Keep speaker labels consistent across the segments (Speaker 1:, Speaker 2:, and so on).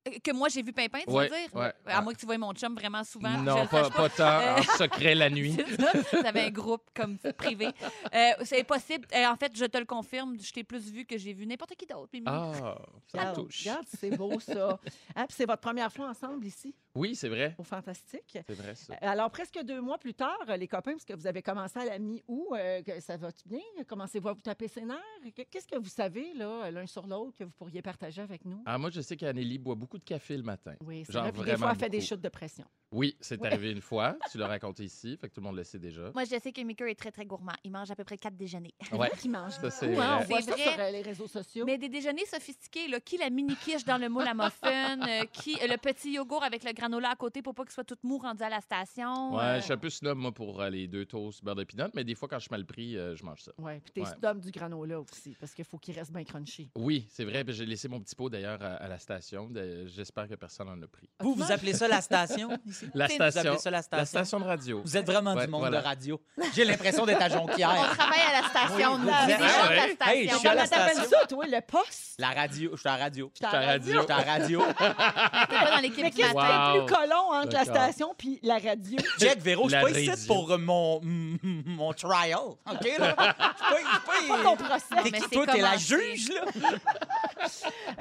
Speaker 1: Euh, Que moi, j'ai vu Pimpin, tu
Speaker 2: Ouais,
Speaker 1: veux dire?
Speaker 2: ouais,
Speaker 1: à
Speaker 2: ouais.
Speaker 1: moins que tu vois mon chum vraiment
Speaker 3: Bah,
Speaker 1: souvent. je
Speaker 2: Non,
Speaker 1: le sache
Speaker 2: pas, pas tant en secret la nuit.
Speaker 1: C'est ça. T'avais un groupe comme privé. Euh, c'est possible. Euh, en fait, je te le confirme, je t'ai plus vu que j'ai vu n'importe qui d'autre. Mimi.
Speaker 2: Ah, ça me
Speaker 3: Regarde,
Speaker 2: touche.
Speaker 3: regarde, c'est beau ça. Hein, puis c'est votre première fois ensemble ici,
Speaker 2: Oui, c'est vrai.
Speaker 3: au Fantastique.
Speaker 2: C'est vrai, ça.
Speaker 3: Euh, Alors, presque deux mois plus tard, euh, les copains, parce que vous avez commencé à la mi-août, euh, que ça va-tu bien? Commencez-vous à vous taper ses nerfs? Que- Qu'est-ce que vous savez, là, l'un sur l'autre, que vous pourriez partager avec nous?
Speaker 2: Ah, moi, je sais qu'Anneli boit beaucoup de café le matin.
Speaker 3: Oui, c'est
Speaker 2: Genre
Speaker 3: vrai. Puis des fois,
Speaker 2: vraiment
Speaker 3: elle fait des
Speaker 2: beaucoup.
Speaker 3: chutes de pression.
Speaker 2: Oui, c'est
Speaker 3: Ouais.
Speaker 2: arrivé une fois. Tu l'as raconté ici, fait que tout le monde le sait déjà.
Speaker 1: Moi, je sais que Mika est très, très gourmand. Il mange à peu près quatre déjeuners.
Speaker 4: Oh.
Speaker 2: Ouais,
Speaker 3: Qui mange
Speaker 2: ça, c'est
Speaker 3: beaucoup, hein? On
Speaker 2: vrai.
Speaker 3: voit
Speaker 1: C'est
Speaker 3: ça
Speaker 1: vrai.
Speaker 3: sur euh, les réseaux sociaux.
Speaker 1: Mais des déjeuners sophistiqués, là, qui la mini-quiche dans le moule à muffin, euh, qui euh, le petit yogourt avec le granola à côté pour pas qu'il soit tout mou rendu à la station.
Speaker 2: Ouais,
Speaker 1: euh,
Speaker 2: je suis un peu snob, moi, pour euh, les deux toasts beurre de pinot, mais des fois, quand je suis mal pris, euh, je mange ça.
Speaker 3: Oui, puis t'es
Speaker 2: Ouais.
Speaker 3: snob du granola aussi, parce qu'il faut qu'il reste bien crunchy.
Speaker 2: Oui, c'est vrai. puis J'ai laissé mon petit pot d'ailleurs à, à la station. De- J'espère que personne n'en a pris.
Speaker 4: Vous, vous appelez ça la station? ici?
Speaker 2: La
Speaker 4: Vous appelez
Speaker 2: station,
Speaker 4: ça la
Speaker 2: la
Speaker 4: station?
Speaker 2: station de radio.
Speaker 4: Vous êtes vraiment
Speaker 2: Ouais,
Speaker 4: du monde
Speaker 2: voilà.
Speaker 4: de radio. J'ai l'impression d'être à
Speaker 1: On
Speaker 4: Jonquière.
Speaker 1: travaille à la station.
Speaker 4: Oui,
Speaker 1: on fait des
Speaker 4: vous-
Speaker 1: choses à
Speaker 2: Ah ouais.
Speaker 1: la
Speaker 4: Hey, je
Speaker 1: station.
Speaker 4: suis à la
Speaker 3: Comment t'appelles
Speaker 4: station.
Speaker 3: ça, toi, le poste?
Speaker 4: La radio, je suis à la radio.
Speaker 3: Je t'en
Speaker 2: Je suis à la
Speaker 3: rends-
Speaker 4: Je suis à la radio.
Speaker 1: T'es pas dans l'équipe
Speaker 3: Mais
Speaker 1: du
Speaker 3: qu'est-ce qui
Speaker 1: matin.
Speaker 3: est
Speaker 2: Wow.
Speaker 3: plus collant entre la
Speaker 2: D'accord.
Speaker 3: station puis la radio?
Speaker 4: Jack Véro, je suis
Speaker 2: La
Speaker 4: pas ici
Speaker 2: radio.
Speaker 4: pour euh, mon, mm, mm, mon trial. OK, là? Je suis pas- je suis
Speaker 3: Pas
Speaker 4: pas-
Speaker 3: ton procès.
Speaker 4: T'es
Speaker 1: mais
Speaker 4: qui,
Speaker 1: c'est
Speaker 4: toi? T'es la
Speaker 1: commencé.
Speaker 4: juge, là?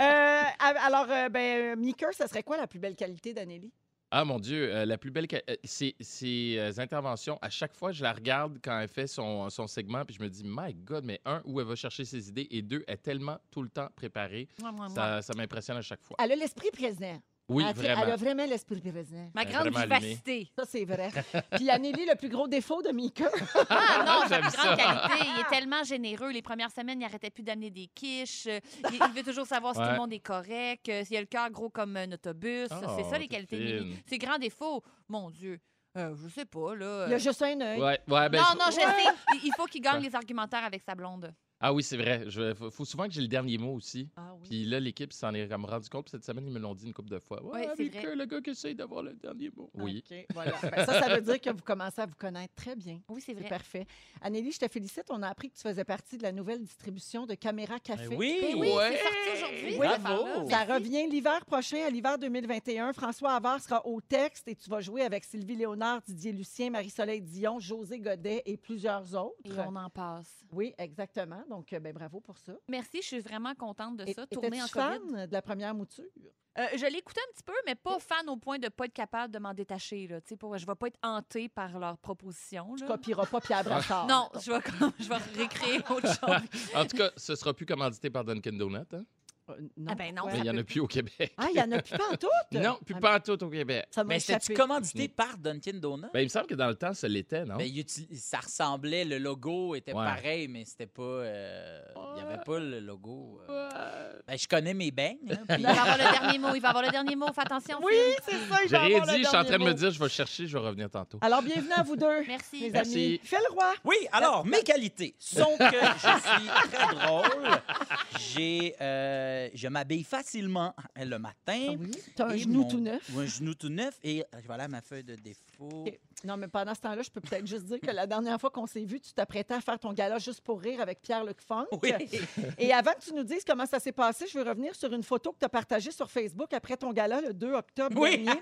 Speaker 3: Euh, a- alors, euh, ben, euh, Mika, ça serait quoi la plus belle qualité d'Anneli?
Speaker 2: Ah mon Dieu, euh, la plus belle. ca- euh, Ses, ses, euh, interventions, à chaque fois, je la regarde quand elle fait son, son segment, puis je me dis, My God, mais un, où elle va chercher ses idées, et deux, elle est tellement tout le temps préparée.
Speaker 1: Moi, Ah, moi, moi.
Speaker 2: Ça, ça m'impressionne à chaque fois.
Speaker 3: Elle a l'esprit présent.
Speaker 2: Oui,
Speaker 3: Ah, elle, a- elle
Speaker 2: vraiment.
Speaker 3: a vraiment l'esprit présent.
Speaker 1: Ma
Speaker 2: Elle est
Speaker 1: grande
Speaker 2: vraiment allumée.
Speaker 1: vivacité.
Speaker 3: Ça, c'est vrai. Puis Anneli, le plus gros défaut de Mika,
Speaker 1: Ah non, c'est
Speaker 2: J'aime
Speaker 1: une
Speaker 2: ça.
Speaker 1: grande qualité. Il est tellement généreux. Les premières semaines, il n'arrêtait plus d'amener des quiches. Euh, Il, il veut toujours savoir si tout
Speaker 2: Ouais.
Speaker 1: le monde est correct, euh, s'il a le cœur gros comme un autobus.
Speaker 2: Oh,
Speaker 1: c'est ça, les
Speaker 2: t'es
Speaker 1: qualités
Speaker 2: fine.
Speaker 1: de Mimi. Ses grands défauts, mon Dieu, euh, je sais pas, là. euh,
Speaker 3: il a juste un œil.
Speaker 2: Ouais, ouais, ben,
Speaker 1: non,
Speaker 2: c'est-
Speaker 1: non, je sais. Il- Il faut qu'il gagne
Speaker 2: Ouais.
Speaker 1: les argumentaires avec sa blonde.
Speaker 2: Ah oui, c'est vrai. Il faut, faut souvent que j'ai le dernier mot aussi.
Speaker 1: Ah oui.
Speaker 2: Puis là, l'équipe s'en est comme rendu compte. puis Cette semaine, ils me l'ont dit une couple de fois. Ouais,
Speaker 1: Ouais, c'est
Speaker 2: Mika,
Speaker 1: vrai.
Speaker 2: le gars qui essaye d'avoir le dernier mot. Oui.
Speaker 3: OK, voilà. Ben, ça, ça veut dire que vous commencez à vous connaître très bien.
Speaker 1: Oui, c'est
Speaker 3: C'est
Speaker 1: vrai.
Speaker 3: parfait. Annélie, je te félicite. On a appris que tu faisais partie de la nouvelle distribution de Caméra Café.
Speaker 4: Ben oui.
Speaker 1: Ben oui,
Speaker 2: Ouais.
Speaker 1: c'est sorti aujourd'hui.
Speaker 3: Oui.
Speaker 1: cette affaire-là.
Speaker 4: Bravo.
Speaker 3: Ça
Speaker 1: Merci.
Speaker 3: revient l'hiver prochain, à l'hiver 2021. François Havard sera au texte et tu vas jouer avec Sylvie Léonard, Didier Lucien, Marie-Soleil Dion, José Godet et plusieurs autres.
Speaker 1: Et on en passe.
Speaker 3: Oui, exactement. Donc, euh, ben, bravo pour ça.
Speaker 1: Merci, je suis vraiment contente de
Speaker 3: Et-
Speaker 1: ça.
Speaker 3: Étais-tu
Speaker 1: Tourner en COVID.
Speaker 3: fan de la première mouture?
Speaker 1: Euh, je l'ai écouté un petit peu, mais pas fan au point de pas être capable de m'en détacher. Là. Tu sais, Pour, je vais pas être hantée par leurs propositions.
Speaker 3: Tu
Speaker 1: là.
Speaker 3: copieras pas Pierre Brassard.
Speaker 1: Non, je vais, comme- je vais récréer autre chose.
Speaker 2: En tout cas, ce sera plus commandité par Dunkin' Donut. hein.
Speaker 3: Euh, non.
Speaker 1: Ah ben non,
Speaker 2: Mais il
Speaker 1: ça
Speaker 2: n'y en
Speaker 1: peut
Speaker 2: a plus au Québec.
Speaker 3: Ah, il y en a plus pas en tout?
Speaker 2: Non, plus pas tout au Québec.
Speaker 3: Ça m'a
Speaker 4: Mais
Speaker 3: échappé.
Speaker 4: c'était-tu commandité par Dunkin' Donuts?
Speaker 2: Ben, il me semble que dans le temps, ça l'était, non?
Speaker 4: Ben, il util- ça ressemblait, le logo était
Speaker 2: Ouais.
Speaker 4: pareil, mais c'était pas. euh, Il n'y avait pas le logo. euh.
Speaker 2: Ouais.
Speaker 4: Ben, je connais mes beignes. hein, puis-
Speaker 1: Il va avoir le dernier mot, il va avoir le dernier mot. Fais attention,
Speaker 3: Oui,
Speaker 1: Phil.
Speaker 3: c'est ça. il
Speaker 2: J'ai
Speaker 3: va
Speaker 2: rien
Speaker 3: avoir le
Speaker 2: dit, je suis en train
Speaker 3: dernier
Speaker 2: de me
Speaker 3: mot.
Speaker 2: dire, je vais chercher, je vais revenir tantôt.
Speaker 3: Alors, bienvenue à vous deux.
Speaker 1: Merci.
Speaker 3: Mes
Speaker 2: Merci.
Speaker 3: amis. Fais le roi.
Speaker 4: Oui, alors, mes qualités sont que je suis très drôle. J'ai, euh, je m'habille facilement hein, le matin.
Speaker 3: Ah Oui. T'as un
Speaker 4: Et
Speaker 3: genou
Speaker 4: mon-
Speaker 3: tout neuf.
Speaker 4: Oui, Un genou tout neuf. Et euh, voilà ma feuille de défaut.
Speaker 3: OK. Non, mais pendant ce temps-là, je peux peut-être juste dire que la dernière fois qu'on s'est vu, tu t'apprêtais à faire ton gala juste pour rire avec Pierre-Luc Funk.
Speaker 4: Oui.
Speaker 3: Et avant que tu nous dises comment ça s'est passé, je veux revenir sur une photo que tu as partagée sur Facebook après ton gala le 2 octobre
Speaker 4: Oui.
Speaker 3: dernier.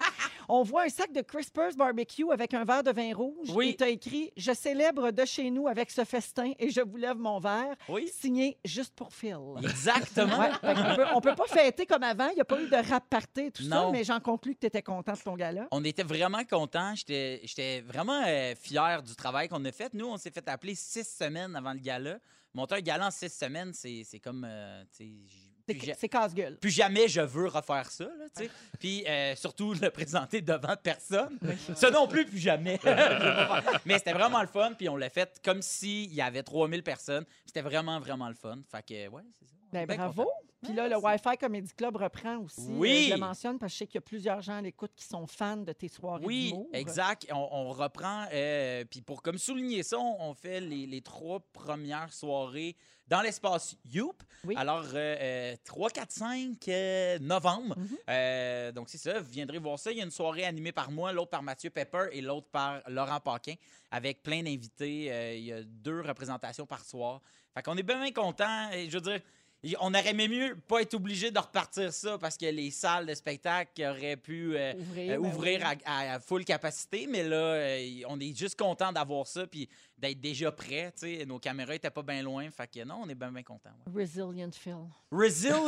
Speaker 3: On voit un sac de Crispers Barbecue avec un verre de vin rouge.
Speaker 4: Oui.
Speaker 3: Et tu as écrit Je célèbre de chez nous avec ce festin et je vous lève mon verre.
Speaker 4: Oui.
Speaker 3: Signé juste pour Phil.
Speaker 4: Exactement.
Speaker 3: Ouais, fait qu'on peut- on peut pas fêter comme avant. Il n'y a pas eu de rap party et tout ça,
Speaker 4: Non.
Speaker 3: mais j'en conclus que tu étais content de ton gala.
Speaker 4: On était vraiment contents. J'étais j'étais vraiment euh, fier du travail qu'on a fait. Nous, on s'est fait appeler six semaines avant le gala. Monter un gala en six semaines, c'est c'est comme. euh, tu sais, j- plus
Speaker 3: C'est
Speaker 4: ja-
Speaker 3: c'est casse-gueule.
Speaker 4: plus jamais je veux refaire ça, là, tu sais. Puis euh, surtout le présenter devant personne. ça non plus, plus jamais. Je veux pas faire. Mais c'était vraiment le fun, puis on l'a fait comme s'il y avait 3000 personnes. C'était vraiment, vraiment le fun. Fait que, ouais, c'est ça. On
Speaker 3: Ben,
Speaker 4: est bien
Speaker 3: bravo.
Speaker 4: contents.
Speaker 3: Puis là, le Wi-Fi Comedy Club reprend aussi.
Speaker 4: Oui.
Speaker 3: Euh, Je le mentionne parce que je sais qu'il y a plusieurs gens à l'écoute qui sont fans de tes soirées
Speaker 4: Oui,
Speaker 3: d'humour.
Speaker 4: exact. On, on reprend. euh, puis pour comme souligner ça, on, on fait les, les trois premières soirées dans l'espace Youp.
Speaker 3: Oui.
Speaker 4: Alors, euh, euh, 3, 4, 5 euh, novembre.
Speaker 3: Mhm.
Speaker 4: Euh, donc, c'est ça. Vous viendrez voir ça. Il y a une soirée animée par moi, l'autre par Mathieu Pepper et l'autre par Laurent Paquin, avec plein d'invités. Euh, il y a deux représentations par soir. Fait qu'on est bien, bien contents. Et Je veux dire, y- on aurait aimé mieux pas être obligé de repartir ça parce que les salles de spectacle auraient pu... euh,
Speaker 3: Ouvrir,
Speaker 4: euh,
Speaker 3: ben
Speaker 4: ouvrir
Speaker 3: oui.
Speaker 4: à- à, à full capacité, mais là, euh, on est juste content d'avoir ça puis d'être déjà prêt. tu sais. Nos caméras étaient pas bien loin, fait que non, on est bien, bien content.
Speaker 3: Resilient Phil.
Speaker 4: Resilient,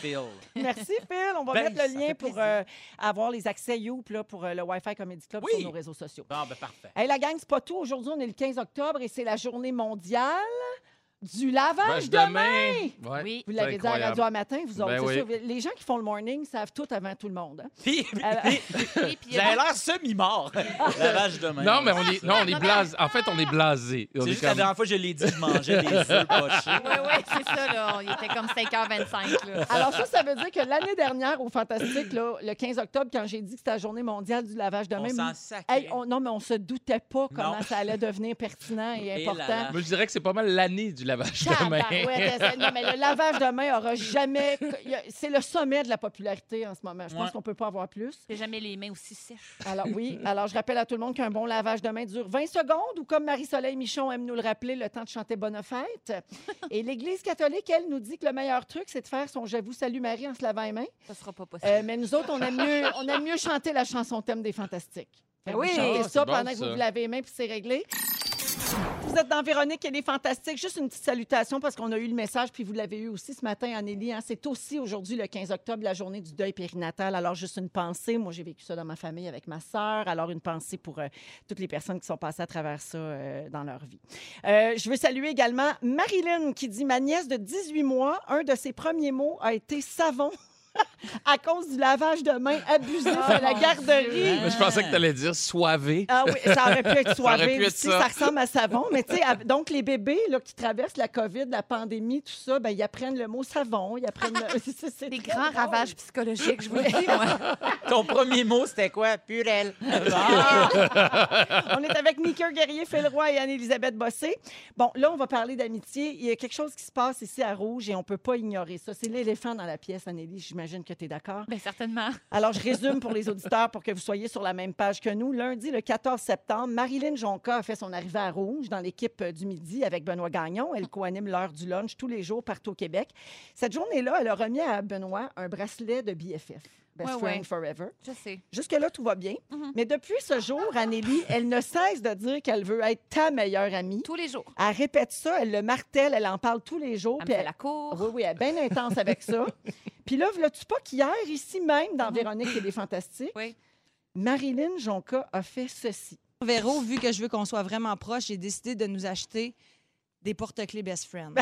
Speaker 4: Phil.
Speaker 3: Merci, Phil. On va
Speaker 4: Ben,
Speaker 3: mettre
Speaker 4: ça
Speaker 3: le lien
Speaker 4: fait
Speaker 3: pour
Speaker 4: plaisir.
Speaker 3: euh, avoir les accès Youp là, pour euh, le Wi-Fi Comedy Club
Speaker 4: Oui.
Speaker 3: sur nos réseaux sociaux.
Speaker 4: Bon, ben parfait.
Speaker 3: Hey, la gang, c'est pas tout. Aujourd'hui, on est le 15 octobre et c'est la journée mondiale du lavage
Speaker 4: Ben,
Speaker 2: Vache
Speaker 3: de mains.
Speaker 2: Ben, Ouais.
Speaker 1: Oui.
Speaker 3: Vous
Speaker 2: C'est
Speaker 3: l'avez dit à la
Speaker 2: incroyable.
Speaker 3: radio à matin, vous autres.
Speaker 2: Ben
Speaker 3: c'est
Speaker 2: oui.
Speaker 3: sûr, les gens qui font le morning savent tout avant tout le monde. hein.
Speaker 4: Puis,
Speaker 3: Euh,
Speaker 1: Oui, puis il y
Speaker 4: vous
Speaker 1: a-
Speaker 4: avez l'air semi-mort, lavage de main.
Speaker 2: Non, mais on est, non, on est blasé. En fait, on est blasé. On
Speaker 4: C'est
Speaker 2: est
Speaker 4: juste la
Speaker 2: comme-
Speaker 4: dernière fois que je l'ai dit, je mangeais des œufs pochés.
Speaker 1: Ouais, ouais, c'est ça, là. Il était comme 5h25, là.
Speaker 3: Alors ça, ça veut dire que l'année dernière au Fantastique, là, le 15 octobre, quand j'ai dit que c'était la journée mondiale du lavage de
Speaker 4: On
Speaker 3: mains,
Speaker 4: s'en sacre.
Speaker 3: hey, on- non, mais on se doutait pas comment
Speaker 4: Non.
Speaker 3: ça allait devenir pertinent et
Speaker 4: Et là
Speaker 3: important.
Speaker 4: là.
Speaker 2: Moi, je dirais que c'est pas mal l'année du lavage de main.
Speaker 3: Tabarouette, c'est- non, mais le lavage de mains aura jamais. il y a- C'est le sommet de la popularité en ce moment. Je pense
Speaker 4: Ouais.
Speaker 3: qu'on peut pas avoir plus.
Speaker 1: J'ai jamais les mains aussi sèches.
Speaker 3: Alors, oui. Alors, je rappelle à tout le monde qu'un bon lavage de main dure 20 secondes ou, comme Marie-Soleil Michon aime nous le rappeler, le temps de chanter Bonne fête. Et l'Église catholique, elle, nous dit que le meilleur truc, c'est de faire son Je vous salue Marie en se lavant les mains.
Speaker 1: Ça sera pas possible.
Speaker 3: Euh, mais nous autres, on aime mieux, on aime mieux chanter la chanson thème des Fantastiques. Fait que
Speaker 1: Oui.
Speaker 3: vous chantez
Speaker 2: Ah,
Speaker 3: ça
Speaker 2: c'est bon,
Speaker 3: pendant que
Speaker 2: ça.
Speaker 3: vous vous lavez les mains, puis c'est réglé. Vous êtes dans Véronique et les Fantastiques. Juste une petite salutation parce qu'on a eu le message, puis vous l'avez eu aussi ce matin, Annélie. hein. C'est aussi aujourd'hui, le 15 octobre, la journée du deuil périnatal. Alors, juste une pensée. Moi, j'ai vécu ça dans ma famille avec ma sœur. Alors, une pensée pour euh, toutes les personnes qui sont passées à travers ça euh, dans leur vie. Euh, je veux saluer également Marilyn qui dit Ma nièce de 18 mois, un de ses premiers mots a été savon. à cause du lavage de mains abusif à la
Speaker 1: mon
Speaker 3: garderie.
Speaker 1: Dieu.
Speaker 2: Mais je pensais que tu allais dire soivé.
Speaker 3: Ah oui, ça aurait pu être
Speaker 2: aurait
Speaker 3: soirée
Speaker 2: pu être
Speaker 3: aussi,
Speaker 2: ça.
Speaker 3: ça. ressemble à savon. Mais tu sais, à- donc les bébés là, qui traversent la COVID, la pandémie, tout ça, ben, ils apprennent le mot savon, ils apprennent le... c'est- c'est
Speaker 1: Des
Speaker 3: Euh, très
Speaker 1: grands
Speaker 3: drôle.
Speaker 1: ravages psychologiques, je vous le dis, moi.
Speaker 4: Ton premier mot, c'était quoi? Purel.
Speaker 3: On est avec Mickey Guerrier, Phil Roy et Anne-Élisabeth Bossé. Bon, là, on va parler d'amitié. Il y a quelque chose qui se passe ici à Rouge et on ne peut pas ignorer ça. C'est l'éléphant dans la pièce, Annélie. J'imagine que tu es d'accord.
Speaker 1: Bien, Ben, certainement.
Speaker 3: Alors, je résume pour les auditeurs pour que vous soyez sur la même page que nous. Lundi, le 14 septembre, Marilyn Jonca a fait son arrivée à Rouge dans l'équipe euh, du midi avec Benoît Gagnon. Elle coanime l'heure du lunch tous les jours partout au Québec. Cette journée-là, elle a remis à Benoît un bracelet de BFF, Best
Speaker 1: Ouais,
Speaker 3: Friend
Speaker 1: ouais.
Speaker 3: Forever.
Speaker 1: Je sais.
Speaker 3: Jusque-là, tout va bien.
Speaker 1: Mhm.
Speaker 3: Mais depuis ce jour, Anélie, elle ne cesse de dire qu'elle veut être ta meilleure amie.
Speaker 1: Tous les jours.
Speaker 3: Elle répète ça, elle le martèle, elle en parle tous les jours.
Speaker 1: Elle me
Speaker 3: puis
Speaker 1: fait
Speaker 3: elle-
Speaker 1: la cour.
Speaker 3: oui, oui, elle est bien intense avec ça. Puis là, tu pas qu'hier, ici même, dans
Speaker 1: Mhm.
Speaker 3: Véronique et les Fantastiques,
Speaker 1: Oui.
Speaker 3: Marilyn Jonca a fait ceci.
Speaker 5: Véro, vu que je veux qu'on soit vraiment proche, j'ai décidé de nous acheter des porte-clés Best Friend.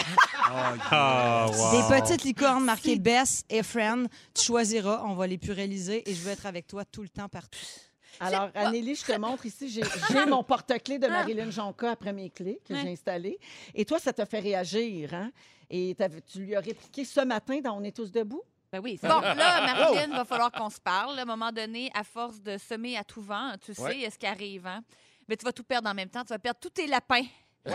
Speaker 6: Ah,
Speaker 5: Des petites licornes marquées Best et Friend. Tu choisiras, on va les puréliser et je veux être avec toi tout le temps, partout.
Speaker 3: Alors, Anélie, je te montre ici, j'ai j'ai mon porte-clés de Marilyn Jonca après mes clés que
Speaker 1: Ah. Ouais.
Speaker 3: j'ai installées. Et toi, ça t'a fait réagir, hein? Et t'avais- tu lui as répliqué ce matin dans On est tous debout?
Speaker 1: Ben oui. Oh! Bon, là, Marilyn, va falloir qu'on se parle. À un moment donné, à force de semer à tout vent, tu sais
Speaker 2: Ouais.
Speaker 1: ce qui arrive. Hein? Mais tu vas tout perdre en même temps. Tu vas perdre tous tes lapins. Je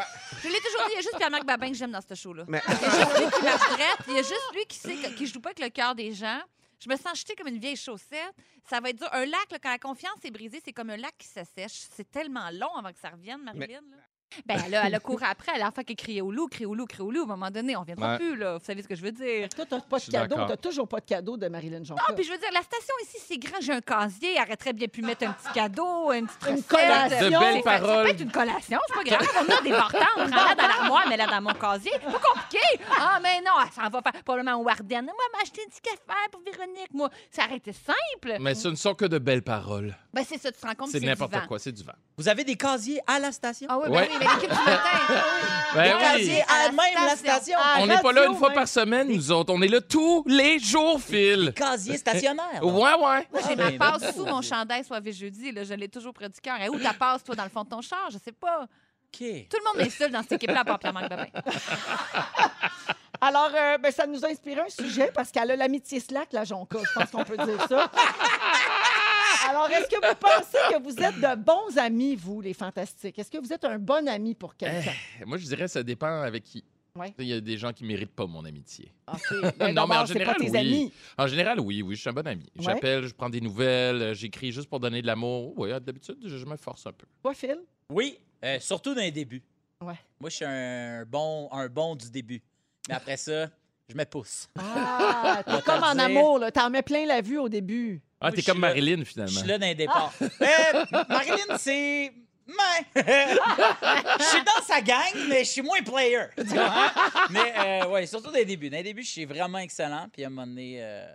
Speaker 1: l'ai toujours dit, il y a juste Pierre-Marc Babin que j'aime dans ce show-là.
Speaker 6: Mais-
Speaker 1: Il y a juste lui qui marche drette. Il y a juste lui qui sait que- qui joue pas avec le cœur des gens. Je me sens jetée comme une vieille chaussette. Ça va être dur. Un lac, là, quand la confiance est brisée, c'est comme un lac qui s'assèche. C'est tellement long avant que ça revienne, Marilyn. là. Ben, elle a, elle a couru après. Elle a fait qui criait au loup, criait au loup, criait au loup. À un moment donné, on viendra
Speaker 2: Ouais.
Speaker 1: plus, là. Vous savez ce que je veux dire.
Speaker 3: Toi, t'as pas
Speaker 2: Je
Speaker 3: de
Speaker 2: suis
Speaker 3: cadeau,
Speaker 2: d'accord.
Speaker 3: t'as toujours pas de cadeau de Marilyn Jonca.
Speaker 1: Ah, puis je veux dire, la station ici, c'est grand. J'ai un casier. Elle aurait très bien pu mettre un petit cadeau, une petite
Speaker 3: Une
Speaker 1: recette.
Speaker 3: collation.
Speaker 2: De belles
Speaker 1: C'est- Ça
Speaker 2: paroles.
Speaker 1: peut être une collation, c'est pas grave. On a des portants, prends-la dans l'armoire, mets-la dans mon casier. Pas compliqué. Ah, mais non, elle s'en va faire probablement au Warden. Moi, m'acheter un petit café pour Véronique, moi. Ça aurait été simple.
Speaker 3: Ah.
Speaker 2: Mais ce ne sont que de belles paroles.
Speaker 1: Ben, c'est ça, tu te rends compte que
Speaker 2: C'est n'importe
Speaker 1: vivant.
Speaker 2: quoi, c'est du vent.
Speaker 4: Vous avez des casiers à la station?
Speaker 1: Ah oui, ben
Speaker 2: Ouais.
Speaker 1: oui, mais l'équipe du matin.
Speaker 2: Ben
Speaker 4: des
Speaker 2: oui.
Speaker 4: casiers à,
Speaker 1: À la
Speaker 4: même la
Speaker 1: station.
Speaker 4: station.
Speaker 3: Ah,
Speaker 2: On n'est pas là
Speaker 3: radio,
Speaker 2: une fois
Speaker 3: même.
Speaker 2: par semaine, nous autres. On est là tous les jours, Phil.
Speaker 4: Casier stationnaire.
Speaker 2: Ouais,
Speaker 4: donc.
Speaker 2: ouais.
Speaker 1: Moi, j'ai
Speaker 4: Ah,
Speaker 1: ma
Speaker 4: ben,
Speaker 1: passe
Speaker 4: bravo.
Speaker 1: sous mon chandail, soit jeudi. Là, je l'ai toujours près du cœur. Et où ta passe, toi, dans le fond de ton char? Je sais pas.
Speaker 4: OK.
Speaker 1: Tout le monde est seul dans cette équipe-là, à part Pierre-Marc Babin.
Speaker 3: Alors, euh, ben, ça nous a inspiré un sujet parce qu'elle a l'amitié slack, la Jonca. Je pense qu'on peut dire ça. Alors, est-ce que vous pensez que vous êtes de bons amis, vous, les fantastiques? Est-ce que vous êtes un bon ami pour quelqu'un?
Speaker 2: Eh, Moi, je dirais ça dépend avec qui.
Speaker 3: Ouais.
Speaker 2: Il y a des gens qui méritent pas mon amitié.
Speaker 3: OK. Ben,
Speaker 2: Non, mais en
Speaker 3: d'abord, c'est pas
Speaker 2: général,
Speaker 3: tes
Speaker 2: oui.
Speaker 3: amis.
Speaker 2: En général, oui, oui, je suis un bon ami.
Speaker 3: Ouais.
Speaker 2: J'appelle, je prends des nouvelles, euh, j'écris juste pour donner de l'amour. Oui, d'habitude, je, je me force un peu.
Speaker 3: Toi, Phil?
Speaker 4: Oui, euh, surtout dans les débuts.
Speaker 3: Ouais.
Speaker 4: Moi, je suis un bon, un bon du début. Mais après ça, je me pousse.
Speaker 3: Ah, t'es
Speaker 4: On va
Speaker 3: comme
Speaker 4: te
Speaker 3: en
Speaker 4: dire.
Speaker 3: amour, là. T'en mets plein la vue au début.
Speaker 2: Ah,
Speaker 4: Moi,
Speaker 2: t'es
Speaker 4: je
Speaker 2: comme
Speaker 4: suis là.
Speaker 2: Marilyn,
Speaker 4: Je
Speaker 2: finalement.
Speaker 4: suis là dans les départs.
Speaker 3: Ah!
Speaker 4: Euh, Marilyn, c'est. Mais. je suis dans sa gang, mais je suis moins player. Tu comprends? mais euh, ouais, surtout dans les débuts. Dans les débuts, je suis vraiment excellent. Puis à un moment donné, euh,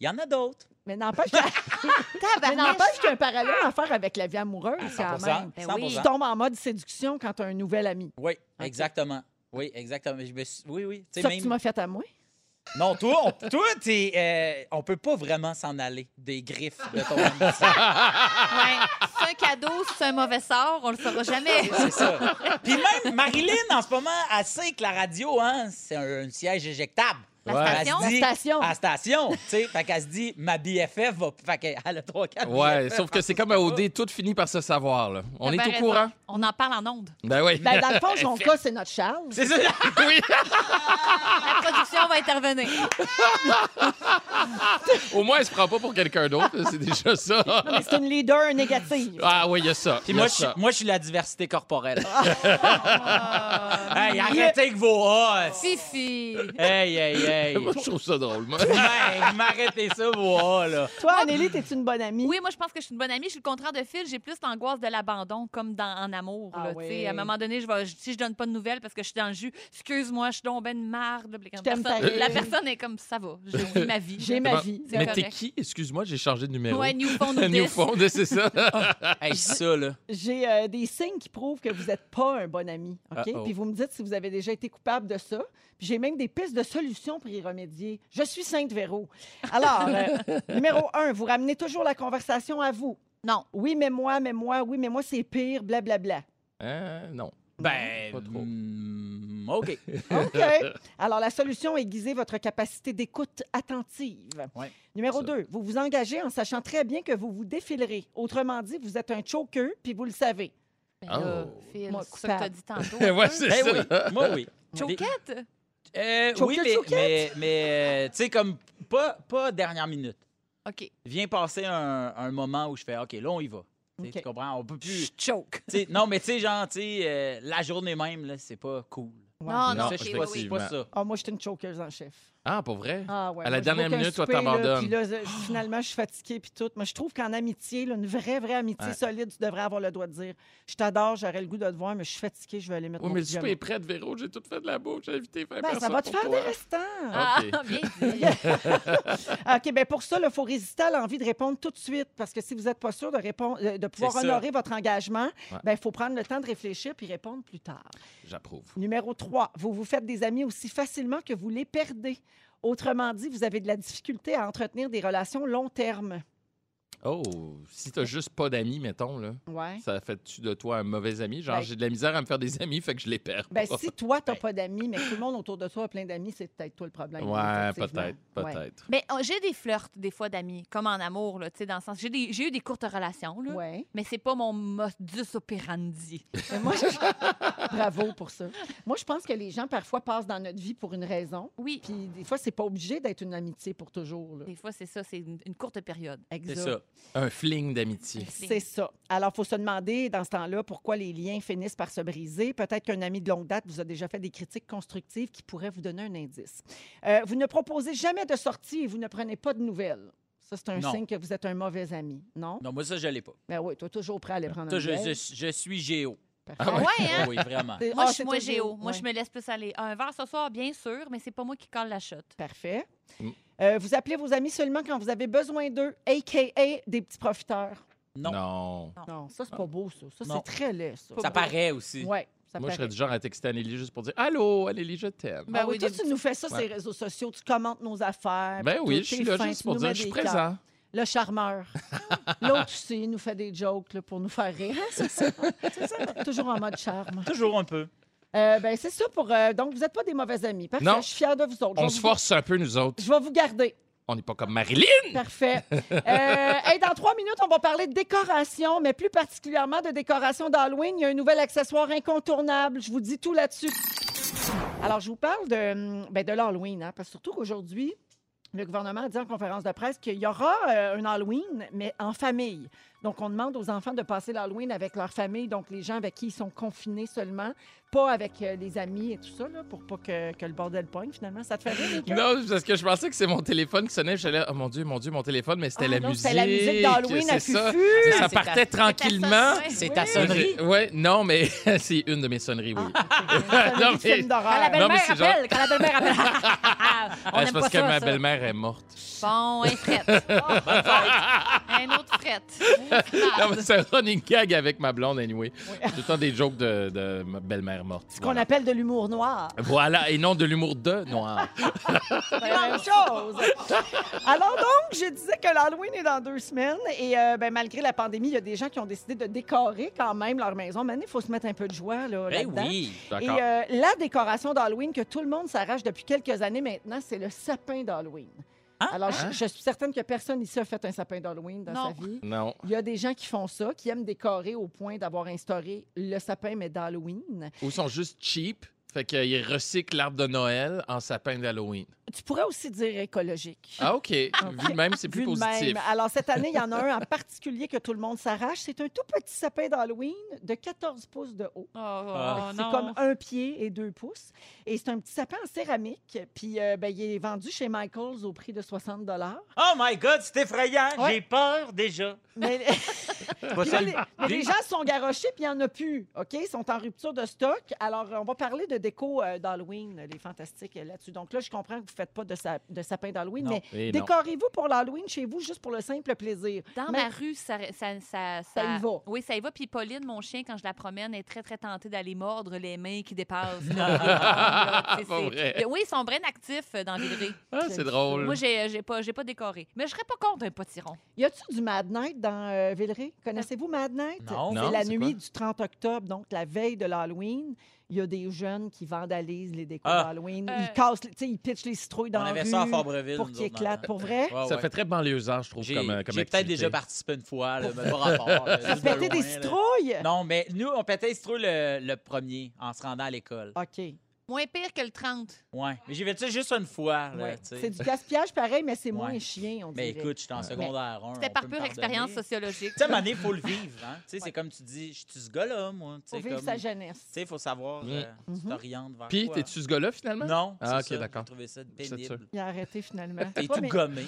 Speaker 4: il y en a d'autres.
Speaker 3: Mais n'empêche mais n'empêche qu'il y a un parallèle à faire avec la vie amoureuse, quand même.
Speaker 4: 100%.
Speaker 1: Ben oui.
Speaker 3: Tu
Speaker 4: 100%.
Speaker 3: tombes en mode séduction quand t'as un nouvel ami.
Speaker 4: Oui,
Speaker 3: Ok.
Speaker 4: exactement. Oui, exactement. Je me suis- Oui, oui. Tu sais,
Speaker 3: Ça que
Speaker 4: même-
Speaker 3: tu m'as fait à moi.
Speaker 4: Non, toi, on, toi, t'es, euh, on peut pas vraiment s'en aller des griffes de ton ami.
Speaker 1: Ouais. Ben, C'est un cadeau, c'est un mauvais sort, on le saura jamais.
Speaker 4: C'est ça. Puis même Marilyn, en ce moment, elle sait que la radio, hein, c'est un, un siège éjectable.
Speaker 1: La
Speaker 2: Ouais.
Speaker 4: Elle
Speaker 1: station,
Speaker 4: se dit,
Speaker 3: La station.
Speaker 4: À la station. tu sais. fait qu'elle se dit, ma BFF va. Fait qu'elle a 3 4
Speaker 2: Ouais, sauf que c'est comme un OD, tout finit par se savoir. Là. On
Speaker 1: t'as
Speaker 2: est
Speaker 1: bien
Speaker 2: au
Speaker 1: raison.
Speaker 2: courant.
Speaker 1: On en parle en ondes.
Speaker 2: Ben oui.
Speaker 3: Ben, dans le fond, Jonca, c'est notre Charles.
Speaker 4: C'est ça.
Speaker 2: oui.
Speaker 1: La production va intervenir.
Speaker 2: Au moins, elle se prend pas pour quelqu'un d'autre. C'est déjà ça.
Speaker 3: Non, mais c'est une leader négative.
Speaker 2: Ah oui, il y a ça.
Speaker 4: Puis
Speaker 2: il y a
Speaker 4: moi, je suis-
Speaker 2: ça.
Speaker 4: moi, je suis la diversité corporelle. hey, arrêtez avec vos os.
Speaker 1: Fifi.
Speaker 4: Hey, hey, hey.
Speaker 2: Moi, je trouve ça drôle. moi.
Speaker 4: Ben, m'arrêtez ça, vos os, là.
Speaker 3: Toi, Anélie, t'es une bonne amie.
Speaker 1: Oui, moi, je pense que je suis une bonne amie. Je suis le contraire de Phil. J'ai plus l'angoisse de l'abandon, comme dans, en amour.
Speaker 3: Ah
Speaker 1: là,
Speaker 3: oui.
Speaker 1: tu sais. À un moment donné, je vais, je- si je donne pas de nouvelles parce que je suis dans le jus, excuse-moi, je suis donc ben une marde. là, puis quand
Speaker 3: Je t'aime
Speaker 1: personne-
Speaker 3: pareil.
Speaker 1: La personne est comme ça va. J'ai vis ma vie.
Speaker 3: J'ai ma vie.
Speaker 1: C'est
Speaker 2: Mais
Speaker 1: correct.
Speaker 2: t'es qui? Excuse-moi, j'ai changé de numéro.
Speaker 1: Ouais, Newfound ou
Speaker 2: New
Speaker 1: dix.
Speaker 2: Fond, c'est ça.
Speaker 4: Hey, ça, là.
Speaker 3: J'ai euh, des signes qui prouvent que vous n'êtes pas un bon ami. OK?
Speaker 4: Uh-oh.
Speaker 3: Puis vous me dites si vous avez déjà été coupable de ça. Puis j'ai même des pistes de solutions pour y remédier? Je suis Sainte Véro. Alors, euh, numéro un, vous ramenez toujours la conversation à vous.
Speaker 1: Non.
Speaker 3: Oui, mais moi, mais moi, oui, mais moi, c'est pire, blablabla.
Speaker 2: Euh, non.
Speaker 4: Ben,
Speaker 2: Pas trop.
Speaker 4: hmm, OK.
Speaker 3: OK. Alors, la solution, aiguiser votre capacité d'écoute attentive.
Speaker 4: Ouais,
Speaker 3: Numéro
Speaker 2: ça.
Speaker 3: 2, vous vous engagez en sachant très bien que vous vous défilerez. Autrement dit, vous êtes un choker, puis vous le savez.
Speaker 1: Ben là,
Speaker 2: Oh.
Speaker 1: Phil,
Speaker 3: Moi,
Speaker 1: c'est ça que t'as
Speaker 3: coupable.
Speaker 1: dit tantôt. un
Speaker 2: ouais,
Speaker 1: peu.
Speaker 2: c'est
Speaker 4: Ben
Speaker 2: ça.
Speaker 4: oui, moi oui.
Speaker 1: Choquette?
Speaker 4: Euh,
Speaker 3: Choquette,
Speaker 4: oui, mais,
Speaker 3: choquette.
Speaker 4: mais, mais, euh, tu sais, comme pas, pas dernière minute.
Speaker 1: OK.
Speaker 4: Vient passer un, un moment où je fais OK, là, on y va. Tu sais,
Speaker 3: OK.
Speaker 4: Tu comprends? On peut plus.
Speaker 1: Je choke.
Speaker 4: tu sais, non, mais tu sais, genre, tu sais, euh, la journée même, là, c'est pas cool.
Speaker 3: Ouais.
Speaker 1: Non, Ah non,
Speaker 2: Non,
Speaker 1: OK,
Speaker 4: ça, je
Speaker 1: oui,
Speaker 4: suis
Speaker 2: oui,
Speaker 4: pas,
Speaker 2: oui.
Speaker 4: je suis pas ça.
Speaker 3: Ah, moi, j'étais une chokeuse en chef.
Speaker 2: Ah, pour vrai?
Speaker 3: Ah, ouais, moi, je
Speaker 2: À la
Speaker 3: vais
Speaker 2: dernière
Speaker 3: qu'un
Speaker 2: minute, toi,
Speaker 3: souper, là,
Speaker 2: t'abandonnes.
Speaker 3: puis là, je- finalement, je suis fatiguée, puis tout. Mais je trouve qu'en amitié, là, une vraie, vraie amitié
Speaker 2: Ouais.
Speaker 3: solide, tu devrais avoir le droit de dire Je t'adore, j'aurais le goût de te voir, mais je suis fatiguée, je vais aller mettre
Speaker 2: Oui,
Speaker 3: mon
Speaker 2: mais le
Speaker 3: pyjama.
Speaker 2: souper est prêt, Véro. J'ai tout fait de la bouffe. J'ai invité 20
Speaker 3: Ben,
Speaker 2: personnes
Speaker 3: ça va te
Speaker 2: pour
Speaker 3: faire
Speaker 2: toi.
Speaker 3: des restants.
Speaker 1: Ah,
Speaker 2: OK.
Speaker 1: bien dit.
Speaker 3: Ah, OK, bien pour ça, il faut résister à l'envie de répondre tout de suite, parce que si vous n'êtes pas sûr de, répondre, euh, de pouvoir
Speaker 4: ça.
Speaker 3: honorer votre engagement,
Speaker 2: Ouais.
Speaker 3: ben il faut prendre le temps de réfléchir puis répondre plus tard.
Speaker 2: J'approuve.
Speaker 3: Numéro 3, vous vous faites des amis aussi facilement que vous les perdez. Autrement dit, vous avez de la difficulté à entretenir des relations long terme.
Speaker 2: Oh, si t'as juste pas d'amis, mettons, là,
Speaker 3: Ouais.
Speaker 2: ça fait-tu de toi un mauvais ami? Genre,
Speaker 3: Ben-
Speaker 2: j'ai de la misère à me faire des amis, fait que je les perds.
Speaker 3: Ben,
Speaker 2: pas.
Speaker 3: si toi, t'as pas d'amis, mais que tout le monde autour de toi a plein d'amis, c'est peut-être toi le problème.
Speaker 2: Ouais,
Speaker 3: effectivement.
Speaker 2: peut-être,
Speaker 3: Ouais.
Speaker 2: peut-être.
Speaker 1: Mais oh, j'ai des flirts, des fois, d'amis, comme en amour, là, tu sais, dans le sens. J'ai des- j'ai eu des courtes relations, là.
Speaker 3: Ouais.
Speaker 1: Mais c'est pas mon modus operandi.
Speaker 3: Mais moi, je- bravo pour ça. Moi, je pense que les gens, parfois, passent dans notre vie pour une raison.
Speaker 1: Oui.
Speaker 3: Puis des fois, c'est pas obligé d'être une amitié pour toujours. là.
Speaker 1: Des fois, c'est ça, c'est une, une courte période.
Speaker 4: C'est
Speaker 3: Exact.
Speaker 4: ça.
Speaker 2: Un fling d'amitié.
Speaker 3: C'est ça. Alors, il faut se demander, dans ce temps-là, pourquoi les liens finissent par se briser. Peut-être qu'un ami de longue date vous a déjà fait des critiques constructives qui pourraient vous donner un indice. Euh, vous ne proposez jamais de sortie et vous ne prenez pas de nouvelles. Ça, c'est un
Speaker 4: Non.
Speaker 3: signe que vous êtes un mauvais ami, non?
Speaker 4: Non, moi, ça, je l'ai pas.
Speaker 3: Ben oui, toi, toujours prêt à aller prendre
Speaker 4: Ça,
Speaker 3: un
Speaker 4: je, je- je suis géo.
Speaker 1: Ah ouais, hein?
Speaker 4: oui,
Speaker 3: Ah,
Speaker 4: vraiment.
Speaker 1: Moi,
Speaker 3: oh,
Speaker 1: je suis moins géo. Moi, je me laisse plus aller. Un verre ce soir, bien sûr, mais c'est pas moi qui colle la shot.
Speaker 3: Parfait.
Speaker 2: Mm.
Speaker 3: Euh, vous appelez vos amis seulement quand vous avez besoin d'eux, a.k.a. des petits profiteurs.
Speaker 4: Non.
Speaker 2: non.
Speaker 3: Non, ça, c'est pas beau, ça. Ça,
Speaker 4: Non.
Speaker 3: c'est très laid, ça.
Speaker 4: Ça paraît aussi.
Speaker 3: Oui, ça
Speaker 2: Moi, je serais
Speaker 3: paraît.
Speaker 2: du genre à texter Anneli juste pour dire Allô, Anneli, je t'aime.
Speaker 1: Ben
Speaker 3: Ah oui,
Speaker 1: oui,
Speaker 3: toi,
Speaker 1: des-
Speaker 3: tu nous fais ça sur
Speaker 2: Ouais.
Speaker 3: les réseaux sociaux, tu commentes nos affaires.
Speaker 2: Ben
Speaker 3: puis
Speaker 2: oui,
Speaker 3: tout,
Speaker 2: je suis
Speaker 3: t'es
Speaker 2: là
Speaker 3: fin,
Speaker 2: juste
Speaker 3: tu
Speaker 2: pour
Speaker 3: nous
Speaker 2: dire
Speaker 3: mets
Speaker 2: Je suis
Speaker 3: des cœurs.
Speaker 2: présent.
Speaker 3: Le charmeur. L'autre, tu sais, il nous fait des jokes là, pour nous faire rire. Hein, c'est ça. C'est ça. Toujours en mode charme.
Speaker 4: Toujours un peu.
Speaker 3: Euh, ben, c'est ça pour. euh, donc, vous n'êtes pas des mauvais amis. Parfait,
Speaker 2: Non.
Speaker 3: je suis fière de vous autres. Je
Speaker 2: On
Speaker 3: vais
Speaker 2: se
Speaker 3: vous-
Speaker 2: force un peu, nous autres.
Speaker 3: Je vais vous garder.
Speaker 2: On n'est pas comme Marilyn.
Speaker 3: Parfait. Euh, hey, dans trois minutes, on va parler de décoration, mais plus particulièrement de décoration d'Halloween. Il y a un nouvel accessoire incontournable. Je vous dis tout là-dessus. Alors, je vous parle de, hum, ben, de l'Halloween, hein, parce que surtout qu'aujourd'hui, le gouvernement a dit en conférence de presse qu'il y aura euh, un Halloween, mais en famille. Donc, on demande aux enfants de passer l'Halloween avec leur famille, donc les gens avec qui ils sont confinés seulement, pas avec euh, les amis et tout ça, là, pour pas que, que le bordel pogne, finalement. Ça te fait rire, Mika?
Speaker 2: Non, parce que je pensais que c'est mon téléphone qui sonnait. J'allais, oh mon Dieu, mon Dieu, mon téléphone, mais c'était
Speaker 3: Ah
Speaker 2: la
Speaker 3: non,
Speaker 2: musique.
Speaker 3: c'était la musique d'Halloween à
Speaker 2: c'est ça.
Speaker 3: Fufu.
Speaker 2: Tu sais,
Speaker 4: Ah,
Speaker 2: ça
Speaker 4: c'est
Speaker 2: partait tranquillement. Euh,
Speaker 4: C'est
Speaker 1: C'est
Speaker 4: ta sonnerie.
Speaker 2: J'ai- Ouais, non, mais c'est une de mes sonneries, oui.
Speaker 3: Non,
Speaker 2: Ah, Non,
Speaker 3: mais...
Speaker 2: mais-
Speaker 3: film
Speaker 1: Quand
Speaker 3: d'horreur.
Speaker 1: la
Speaker 2: Non, mais
Speaker 1: belle-mère
Speaker 2: c'est genre-
Speaker 1: appelle, quand la belle-mère appelle. on
Speaker 2: Ah,
Speaker 1: n'aime
Speaker 2: c'est
Speaker 1: pas
Speaker 2: parce que
Speaker 1: ça,
Speaker 2: ma
Speaker 1: ça.
Speaker 2: belle-mère est morte.
Speaker 1: Bon, un fret. Oh, un autre fret.
Speaker 2: Non, mais c'est un running gag avec ma blonde, anyway. Tout le temps des jokes de, de ma belle-mère morte.
Speaker 3: Ce qu'on
Speaker 2: voilà.
Speaker 3: appelle de l'humour noir.
Speaker 2: Voilà, et non de l'humour de noir.
Speaker 3: C'est la même chose. Alors donc, je disais que l'Halloween est dans deux semaines et euh, ben, malgré la pandémie, il y a des gens qui ont décidé de décorer quand même leur maison. Maintenant, il faut se mettre un peu de joie là,
Speaker 4: Ben
Speaker 3: là-dedans.
Speaker 4: oui.
Speaker 3: Et
Speaker 2: D'accord.
Speaker 3: euh, la décoration d'Halloween que tout le monde s'arrache depuis quelques années maintenant, c'est le sapin d'Halloween.
Speaker 4: Hein?
Speaker 3: Alors, je- je, suis certaine que personne ici a fait un sapin d'Halloween dans
Speaker 1: Non.
Speaker 3: sa vie.
Speaker 2: Non.
Speaker 3: Il y a des gens qui font ça, qui aiment décorer au point d'avoir instauré le sapin, mais d'Halloween.
Speaker 2: Ou sont juste cheap. Fait qu'ils recyclent l'arbre de Noël en sapin d'Halloween.
Speaker 3: Tu pourrais aussi dire écologique.
Speaker 2: Ah, OK. Vu de même, c'est plus
Speaker 3: Vu de
Speaker 2: positif.
Speaker 3: même. Alors, cette année, il y en a un en particulier que tout le monde s'arrache. C'est un tout petit sapin d'Halloween de 14 pouces de haut.
Speaker 1: Oh,
Speaker 4: Ah.
Speaker 3: c'est
Speaker 1: non.
Speaker 3: comme un pied et deux pouces. Et c'est un petit sapin en céramique. Puis, euh, ben, il est vendu chez Michaels au prix de 60
Speaker 4: Oh my God, c'est effrayant.
Speaker 3: Ouais.
Speaker 4: J'ai peur déjà.
Speaker 3: Mais,
Speaker 4: Pas
Speaker 3: puis là,
Speaker 4: ça le
Speaker 3: les, mais les gens se sont garochés, puis il n'y en a plus. OK? Ils sont en rupture de stock. Alors, on va parler de déco euh, d'Halloween, les fantastiques euh, là-dessus. Donc là, je comprends que vous faites pas de, sa- de sapin d'Halloween,
Speaker 4: Non.
Speaker 3: mais
Speaker 2: Et non.
Speaker 3: décorez-vous pour l'Halloween chez vous juste pour le simple plaisir.
Speaker 1: Dans
Speaker 3: Mais-
Speaker 1: ma rue, ça, ça, ça,
Speaker 3: Ça y va.
Speaker 1: Oui, ça y va. Puis Pauline, mon chien, quand je la promène, est très, très tentée d'aller mordre les mains qui dépassent. Là, tu sais,
Speaker 2: Pas
Speaker 1: c'est-
Speaker 2: vrai.
Speaker 1: Le- Oui, ils sont bien actifs euh, dans Villeray.
Speaker 2: Ah, c'est drôle.
Speaker 1: Moi, j'ai j'ai pas, j'ai pas décoré. Mais je serais pas contre un potiron.
Speaker 3: Y a-tu du Mad Night dans euh, Villeray? Connaissez-vous Mad Night?
Speaker 4: Non.
Speaker 2: Non,
Speaker 3: C'est la
Speaker 2: c'est
Speaker 3: nuit
Speaker 2: quoi?
Speaker 3: du 30 octobre, donc la veille de l'Halloween. Il y a des jeunes qui vandalisent les décors
Speaker 4: Ah.
Speaker 3: d'Halloween.
Speaker 1: Euh.
Speaker 3: Ils cassent, les- tu sais, ils pitchent les citrouilles dans
Speaker 4: On
Speaker 3: la
Speaker 4: avait
Speaker 3: rue
Speaker 4: ça à Fort-Breville.
Speaker 3: pour
Speaker 4: nous
Speaker 3: qu'ils
Speaker 4: autres, dans-
Speaker 3: éclatent. Pour vrai,
Speaker 4: Ah, Ouais,
Speaker 2: Ça
Speaker 4: ouais.
Speaker 2: fait très banlieusard, je trouve,
Speaker 4: J'ai
Speaker 2: comme, euh, comme
Speaker 4: j'ai peut-être
Speaker 2: activité.
Speaker 4: déjà participé une fois, là, mais pas rapport. là,
Speaker 3: ça
Speaker 4: juste de
Speaker 3: péter des
Speaker 4: loin, là.
Speaker 3: citrouilles?
Speaker 4: Non, mais nous, on pétait les citrouilles le, le premier en se rendant à l'école.
Speaker 3: OK.
Speaker 1: Moins pire que le 30.
Speaker 4: Ouais. Mais j'ai fait ça juste une fois. là,
Speaker 3: Ouais.
Speaker 4: tu sais.
Speaker 3: C'est du gaspillage pareil, mais c'est moins
Speaker 4: Ouais.
Speaker 3: chien, on
Speaker 4: Mais
Speaker 3: dirait.
Speaker 4: écoute, j'étais en secondaire 1.
Speaker 1: C'était par pure expérience sociologique.
Speaker 4: Tu sais, à un moment donné, il faut le vivre. Hein? Tu sais, C'est comme tu dis, je suis ce gars-là, moi. Tu
Speaker 3: Faut
Speaker 4: sais,
Speaker 3: vivre
Speaker 4: comme-
Speaker 3: sa
Speaker 4: tu
Speaker 3: jeunesse.
Speaker 4: sais, il faut savoir,
Speaker 2: Mm.
Speaker 4: euh, tu
Speaker 3: Mhm.
Speaker 4: t'orientes vers
Speaker 2: Puis,
Speaker 4: quoi.
Speaker 2: t'es-tu ce gars-là, finalement?
Speaker 4: Non,
Speaker 2: Ah,
Speaker 4: c'est
Speaker 2: ok,
Speaker 4: ça.
Speaker 2: d'accord.
Speaker 4: J'ai trouvé ça
Speaker 2: C'est sûr.
Speaker 4: pénible.
Speaker 3: Il a arrêté finalement.
Speaker 4: T'es
Speaker 3: Toi,
Speaker 4: tout
Speaker 3: mais-
Speaker 4: gommé.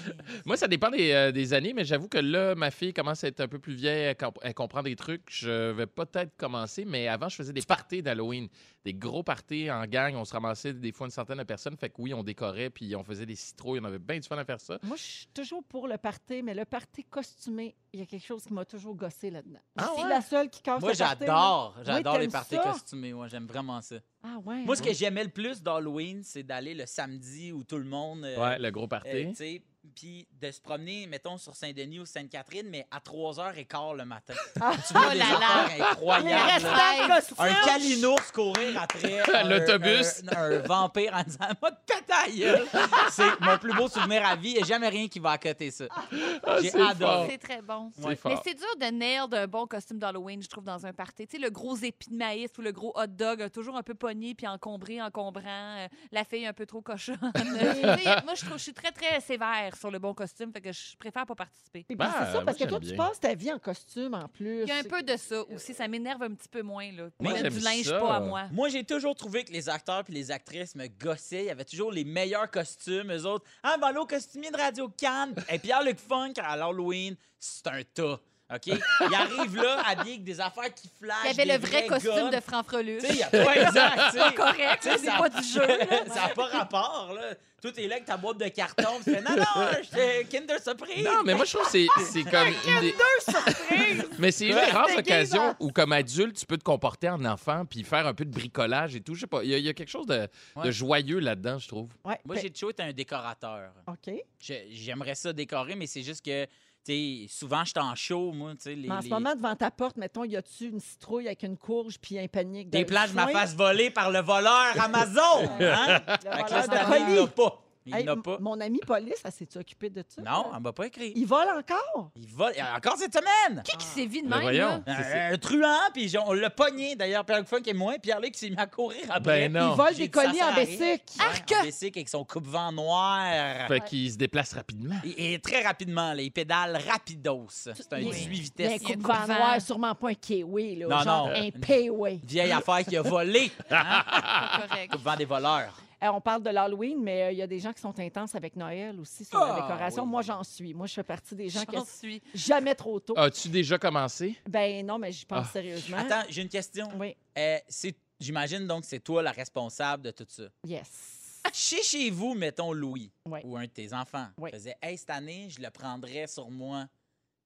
Speaker 2: Moi, ça dépend des, euh, des années, mais j'avoue que là, ma fille commence à être un peu plus vieille, elle, comp- elle comprend des trucs. Je vais peut-être commencer, mais avant, je faisais des parties d'Halloween, des gros parties en gang. On se ramassait des fois une centaine de personnes. Fait que oui, on décorait, puis on faisait des citrouilles. On avait bien du fun à faire ça.
Speaker 3: Moi, je suis toujours pour le party, mais le party costumé, il y a quelque chose qui m'a toujours gossé là-dedans.
Speaker 2: Ah
Speaker 3: je suis
Speaker 2: ouais?
Speaker 3: la seule qui casse
Speaker 4: Moi,
Speaker 3: le party,
Speaker 4: j'adore. J'adore les
Speaker 3: t'aimes
Speaker 4: parties
Speaker 3: ça?
Speaker 4: costumées. Moi, j'aime vraiment ça.
Speaker 3: là. Ah ouais.
Speaker 4: Moi, ce que j'aimais le plus d'Halloween, c'est d'aller le samedi où tout le monde. euh,
Speaker 2: Ouais, le gros
Speaker 4: euh,
Speaker 2: party.
Speaker 4: tu sais, Puis de se promener, mettons, sur Saint-Denis ou Sainte-Catherine, mais à 3h15 le matin. tu vois
Speaker 1: Oh
Speaker 4: des
Speaker 1: là là!
Speaker 4: affaires
Speaker 3: Les
Speaker 4: incroyables. là.
Speaker 3: restants de costume.
Speaker 4: Un calinours courir après un-
Speaker 2: L'autobus.
Speaker 4: Un, un vampire en disant Moi, pétaille! C'est mon plus beau souvenir à vie. Il n'y a jamais rien qui va à côté ça. J'ai
Speaker 2: Ah, c'est
Speaker 4: adoré.
Speaker 1: C'est très bon.
Speaker 2: C'est
Speaker 1: Mais
Speaker 2: fort.
Speaker 1: c'est dur de nail d'un bon costume d'Halloween, je trouve, dans un party. Tu sais, le gros épi de maïs ou le gros hot dog, euh, toujours un peu pogné puis encombré, encombrant. euh, la fille un peu trop cochonne. Tu sais, moi, je trouve, je suis très, très sévère sur le bon costume, fait que je préfère pas participer.
Speaker 3: Et puis,
Speaker 2: Ah,
Speaker 3: c'est ça,
Speaker 2: moi,
Speaker 3: parce que toi,
Speaker 2: j'aime
Speaker 3: tu
Speaker 2: bien.
Speaker 3: passes ta vie en costume en plus.
Speaker 1: Il y a un peu de ça aussi, ça m'énerve un petit peu moins. Là.
Speaker 4: Moi,
Speaker 1: Mettre du
Speaker 2: j'aime
Speaker 1: linge
Speaker 2: ça.
Speaker 1: pas à moi.
Speaker 4: Moi, j'ai toujours trouvé que les acteurs puis les actrices me gossaient. Ils avaient toujours les meilleurs costumes, eux autres. Ah, ben, l'autre costumier de Radio Cannes. Et Pierre-Luc Funk à l'Halloween, c'est un tas. OK? Il arrive là, habillé avec des affaires qui flashent.
Speaker 1: Il y avait
Speaker 4: des
Speaker 1: le vrai
Speaker 4: Ah, vrais
Speaker 1: costume
Speaker 4: guns.
Speaker 1: de Franfreluche.
Speaker 4: Tu sais, il y a pas exact. tu sais.
Speaker 1: Pas correct,
Speaker 4: Tu sais,
Speaker 1: c'est
Speaker 4: ça-
Speaker 1: pas du jeu. là.
Speaker 4: ça n'a pas rapport, là. Tout est là avec ta boîte de carton. puis Tu fais, non, non, j'étais Kinder Surprise.
Speaker 2: Non, mais moi, je trouve que c'est, c'est comme. une des- mais c'est une des rares occasions où, comme adulte, tu peux te comporter en enfant puis faire un peu de bricolage et tout. Je sais pas. Il y, a- il y a quelque chose de, de
Speaker 4: Ouais.
Speaker 2: joyeux là-dedans, je trouve.
Speaker 3: Ouais. ben,
Speaker 4: Moi, j'ai toujours été un décorateur.
Speaker 3: OK.
Speaker 4: Je- J'aimerais ça décorer, mais c'est juste que, tu sais, souvent, je suis en show, moi, tu sais. les-
Speaker 3: Mais en ce
Speaker 4: les-
Speaker 3: moment, devant ta porte, mettons, y a-tu une citrouille avec une courge puis un panier de
Speaker 4: Des plans, je me
Speaker 3: foin?
Speaker 4: fasse voler par le voleur Amazon. Hein?
Speaker 3: Le
Speaker 4: Fait que
Speaker 3: voleur
Speaker 4: là,
Speaker 3: de
Speaker 4: cette année, il
Speaker 3: colis.
Speaker 4: n'a pas. Il
Speaker 3: Hey,
Speaker 4: n'a
Speaker 3: m-
Speaker 4: pas.
Speaker 3: Mon ami police, elle s'est occupée de ça?
Speaker 4: Non, elle m'a pas écrit.
Speaker 3: Il vole encore?
Speaker 4: Il vole. Encore cette semaine!
Speaker 1: Qui qui sévit de
Speaker 2: Mais
Speaker 1: même?
Speaker 2: voyons.
Speaker 1: Là?
Speaker 4: Un,
Speaker 2: C'est- c'est-
Speaker 4: un truand, puis on l'a pogné. D'ailleurs, Pierre-Luc Funk et moi, Pierre-Luc s'est mis à courir après.
Speaker 2: Ben non.
Speaker 3: Il vole
Speaker 4: J'ai
Speaker 3: des
Speaker 4: dit, ça
Speaker 3: colis
Speaker 4: sert
Speaker 3: en
Speaker 4: à rien. Ah!
Speaker 3: Bessic.
Speaker 4: Ouais,
Speaker 1: Arc!
Speaker 4: en bicycle avec son coupe-vent noir.
Speaker 2: Fait qu'il se déplace rapidement.
Speaker 4: Et, et très rapidement, là, il pédale rapidos. C'est un
Speaker 3: Oui.
Speaker 4: 18
Speaker 3: Il y a un
Speaker 4: vitesses.
Speaker 3: coup
Speaker 1: Il y
Speaker 3: de
Speaker 1: a un
Speaker 3: vent
Speaker 1: coup de
Speaker 3: noir,
Speaker 1: vent.
Speaker 3: sûrement pas un kiwi, là,
Speaker 4: Non,
Speaker 3: genre
Speaker 4: non.
Speaker 3: un payway.
Speaker 4: Vieille affaire qui a volé. Hein?
Speaker 1: Pas correct.
Speaker 4: coupe-vent des voleurs.
Speaker 3: Euh, on parle de l'Halloween, mais euh, il y a des gens qui sont intenses avec Noël aussi sur la
Speaker 4: Ah,
Speaker 3: décoration.
Speaker 4: oui.
Speaker 3: Moi, j'en suis. Moi, je fais partie des gens qui
Speaker 1: J'en suis.
Speaker 3: jamais trop tôt.
Speaker 2: As-tu déjà commencé?
Speaker 3: Ben non, mais j'y pense
Speaker 2: Ah.
Speaker 3: sérieusement.
Speaker 4: Attends, j'ai une question.
Speaker 3: Oui,
Speaker 4: Euh, c'est- J'imagine donc que c'est toi la responsable de tout ça.
Speaker 3: yes.
Speaker 4: Chez chez vous, mettons Louis
Speaker 3: Oui.
Speaker 4: ou un de tes enfants
Speaker 3: Oui.
Speaker 4: faisait Hey, cette année, je le prendrais sur moi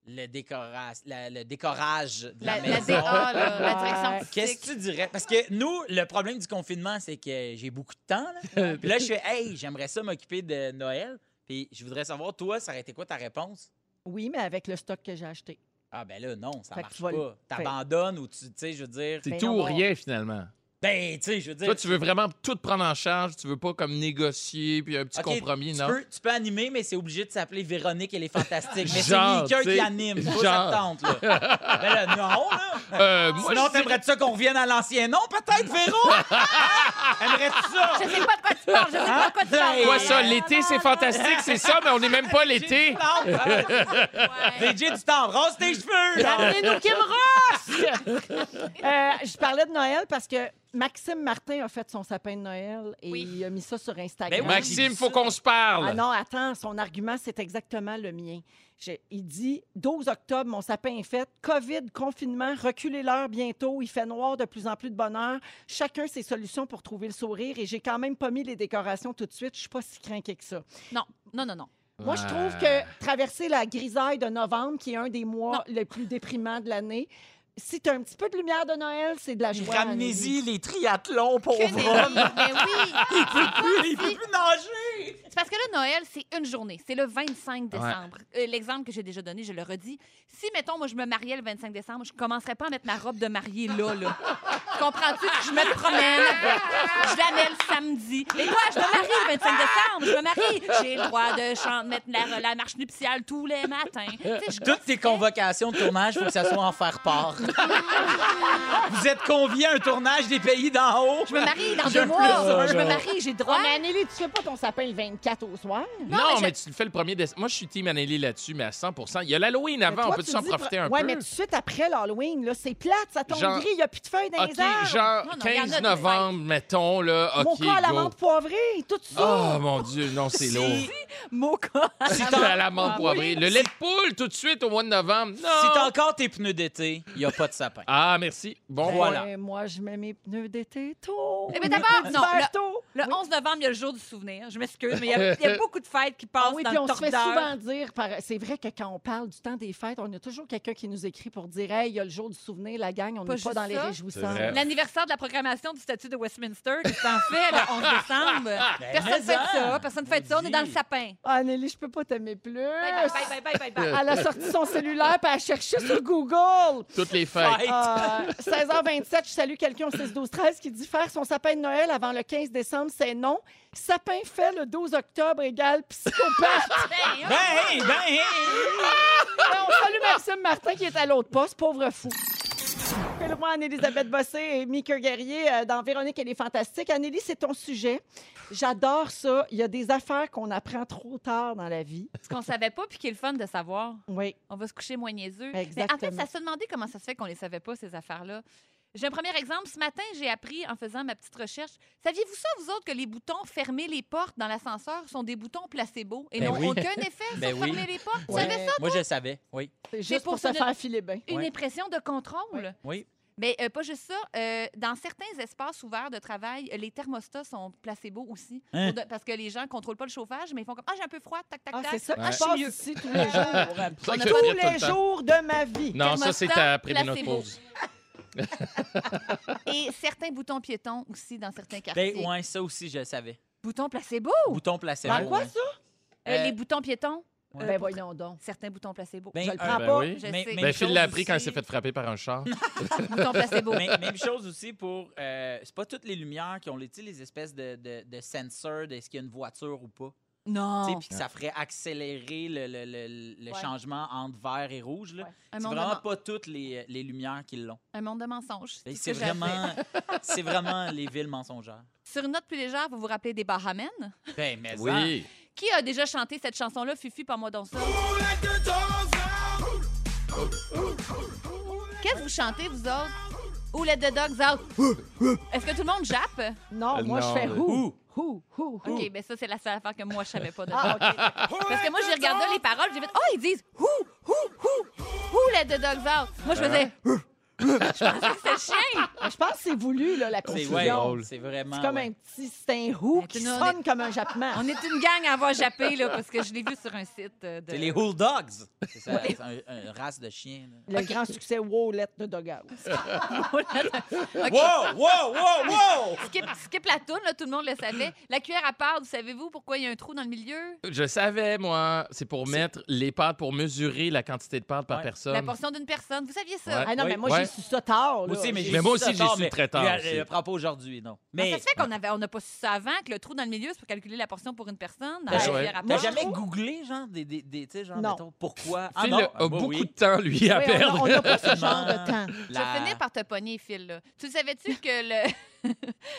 Speaker 4: le, décora- la- le décorage de la,
Speaker 1: La, la
Speaker 4: maison.
Speaker 1: DA, là, la direction
Speaker 3: Ouais.
Speaker 1: artistique.
Speaker 4: Qu'est-ce que tu dirais? Parce que nous, le problème du confinement, c'est que j'ai beaucoup de temps. Là, Puis là je fais Hey, j'aimerais ça m'occuper de Noël. Puis je voudrais savoir, toi, ça aurait été quoi ta réponse?
Speaker 3: Oui, mais avec le stock que j'ai acheté.
Speaker 4: Ah, ben là, non, ça
Speaker 3: Fait que
Speaker 4: marche
Speaker 3: tu vas le-
Speaker 4: pas. T'abandonnes ou tu, tu sais, je veux dire.
Speaker 2: C'est
Speaker 3: Ben
Speaker 2: tout
Speaker 3: non,
Speaker 2: ou
Speaker 3: bon.
Speaker 2: rien, finalement.
Speaker 4: Ben, tu sais, je veux dire.
Speaker 2: Toi, tu veux vraiment tout prendre en charge. Tu veux pas comme négocier puis un petit
Speaker 4: OK,
Speaker 2: compromis,
Speaker 4: tu
Speaker 2: non?
Speaker 4: Peux, tu peux animer, mais c'est obligé de s'appeler Véronique et les Fantastiques. Mais c'est
Speaker 2: Genre,
Speaker 4: Mickey
Speaker 2: tu sais,
Speaker 4: qui anime. Toi,
Speaker 2: genre.
Speaker 4: ça te tente, là. Ben là, non, là.
Speaker 2: Euh, moi,
Speaker 4: Sinon,
Speaker 2: je dirais-
Speaker 4: t'aimerais-tu ça qu'on revienne à l'ancien nom, peut-être, Véro? Aimerais-tu ça?
Speaker 1: Je sais pas de quoi tu parles, je sais pas de quoi tu parles.
Speaker 2: Quoi ça? L'été, c'est fantastique, c'est ça, mais on n'est même pas
Speaker 4: J'ai
Speaker 2: l'été.
Speaker 1: Ah,
Speaker 4: du temps. DJ du temps, rase tes cheveux! genre.
Speaker 1: Amenez-nous Kim Ross!
Speaker 3: Euh, je parlais de Noël parce que Maxime Martin a fait son sapin de Noël et
Speaker 1: Oui.
Speaker 3: il a mis ça sur Instagram.
Speaker 4: Ben oui.
Speaker 2: Maxime, faut qu'on se
Speaker 3: Ah
Speaker 2: parle.
Speaker 3: non, attends, son argument, c'est exactement le mien. J'ai- il dit 12 octobre, mon sapin est fait. COVID, confinement, reculez l'heure bientôt. Il fait noir, de plus en plus de bonheur. Chacun ses solutions pour trouver le sourire et j'ai quand même pas mis les décorations tout de suite. Je suis pas si craquée que ça.
Speaker 1: Non, non, non, non.
Speaker 3: Moi, je trouve
Speaker 2: Ouais.
Speaker 3: que traverser la grisaille de novembre, qui est un des mois les plus déprimants de l'année, si tu as un petit peu de lumière de Noël, c'est de la joie. dans les vies.
Speaker 4: Ramenez-y les triathlons, pour
Speaker 1: Que des
Speaker 4: vrai.
Speaker 1: livres, mais oui!
Speaker 4: Il peut plus, il peut plus nager.
Speaker 1: C'est parce que là, Noël, c'est une journée. C'est le 25 décembre. Euh, L'exemple que j'ai déjà donné, je le redis. Si, mettons, moi, je me mariais le 25 décembre, je commencerais pas à mettre ma robe de mariée là, là. Comprends-tu? Je me promène. Je la mets le samedi. Et toi, je me marie le 25 décembre. Je me marie. J'ai le droit de chanter, mettre la, la marche nuptiale tous les matins. Tu sais, je
Speaker 4: Toutes tes convocations de tournage, faut que ça soit en faire part. Vous êtes conviés à un tournage des pays d'en haut.
Speaker 1: je me marie dans
Speaker 4: J'ai
Speaker 1: deux
Speaker 4: un
Speaker 1: mois.
Speaker 4: plaisir.
Speaker 1: Je me marie, j'ai le droit.
Speaker 3: Ah, mais Anneli, tu fais pas ton sapin le 24 au soir?
Speaker 2: Non,
Speaker 1: mais
Speaker 2: mais,
Speaker 1: je-
Speaker 2: tu le fais le premier décembre. Moi, je suis team Anneli là-dessus, mais à 100 Il y a l'Halloween avant, on peut s'en profiter un
Speaker 3: ouais,
Speaker 2: peu?
Speaker 3: mais tout de suite après l'Halloween, là, c'est plate, ça tombe
Speaker 2: Genre-
Speaker 3: gris, il n'y a plus de feuilles dans
Speaker 2: OK,
Speaker 3: les arbres.
Speaker 2: genre
Speaker 1: Non, non, il y en a
Speaker 2: 15
Speaker 1: des
Speaker 2: novembre, mettons, là.
Speaker 3: Mon
Speaker 2: OK,
Speaker 3: corps à la
Speaker 2: go.
Speaker 3: menthe poivrée, tout ça.
Speaker 2: Oh, mon Dieu, non, c'est
Speaker 4: Si-
Speaker 2: lourd.
Speaker 1: Mocha.
Speaker 2: Si t'as la
Speaker 3: Ah
Speaker 2: menthe poivrée. Le lait de poule, tout de suite, au mois de novembre.
Speaker 4: Si t'as
Speaker 2: Non!
Speaker 4: encore tes pneus d'été, il n'y a pas de sapin.
Speaker 2: Ah, merci. Bon,
Speaker 3: Ben,
Speaker 2: voilà.
Speaker 3: Moi, je mets mes pneus d'été tôt.
Speaker 1: Eh ben, d'abord,
Speaker 3: Mes
Speaker 1: non,
Speaker 3: pneus
Speaker 1: le-
Speaker 3: tôt.
Speaker 1: Le 11 novembre, il y a le jour du souvenir. Je m'excuse, mais il y, a- il y a beaucoup de fêtes qui passent
Speaker 3: Ah oui,
Speaker 1: dans
Speaker 3: puis on
Speaker 1: le
Speaker 3: se fait
Speaker 1: tordeur.
Speaker 3: souvent dire, par- c'est vrai que quand on parle du temps des fêtes, on a toujours quelqu'un qui nous écrit pour dire Hey, il y a le jour du souvenir, la gang, on
Speaker 1: Pas
Speaker 3: n'est pas
Speaker 1: juste
Speaker 3: dans les
Speaker 1: ça.
Speaker 3: réjouissances.
Speaker 2: C'est vrai.
Speaker 1: L'anniversaire de la proclamation du statut de Westminster qui s'en fait le 11 décembre. Personne ne fait Ben, ça. Personne ne fait ça. On est dans le sapin.
Speaker 3: Ah, Anneli, je peux pas t'aimer plus.
Speaker 1: Bye, bye, bye, bye, bye, bye.
Speaker 3: Elle a sorti son cellulaire puis elle a cherché sur Google.
Speaker 2: Toutes les fêtes.
Speaker 4: Fête.
Speaker 1: Ah.
Speaker 3: Euh, 16h27, je salue quelqu'un au 6-12-13 qui dit faire son sapin de Noël avant le 15 décembre, c'est non. Sapin fait le 12 octobre égale psychopathe.
Speaker 1: Ben,
Speaker 4: Ben, hey, ben, hey.
Speaker 3: Alors, on salue Maxime Martin qui est à l'autre poste, pauvre fou. Moi, Anne-Elisabeth Bossé et Mika Guerrier euh, dans Véronique, elle est fantastique. Annélie, c'est ton sujet. J'adore ça. Il y a des affaires qu'on apprend trop tard dans la vie.
Speaker 1: ce qu'on savait pas, puis qui est le fun de savoir.
Speaker 3: Oui.
Speaker 1: On va se coucher moins niaiseux. Mais en
Speaker 3: Exactement.
Speaker 1: fait, ça se demandait comment ça se fait qu'on les savait pas, ces affaires-là. J'ai un premier exemple. Ce matin, j'ai appris en faisant ma petite recherche. Saviez-vous ça, vous autres, que les boutons fermer les portes dans l'ascenseur sont des boutons placebo et
Speaker 4: Ben
Speaker 1: n'ont
Speaker 4: oui.
Speaker 1: aucun effet sur
Speaker 4: Ben oui.
Speaker 1: fermer les portes? Tu
Speaker 3: Ouais.
Speaker 1: savais ça?
Speaker 4: Moi, je savais, oui.
Speaker 3: C'est juste
Speaker 1: pour
Speaker 3: pour se
Speaker 1: se-
Speaker 3: faire filer bien.
Speaker 1: Une
Speaker 4: Ouais.
Speaker 1: impression de contrôle.
Speaker 4: Oui.
Speaker 1: Mais euh, pas juste ça. euh, dans certains espaces ouverts de travail, euh, les thermostats sont placebo aussi.
Speaker 4: Hein?
Speaker 1: Pour de- parce que les gens contrôlent pas le chauffage, mais ils font comme Ah, j'ai un peu froid, tac, tac,
Speaker 3: Ah,
Speaker 1: tac.
Speaker 3: c'est ça qui
Speaker 2: Ouais.
Speaker 3: se passe ici tous les jours.
Speaker 2: C'est ça que je fais
Speaker 3: tous
Speaker 2: tout le
Speaker 3: les
Speaker 2: temps.
Speaker 3: jours de ma vie.
Speaker 2: Non, ça, c'est après
Speaker 1: Thermostat,
Speaker 2: notre pause.
Speaker 1: Et certains boutons piétons aussi dans certains quartiers.
Speaker 4: Ben, ouais, ça aussi, je savais.
Speaker 1: Boutons placebo?
Speaker 4: Bouton placebo.
Speaker 2: Ben
Speaker 3: Dans quoi, ça?
Speaker 1: Euh,
Speaker 4: Euh,
Speaker 1: les boutons piétons?
Speaker 4: ouais.
Speaker 1: euh,
Speaker 3: Ben
Speaker 1: pour-
Speaker 3: voyons donc.
Speaker 1: Certains boutons placebo.
Speaker 4: Ben,
Speaker 3: Je le
Speaker 4: un-
Speaker 3: prends
Speaker 2: ben
Speaker 3: pas.
Speaker 2: oui.
Speaker 1: Je
Speaker 4: mais-
Speaker 1: sais.
Speaker 4: mais-
Speaker 2: Ben, Phil
Speaker 4: chose
Speaker 2: l'a appris quand il
Speaker 4: aussi.
Speaker 2: s'est fait frapper par un char.
Speaker 1: Boutons placebo.
Speaker 4: Mais- même chose aussi pour. euh, c'est pas toutes les lumières qui ont les, tu sais, les espèces de, de, de sensors de ce qu'il y a une voiture ou pas. Tu sais,
Speaker 1: non.
Speaker 4: Puis que ça ferait accélérer le, le- le- le
Speaker 3: Ouais.
Speaker 4: changement entre vert et rouge. là.
Speaker 3: Ouais.
Speaker 1: Un
Speaker 4: C'est
Speaker 1: monde,
Speaker 4: vraiment
Speaker 1: de, men-
Speaker 4: pas toutes les, les lumières qui l'ont.
Speaker 1: un monde de mensonges.
Speaker 4: Ben,
Speaker 1: tout ce
Speaker 4: C'est
Speaker 1: que j'ai à dire.
Speaker 4: vraiment, c'est vraiment les villes mensongères.
Speaker 1: Sur une note plus légère, vous vous rappelez des Bahamen?
Speaker 4: Ben, mais ça-
Speaker 2: Oui.
Speaker 1: Qui a déjà chanté cette chanson-là, Fufu, pas moi dans ça? Qu'est-ce que vous chantez, vous autres? Ou let the dogs out? Est-ce que tout le monde jappe?
Speaker 3: Non,
Speaker 2: Euh,
Speaker 3: moi,
Speaker 2: non,
Speaker 3: je fais
Speaker 2: euh,
Speaker 3: who? Who? Who? who.
Speaker 1: OK, ben ça, c'est la seule affaire que moi, je savais pas de
Speaker 3: Ah, OK.
Speaker 1: Parce que moi, j'ai regardé les paroles, j'ai fait « Oh, ils disent « Who, who, who, who let the dogs out? » Moi, je faisais « Who, who. Je pensais que c'était le chien.
Speaker 3: Mais Je pense que c'est voulu, là, la
Speaker 4: C'est
Speaker 3: confusion.
Speaker 4: ouais,
Speaker 2: drôle.
Speaker 4: c'est vraiment.
Speaker 3: C'est comme
Speaker 4: Ah, ouais.
Speaker 3: un petit... C'est un who
Speaker 1: Mais
Speaker 3: qui
Speaker 1: tout le monde
Speaker 3: sonne comme un jappement.
Speaker 1: On est une gang à avoir jappé, là, parce que je l'ai vu sur un site euh, de...
Speaker 4: C'est les Hool Dogs. C'est ça, c'est un, une race de chiens. là.
Speaker 3: Le grand succès, wow, let the dog out.
Speaker 4: Wow, wow, wow, wow!
Speaker 1: Skip, skip la toune, là, tout le monde le savait. La cuillère à part, vous savez-vous pourquoi il y a un trou dans le milieu?
Speaker 2: Je savais, moi. C'est pour mettre les pâtes, pour mesurer la quantité de pâtes par
Speaker 4: Ouais.
Speaker 2: personne.
Speaker 1: La portion d'une personne. Vous saviez ça?
Speaker 2: Ouais.
Speaker 3: Ah non,
Speaker 4: Oui,
Speaker 3: mais moi,
Speaker 2: ouais.
Speaker 3: j'ai su ça tard. là.
Speaker 4: Moi aussi, mais
Speaker 2: Mais
Speaker 4: j'ai
Speaker 2: moi
Speaker 4: su ça
Speaker 2: aussi, j'ai
Speaker 4: tard,
Speaker 2: su
Speaker 4: mais
Speaker 2: très tard
Speaker 4: lui,
Speaker 2: aussi.
Speaker 4: Elle ne le prend pas aujourd'hui, non.
Speaker 1: Mais
Speaker 4: Mais
Speaker 1: ça se fait qu'on avait, on n'a pas su ça avant, que le trou dans le milieu, c'est pour calculer la portion pour une personne dans
Speaker 4: Ben,
Speaker 1: la
Speaker 4: ouais.
Speaker 1: cuillère à
Speaker 4: t'as
Speaker 1: part.
Speaker 3: Moi, je
Speaker 4: jamais
Speaker 3: trouve-
Speaker 4: googlé, genre, des, des, des- tu sais, genre,
Speaker 3: Non.
Speaker 4: mettons, pourquoi?
Speaker 2: Phil
Speaker 4: non,
Speaker 2: a
Speaker 4: ah, moi,
Speaker 2: beaucoup
Speaker 4: oui.
Speaker 2: de temps, lui, à
Speaker 3: Oui, on a-
Speaker 2: perdre.
Speaker 3: On n'a pas ce genre de temps.
Speaker 1: Je
Speaker 4: La-
Speaker 1: vais finir par te pogner, Phil. là. Tu savais-tu que le,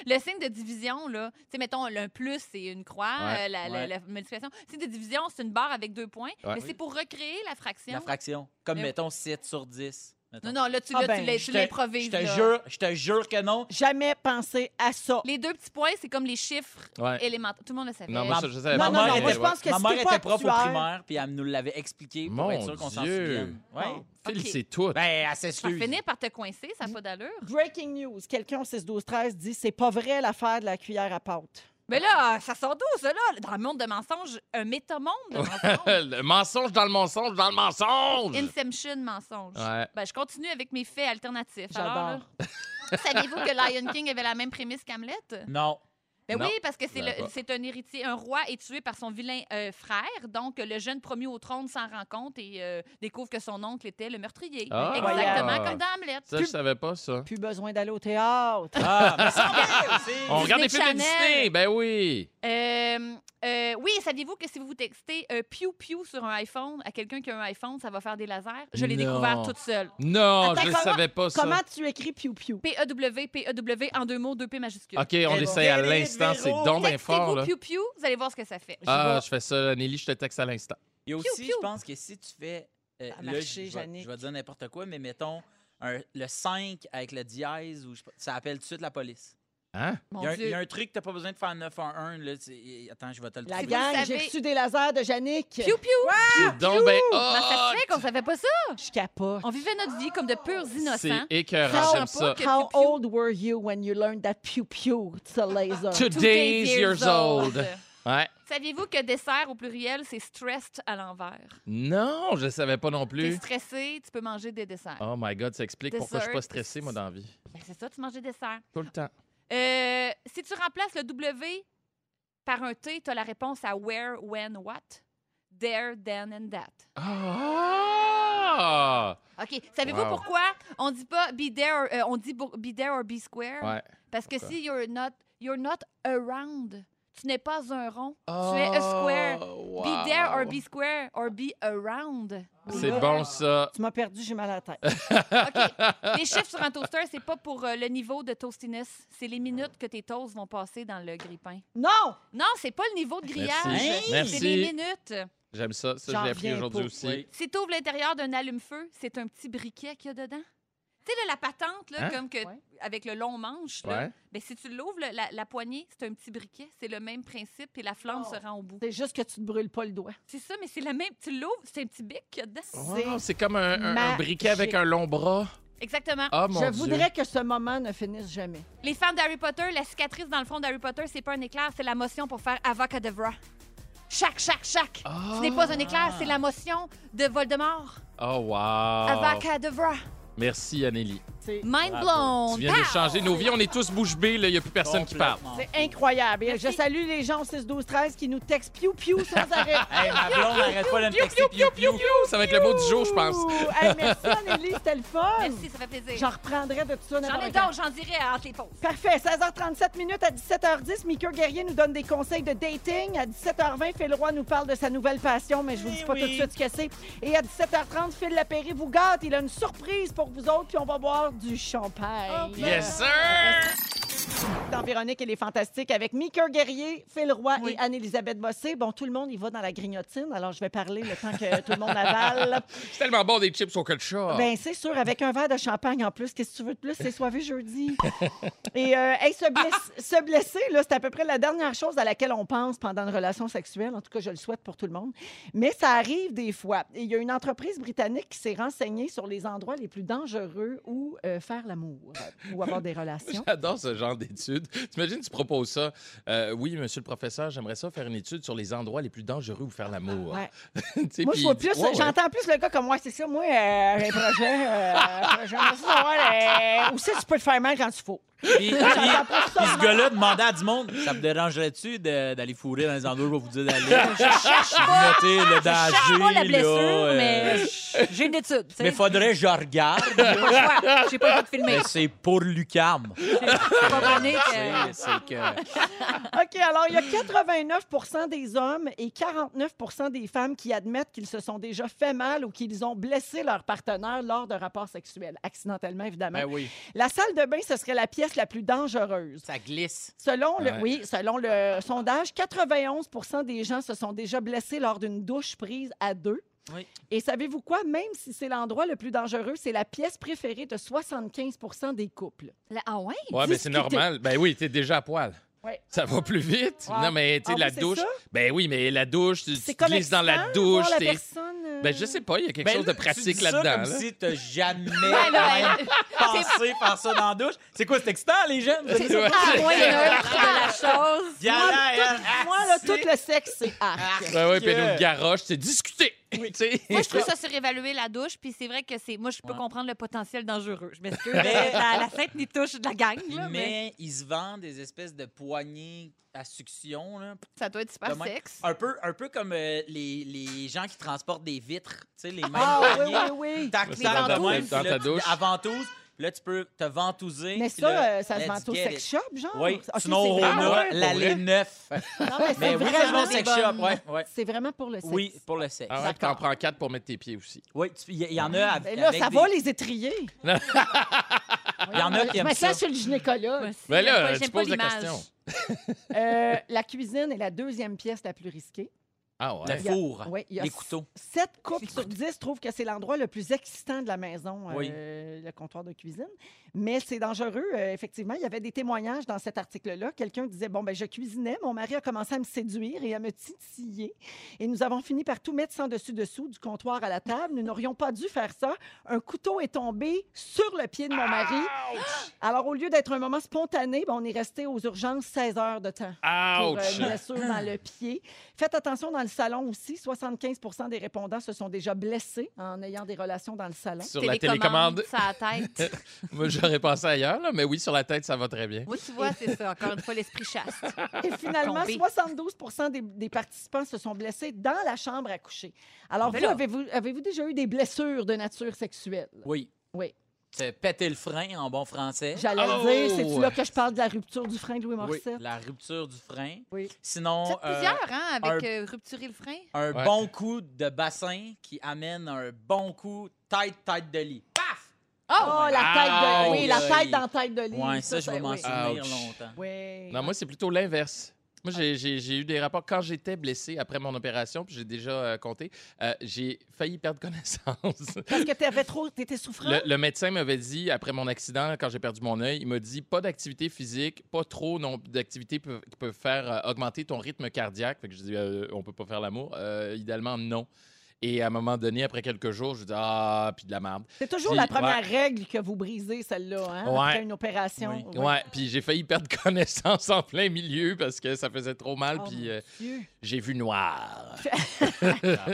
Speaker 1: le signe de division, là, tu sais, mettons, le plus, c'est une croix,
Speaker 2: Ouais,
Speaker 1: euh, la, la-
Speaker 4: ouais.
Speaker 1: la multiplication. Le signe de division, c'est une barre avec deux points,
Speaker 2: Ouais.
Speaker 1: mais c'est pour recréer la fraction.
Speaker 4: La fraction. Comme,
Speaker 1: Mais-
Speaker 4: mettons, 7 sur 10.
Speaker 1: Non,
Speaker 4: mettons.
Speaker 1: non, là, tu
Speaker 3: Ah
Speaker 1: l'as-
Speaker 3: ben,
Speaker 1: tu l'as-
Speaker 4: Je
Speaker 1: tu
Speaker 4: te-
Speaker 1: l'improvises.
Speaker 4: Je te
Speaker 1: là.
Speaker 4: jure, je te jure que non.
Speaker 3: Jamais pensé à ça.
Speaker 1: Les deux petits points, c'est comme les chiffres
Speaker 2: Ouais.
Speaker 1: élémentaires. Tout le monde le savait.
Speaker 2: Non, moi, ça, je savais
Speaker 3: Non,
Speaker 2: pas.
Speaker 3: non, non,
Speaker 2: mais-
Speaker 3: moi, je
Speaker 2: ouais.
Speaker 3: pense que
Speaker 4: Ma
Speaker 3: si
Speaker 4: mère
Speaker 3: t'es pas
Speaker 4: était prof au
Speaker 3: actuaire-
Speaker 4: primaire, puis elle nous l'avait expliqué pour
Speaker 2: Mon
Speaker 4: être sûr qu'on s'en
Speaker 2: Dieu.
Speaker 4: souvienne. Ouais.
Speaker 1: Bon.
Speaker 2: Phil,
Speaker 1: Ok.
Speaker 2: c'est tout.
Speaker 4: Ben, elle s'excuse.
Speaker 1: Ça finit par te coincer, ça n'a pas d'allure.
Speaker 3: Breaking news. Quelqu'un au 6-12-13 dit c'est pas vrai l'affaire de la cuillère à pâte.
Speaker 1: Mais là, ça sort d'où, ça, là? Dans le monde de mensonges, un métamonde de mensonges.
Speaker 2: le mensonge dans le mensonge dans le mensonge!
Speaker 1: Inception mensonge.
Speaker 2: Ouais.
Speaker 1: Ben, je continue avec mes faits alternatifs. Alors,
Speaker 3: J'adore.
Speaker 1: là, saviez-vous que Lion King avait la même prémisse qu'Hamlet?
Speaker 4: Non.
Speaker 1: Ben
Speaker 2: Non,
Speaker 1: oui, parce que c'est
Speaker 2: je savais
Speaker 1: le-
Speaker 2: pas.
Speaker 1: c'est un héritier, un roi est tué par son vilain euh, frère. Donc, le jeune promu au trône s'en rend compte et euh, découvre que son oncle était le meurtrier.
Speaker 2: Ah!
Speaker 1: Exactement
Speaker 2: Ah.
Speaker 1: comme dans Hamlet.
Speaker 2: Ça, je savais pas ça.
Speaker 3: Plus besoin d'aller au théâtre.
Speaker 4: Ah, mais ça va aussi.
Speaker 2: On regarde des films
Speaker 1: Disney
Speaker 2: de Disney,
Speaker 1: Channel.
Speaker 2: ben oui!
Speaker 1: Euh, euh, oui, saviez-vous que si vous vous textez euh, piou piou sur un iPhone à quelqu'un qui a un iPhone, ça va faire des lasers? Je l'ai
Speaker 2: Non.
Speaker 1: découvert toute seule. E
Speaker 2: Non,
Speaker 3: Attends,
Speaker 2: je
Speaker 3: comment-
Speaker 2: savais pas ça.
Speaker 3: Comment tu écris piou piou?
Speaker 1: P-E-W, P-E-W, en deux mots, deux P majuscules.
Speaker 2: OK, on
Speaker 4: Eh,
Speaker 2: essaye à
Speaker 4: Véro.
Speaker 2: l'instant. C'est
Speaker 4: Véro.
Speaker 2: donc bien fort,
Speaker 1: Textez-vous
Speaker 2: là.
Speaker 1: piou piou, vous allez voir ce que ça fait.
Speaker 2: Ah, je fais ça, Nelly, je te texte à l'instant.
Speaker 4: Il y a
Speaker 1: Piou,
Speaker 4: aussi,
Speaker 1: piou.
Speaker 4: je pense que si tu fais. euh,
Speaker 3: Ça a
Speaker 4: là,
Speaker 3: marché,
Speaker 4: je, vais,
Speaker 3: Yannick.
Speaker 4: je vais dire n'importe quoi, mais mettons un- le 5 avec le dièse, ou je sais pas, ça appelle tout de suite la police.
Speaker 2: Hein?
Speaker 1: Mon
Speaker 4: Il y, a un,
Speaker 1: Dieu.
Speaker 4: il y a un truc, t'as pas besoin de faire 911. Là, c'est- attends, je vais te le
Speaker 3: La
Speaker 1: Si vous
Speaker 4: trouver.
Speaker 3: gang,
Speaker 1: le
Speaker 3: j'ai
Speaker 1: savez-
Speaker 3: reçu des lasers de Yannick.
Speaker 1: Piou piou!
Speaker 2: C'est donc ben
Speaker 1: Comment Ah, ça se fait qu'on savait pas ça?
Speaker 3: Je capote.
Speaker 1: On vivait notre vie comme de purs innocents.
Speaker 2: C'est écœurant,
Speaker 3: How-
Speaker 2: j'aime ça.
Speaker 1: que
Speaker 3: How
Speaker 1: piou-piou.
Speaker 3: old were you when you learned that pew pew? It's a laser.
Speaker 2: Today's years old. Ouais.
Speaker 1: Saviez-vous que dessert au pluriel, c'est stressed à l'envers?
Speaker 2: Non, je savais pas non
Speaker 1: T'es
Speaker 2: plus.
Speaker 1: stressé, tu peux manger des desserts.
Speaker 2: Oh my God, ça explique pourquoi je suis pas
Speaker 1: Dessert.
Speaker 2: stressé, moi, dans la vie.
Speaker 1: Ben, c'est ça, tu manges des desserts.
Speaker 2: Tout le temps.
Speaker 1: Euh, si tu remplaces le W par un T, tu as la réponse à where, when, what. There, then and that.
Speaker 2: Ah!
Speaker 1: OK. Savez-vous
Speaker 2: Wow.
Speaker 1: pourquoi on dit pas be there, or- euh, on dit bo- be there or be square?
Speaker 2: Ouais.
Speaker 1: Parce que
Speaker 2: pourquoi?
Speaker 1: si you're not, you're not around, tu n'es pas un rond, tu es a square.
Speaker 2: Oh,
Speaker 1: Be there or be square or be around.
Speaker 2: C'est bon, ça.
Speaker 3: Tu m'as perdu, j'ai mal à la tête.
Speaker 1: OK. Les chiffres sur un toaster, c'est pas pour euh, le niveau de toastiness, c'est les minutes que tes toasts vont passer dans le grille-pain.
Speaker 3: Non!
Speaker 1: Non, c'est pas le niveau de grillage.
Speaker 2: Merci.
Speaker 1: C'est
Speaker 2: Merci.
Speaker 1: les minutes.
Speaker 2: J'aime ça. Ça,
Speaker 3: J'en
Speaker 2: je l'ai appris
Speaker 3: reviens
Speaker 2: aujourd'hui
Speaker 3: pas.
Speaker 2: aussi.
Speaker 4: Oui.
Speaker 1: Si tu ouvres l'intérieur d'un allume-feu, c'est un petit briquet qu'il y a dedans. Tu sais, là, la patente, là,
Speaker 2: Hein?
Speaker 1: comme que,
Speaker 3: Ouais.
Speaker 1: avec le long manche, là,
Speaker 2: Ouais.
Speaker 1: ben, si tu l'ouvres, là, la, la poignée, c'est un petit briquet. C'est le même principe, et la flamme
Speaker 3: Oh.
Speaker 1: se rend au bout.
Speaker 3: C'est juste que tu ne brûles pas le doigt.
Speaker 1: C'est ça, mais c'est la même. Tu l'ouvres, c'est un petit bic qu'il y a dedans.
Speaker 2: Wow, c'est comme un, un- un
Speaker 3: magique.
Speaker 2: briquet avec un long bras.
Speaker 1: Exactement.
Speaker 2: Ah, mon
Speaker 3: Je
Speaker 2: Dieu.
Speaker 3: voudrais que ce moment ne finisse jamais.
Speaker 1: Les fans d'Harry Potter, la cicatrice dans le front d'Harry Potter, c'est pas un éclair, c'est la motion pour faire Avacadabra. Chac, chac, chac. Ce n'est pas un éclair, c'est la motion de Voldemort.
Speaker 2: Oh, wow.
Speaker 1: Avacadabra.
Speaker 2: Merci, Anneli.
Speaker 1: Ah. Mind
Speaker 2: Tu
Speaker 1: blown. Ah!
Speaker 2: viens de changer nos vies. On est tous bouche bée. Il n'y a plus personne qui parle.
Speaker 4: Complètement.
Speaker 3: C'est incroyable. Et
Speaker 1: Merci.
Speaker 3: Je salue les gens au 6 12 13 qui nous textent piou piou sans arrêt.
Speaker 4: Hey, ma blonde n'arrête pas de me texter piou piou.
Speaker 2: Ça va être le mot du jour, je pense.
Speaker 3: Ouh. Hey, merci Anneli, c'était le fun.
Speaker 1: Merci, ça fait plaisir.
Speaker 3: J'en reprendrai de tout
Speaker 1: J'en
Speaker 3: ça.
Speaker 1: ai
Speaker 3: n'importe quand.
Speaker 1: d'autres, j'en dirai entre les pauses.
Speaker 3: Parfait. 16h37 minutes à 17h10, Mika Guerrier nous donne des conseils de dating. À 17h20, Phil Roy nous parle de sa nouvelle passion, mais je vous dis pas tout de suite ce que c'est. Et à 17h30, Phil Lapéry vous gâte. Il a une surprise pour vous autres, puis on va boire du champagne.
Speaker 2: Yes, sir!
Speaker 3: Dans Véronique, elle est fantastique avec Mika Guerrier, Phil Roy
Speaker 1: Oui.
Speaker 3: et Anne-Elisabeth Bossé. Bon, tout le monde y va dans la grignotine, alors je vais parler le temps que tout le monde avale.
Speaker 2: C'est tellement bon des chips au ketchup.
Speaker 3: Ben, c'est sûr, avec un verre de champagne en plus, qu'est-ce que tu veux de plus? C'est soivé jeudi. Et euh, hey, se, bless- se blesser, là, c'est à peu près la dernière chose à laquelle on pense pendant une relation sexuelle. En tout cas, je le souhaite pour tout le monde. Mais ça arrive des fois. Et Il y a une entreprise britannique qui s'est renseignée sur les endroits les plus dangereux où euh, faire l'amour euh, ou avoir des relations.
Speaker 2: J'adore ce genre d'études. T'imagines, tu proposes ça. Euh, oui, monsieur le professeur, j'aimerais ça faire une étude sur les endroits les plus dangereux où faire l'amour.
Speaker 3: Ouais.
Speaker 2: Tu sais,
Speaker 3: Moi,
Speaker 2: puis
Speaker 3: je vois
Speaker 2: il dit,
Speaker 3: plus,
Speaker 2: ouais, ouais.
Speaker 3: j'entends plus le gars comme moi, c'est ça. Moi, euh, j'ai un projet, euh, projet, j'aimerais ça savoir, euh, où c'est que tu peux te faire mal quand tu faut.
Speaker 4: Puis, puis-
Speaker 2: Ah,
Speaker 4: puis ce gars-là demandait à du monde Ça me dérangerait-tu de- d'aller fourrer dans les endroits où je vais vous dire d'aller Je cherche pas. le danger.
Speaker 1: cherche pas la blessure,
Speaker 4: là, euh,
Speaker 1: mais j'ai une étude. tu sais.
Speaker 4: Mais faudrait que je regarde.
Speaker 1: J'ai pas le choix. J'ai pas le choix de filmer.
Speaker 4: mais c'est pour Lucam.
Speaker 1: Vous comprenez que-
Speaker 4: C'est c'est que.
Speaker 3: OK, alors il y a 89 des hommes et 49 des femmes qui admettent qu'ils se sont déjà fait mal ou qu'ils ont blessé leur partenaire lors de rapports sexuels, accidentellement évidemment.
Speaker 4: Ben oui.
Speaker 3: La salle de bain, ce serait la pièce la plus dangereuse.
Speaker 4: Ça glisse.
Speaker 3: Selon le,
Speaker 2: Ouais.
Speaker 3: oui, selon le sondage, 91 des gens se sont déjà blessés lors d'une douche prise à deux.
Speaker 4: Oui.
Speaker 3: Et savez-vous quoi? Même si c'est l'endroit le plus dangereux, c'est la pièce préférée de 75 des couples.
Speaker 1: La- Ah ouais?
Speaker 2: Ouais, mais c'est
Speaker 3: discuter.
Speaker 2: normal. Ben oui, t'es déjà à poil.
Speaker 3: Ouais.
Speaker 2: Ça va plus vite.
Speaker 3: Ouais.
Speaker 2: Non, mais tu
Speaker 3: Ah
Speaker 2: sais,
Speaker 3: oui,
Speaker 2: la
Speaker 3: c'est
Speaker 2: douche.
Speaker 3: ça?
Speaker 2: Ben oui, mais la douche, tu,
Speaker 3: C'est
Speaker 2: tu te glisses dans la
Speaker 3: excitant,
Speaker 2: douche.
Speaker 3: voir la
Speaker 2: t'es-
Speaker 3: personne, euh,
Speaker 2: Ben je sais pas, il y a quelque
Speaker 4: Ben
Speaker 2: chose
Speaker 4: là,
Speaker 2: de
Speaker 4: tu
Speaker 2: pratique
Speaker 4: dis ça
Speaker 2: là-dedans.
Speaker 4: Comme
Speaker 2: là.
Speaker 4: si t'as jamais
Speaker 3: Ben
Speaker 1: Ouais, là,
Speaker 4: même pensé faire ça dans la douche. C'est quoi, c'est excitant, les jeunes?
Speaker 1: C'est ça, le point neutre de la chose.
Speaker 4: Viens là, elle, ah,
Speaker 3: Moi, là,
Speaker 4: c'est-
Speaker 3: tout le sexe, c'est
Speaker 4: Ah,
Speaker 3: arc.
Speaker 2: Ben oui,
Speaker 4: que-
Speaker 2: puis nous, le garoche, c'est discuter. Tu sais.
Speaker 1: Moi, je trouve ça surévaluer la douche, puis c'est vrai que c'est. Moi, je peux
Speaker 4: Ouais.
Speaker 1: comprendre le potentiel dangereux. Je m'excuse.
Speaker 4: Mais-
Speaker 1: la, la sainte ni touche de la gang, là, mais...
Speaker 4: Mais ils se vendent des espèces de poignées à succion, là.
Speaker 1: ça doit être super
Speaker 4: Demain.
Speaker 1: sexe.
Speaker 4: Un peu, un peu comme euh, les, les gens qui transportent des vitres, tu sais, les mêmes
Speaker 3: Ah oui,
Speaker 4: poignées.
Speaker 3: oui, oui.
Speaker 4: Tac,
Speaker 2: Parce
Speaker 1: que
Speaker 4: tac,
Speaker 1: dans ta-
Speaker 4: de même,
Speaker 2: dans
Speaker 4: puis
Speaker 2: ta
Speaker 4: là, tu-
Speaker 2: douche.
Speaker 4: à ventouse, puis là, tu peux te ventouser.
Speaker 3: Mais
Speaker 4: puis là,
Speaker 3: ça, euh, ça se
Speaker 4: let's
Speaker 3: vante au
Speaker 4: get
Speaker 3: sex
Speaker 4: it.
Speaker 3: shop, genre?
Speaker 4: Oui,
Speaker 3: Ah,
Speaker 4: sinon,
Speaker 3: c'est
Speaker 4: on
Speaker 3: vrai.
Speaker 2: Rona.
Speaker 4: a
Speaker 2: ouais,
Speaker 4: la
Speaker 2: pour vrai.
Speaker 4: ligne 9.
Speaker 3: Non, mais c'est
Speaker 4: Mais oui,
Speaker 3: vraiment,
Speaker 4: au sex shop, ouais, ouais.
Speaker 3: c'est vraiment pour le sexe.
Speaker 4: Oui, pour le sexe.
Speaker 2: Ah ouais, t'en prends quatre pour mettre tes pieds aussi.
Speaker 4: Oui, tu- il y, il y en a av-
Speaker 3: Ben
Speaker 4: avec.
Speaker 3: là, ça
Speaker 4: des-
Speaker 3: va les étrier.
Speaker 4: Il y en a qui
Speaker 3: Je
Speaker 4: aiment
Speaker 3: mets
Speaker 4: ça.
Speaker 3: ça sur le gynécologue.
Speaker 1: Moi, si,
Speaker 2: Ben
Speaker 1: j'aime pas-
Speaker 2: là,
Speaker 1: j'aime
Speaker 2: tu
Speaker 1: pas
Speaker 2: poses la
Speaker 1: l'image.
Speaker 2: question.
Speaker 3: Euh, la cuisine est la deuxième pièce la plus risquée.
Speaker 2: Ah
Speaker 4: Le
Speaker 2: ouais.
Speaker 3: Il y a-
Speaker 4: four,
Speaker 3: Ouais, il y a
Speaker 4: les couteaux.
Speaker 3: 7 couples sur 10 trouvent que c'est l'endroit le plus excitant de la maison, euh,
Speaker 4: Oui.
Speaker 3: le comptoir de cuisine. Mais c'est dangereux, euh, effectivement. Il y avait des témoignages dans cet article-là. Quelqu'un disait Bon, ben je cuisinais, mon mari a commencé à me séduire et à me titiller. Et nous avons fini par tout mettre sans dessus-dessous, du comptoir à la table. Nous n'aurions pas dû faire ça. Un couteau est tombé sur le pied de mon mari. Alors, au lieu d'être un moment spontané, ben, on est resté aux urgences 16 heures de temps pour
Speaker 2: Ouch!
Speaker 1: euh,
Speaker 3: une blessure dans le pied. Faites attention dans le salon aussi. 75 des répondants se sont déjà blessés en ayant des relations dans le salon.
Speaker 2: Sur la télécommande,
Speaker 1: Sur la tête.
Speaker 2: moi j'aurais pensé ailleurs, là, mais oui, sur la tête, ça va très bien.
Speaker 1: Moi, tu vois, c'est ça. Encore une fois, l'esprit chaste.
Speaker 3: Et finalement,
Speaker 1: Tombé.
Speaker 3: 72 des, des participants se sont blessés dans la chambre à coucher. Alors,
Speaker 1: Ben
Speaker 3: vous,
Speaker 1: là.
Speaker 3: avez-vous avez-vous déjà eu des blessures de nature sexuelle?
Speaker 4: Oui.
Speaker 3: Oui.
Speaker 4: Te péter le frein en bon français.
Speaker 3: J'allais
Speaker 2: Oh!
Speaker 3: le dire, c'est-tu là que je parle de la rupture du frein de Louis
Speaker 4: Oui.
Speaker 3: Morissette?
Speaker 4: La rupture du frein.
Speaker 3: Oui.
Speaker 4: Sinon,
Speaker 1: C'est
Speaker 4: euh,
Speaker 1: plusieurs, hein, avec
Speaker 4: un-
Speaker 1: euh, rupturer le frein.
Speaker 4: un
Speaker 2: Ouais.
Speaker 4: bon coup de bassin qui amène un bon coup tête, tête de lit. Paf!
Speaker 3: Oh, la tête de... Oui, la
Speaker 4: Ouch!
Speaker 3: tête dans la tête de lit.
Speaker 4: Ouais, ça, je vais m'en
Speaker 3: oui.
Speaker 4: souvenir
Speaker 2: Ouch.
Speaker 4: longtemps.
Speaker 3: Oui.
Speaker 2: Non, moi, c'est plutôt l'inverse.
Speaker 1: Ah.
Speaker 2: Moi, j'ai- j'ai j'ai eu des rapports. Quand j'étais blessé après mon opération, puis j'ai déjà euh, compté, euh, j'ai failli perdre connaissance.
Speaker 3: Parce que t'avais trop... T'étais souffrant?
Speaker 2: Le, le médecin m'avait dit, après mon accident, quand j'ai perdu mon œil, il m'a dit pas d'activité physique, pas trop non- d'activités peu- qui peuvent faire euh, augmenter ton rythme cardiaque. Fait que je dis, euh, on peut pas faire l'amour. Euh, idéalement, non. Et à un moment donné, après quelques jours, je dis, ah, puis de la merde.
Speaker 3: C'est toujours
Speaker 2: Si,
Speaker 3: la première règle que vous brisez, celle-là, hein,
Speaker 2: Ouais.
Speaker 3: après une opération.
Speaker 4: Oui.
Speaker 3: Oui.
Speaker 2: Ouais, puis j'ai failli perdre connaissance en plein milieu parce que ça faisait trop mal,
Speaker 3: Oh,
Speaker 2: puis
Speaker 3: mon
Speaker 2: euh,
Speaker 3: Dieu.
Speaker 2: j'ai vu noir.
Speaker 4: Ah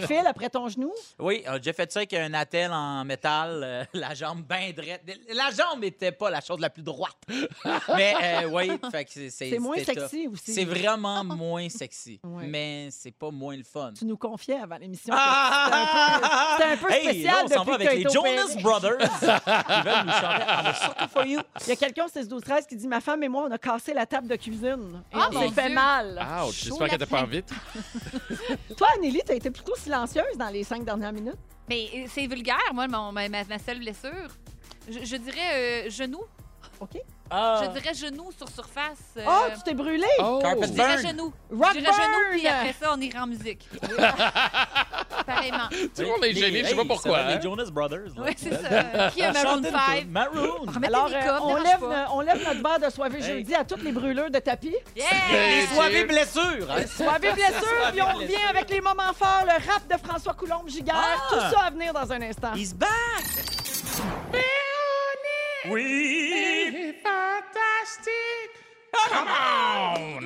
Speaker 3: Phil, après ton genou,
Speaker 4: Oui, euh, j'ai fait ça avec un attel en métal, euh, la jambe bien droite. La jambe n'était pas la chose la plus droite. Mais euh, oui, fait que c'est-
Speaker 3: c'est moins
Speaker 4: c'était tough.
Speaker 3: sexy aussi.
Speaker 4: C'est vraiment moins sexy,
Speaker 3: Ouais.
Speaker 4: mais c'est pas moins le fun.
Speaker 3: Tu nous confiais avant l'émission.
Speaker 4: Ah!
Speaker 3: C'était un peu
Speaker 4: Hey,
Speaker 3: spécial
Speaker 4: là, on s'en
Speaker 3: depuis
Speaker 4: va
Speaker 3: que
Speaker 4: avec les
Speaker 3: t'as été opéré.
Speaker 4: Jonas Brothers. Ils veulent nous chanter I'm a sucker for you.
Speaker 3: que- Il y a quelqu'un, c'est 12 13 qui dit Ma femme et moi, on a cassé la table de cuisine. Et
Speaker 1: Ah,
Speaker 3: on
Speaker 1: mon
Speaker 3: s'est fait
Speaker 1: Dieu.
Speaker 3: mal.
Speaker 4: Ah.
Speaker 2: Ouch,
Speaker 1: chaud
Speaker 2: j'espère
Speaker 1: la
Speaker 2: qu'elle t'a pas
Speaker 1: fin.
Speaker 2: vite.
Speaker 3: Toi, Anélie, t'as été plutôt silencieuse dans les cinq dernières minutes.
Speaker 1: Mais euh, c'est vulgaire, moi, mon- ma, ma- ma seule blessure. Je, je dirais euh, genou.
Speaker 4: Ah.
Speaker 1: Je dirais genou sur surface. euh,
Speaker 3: Oh, tu t'es brûlé.
Speaker 2: Oh!
Speaker 4: Carpet
Speaker 1: je
Speaker 4: burn.
Speaker 1: dirais genou.
Speaker 3: Rock
Speaker 1: Je dirais genou, puis
Speaker 3: burn.
Speaker 1: après ça, on ira en musique. Pareillement.
Speaker 2: Tout le monde est
Speaker 4: Les-
Speaker 2: gêné, je sais
Speaker 4: hey,
Speaker 2: pas
Speaker 4: ça va,
Speaker 2: pourquoi. hein.
Speaker 4: Les Jonas Brothers. là.
Speaker 1: Oui, c'est ça. Qui a Maroon
Speaker 4: Chante une
Speaker 1: 5?
Speaker 4: tune. Maroon.
Speaker 1: Remettez
Speaker 3: Alors,
Speaker 1: les
Speaker 3: euh,
Speaker 1: codes,
Speaker 3: on,
Speaker 1: dérange
Speaker 3: lève,
Speaker 1: pas.
Speaker 3: no- on lève notre barre de soirée
Speaker 4: Hey.
Speaker 3: jeudi à toutes les brûleurs de tapis.
Speaker 1: Yeah!
Speaker 4: Les soirées blessures. hein.
Speaker 3: Soirée blessure, puis on
Speaker 4: blessure.
Speaker 3: revient avec les moments forts, le rap de François Coulombe-Giguère.
Speaker 4: Ah!
Speaker 3: Tout ça à venir dans un instant.
Speaker 4: He's back. Oui.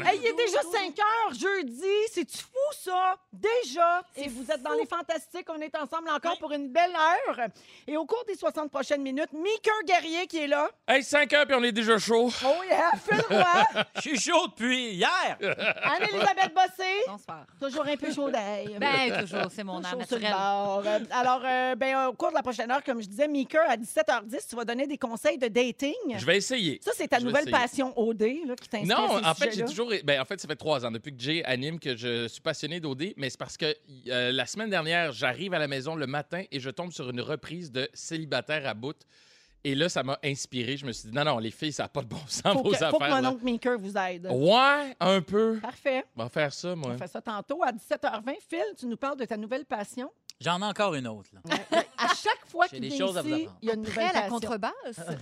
Speaker 3: Hey, il est déjà 5 heures, jeudi. C'est-tu fou, ça? Déjà. Et vous êtes dans les fantastiques. On est ensemble encore pour une belle heure. Et au cours des 60 prochaines minutes, Mika Guerrier qui est là.
Speaker 2: Hey, 5 heures, puis on est déjà chaud.
Speaker 3: Oh yeah, Phil Roy.
Speaker 4: Je suis chaud depuis hier.
Speaker 3: Anne-Élisabeth Bossé.
Speaker 1: Bonsoir.
Speaker 3: Toujours un peu chaud d'ail.
Speaker 1: Ben, toujours, c'est mon art
Speaker 3: Toujours sur le
Speaker 1: naturel.
Speaker 3: bord. Euh, Alors, euh, ben, euh, au cours de la prochaine heure, comme je disais, Mika, à 17h10, tu vas donner des conseils de dating.
Speaker 2: Je vais essayer.
Speaker 3: Ça, c'est ta
Speaker 2: Je vais
Speaker 3: nouvelle
Speaker 2: essayer.
Speaker 3: passion OD là, qui t'inspire.
Speaker 2: Non,
Speaker 3: ces
Speaker 2: en fait, j'ai
Speaker 3: sujets-là.
Speaker 2: toujours. Ben, en fait, ça fait trois ans depuis que Jay anime que je suis passionné d'OD, mais c'est parce que euh, la semaine dernière, j'arrive à la maison le matin et je tombe sur une reprise de Célibataire à bout. Et là, ça m'a inspiré. Je me suis dit, non, non, les filles, ça n'a pas de bon sens,
Speaker 3: Faut
Speaker 2: vos
Speaker 3: que,
Speaker 2: affaires.
Speaker 3: faut que mon
Speaker 2: là. Oh.
Speaker 3: oncle Mika vous aide.
Speaker 2: Ouais, un peu.
Speaker 3: Parfait.
Speaker 2: On va faire ça, moi.
Speaker 3: On fait ça tantôt à 17h20. Phil, tu nous parles de ta nouvelle passion.
Speaker 4: J'en ai encore une autre. là.
Speaker 7: À chaque fois
Speaker 4: Ah! J'ai
Speaker 7: qu'il
Speaker 4: des
Speaker 7: vient
Speaker 4: choses à vous
Speaker 7: ici,
Speaker 4: apprendre.
Speaker 7: il y a une
Speaker 1: Après,
Speaker 7: nouvelle
Speaker 1: la
Speaker 7: passion.
Speaker 1: contrebasse.
Speaker 3: Ah,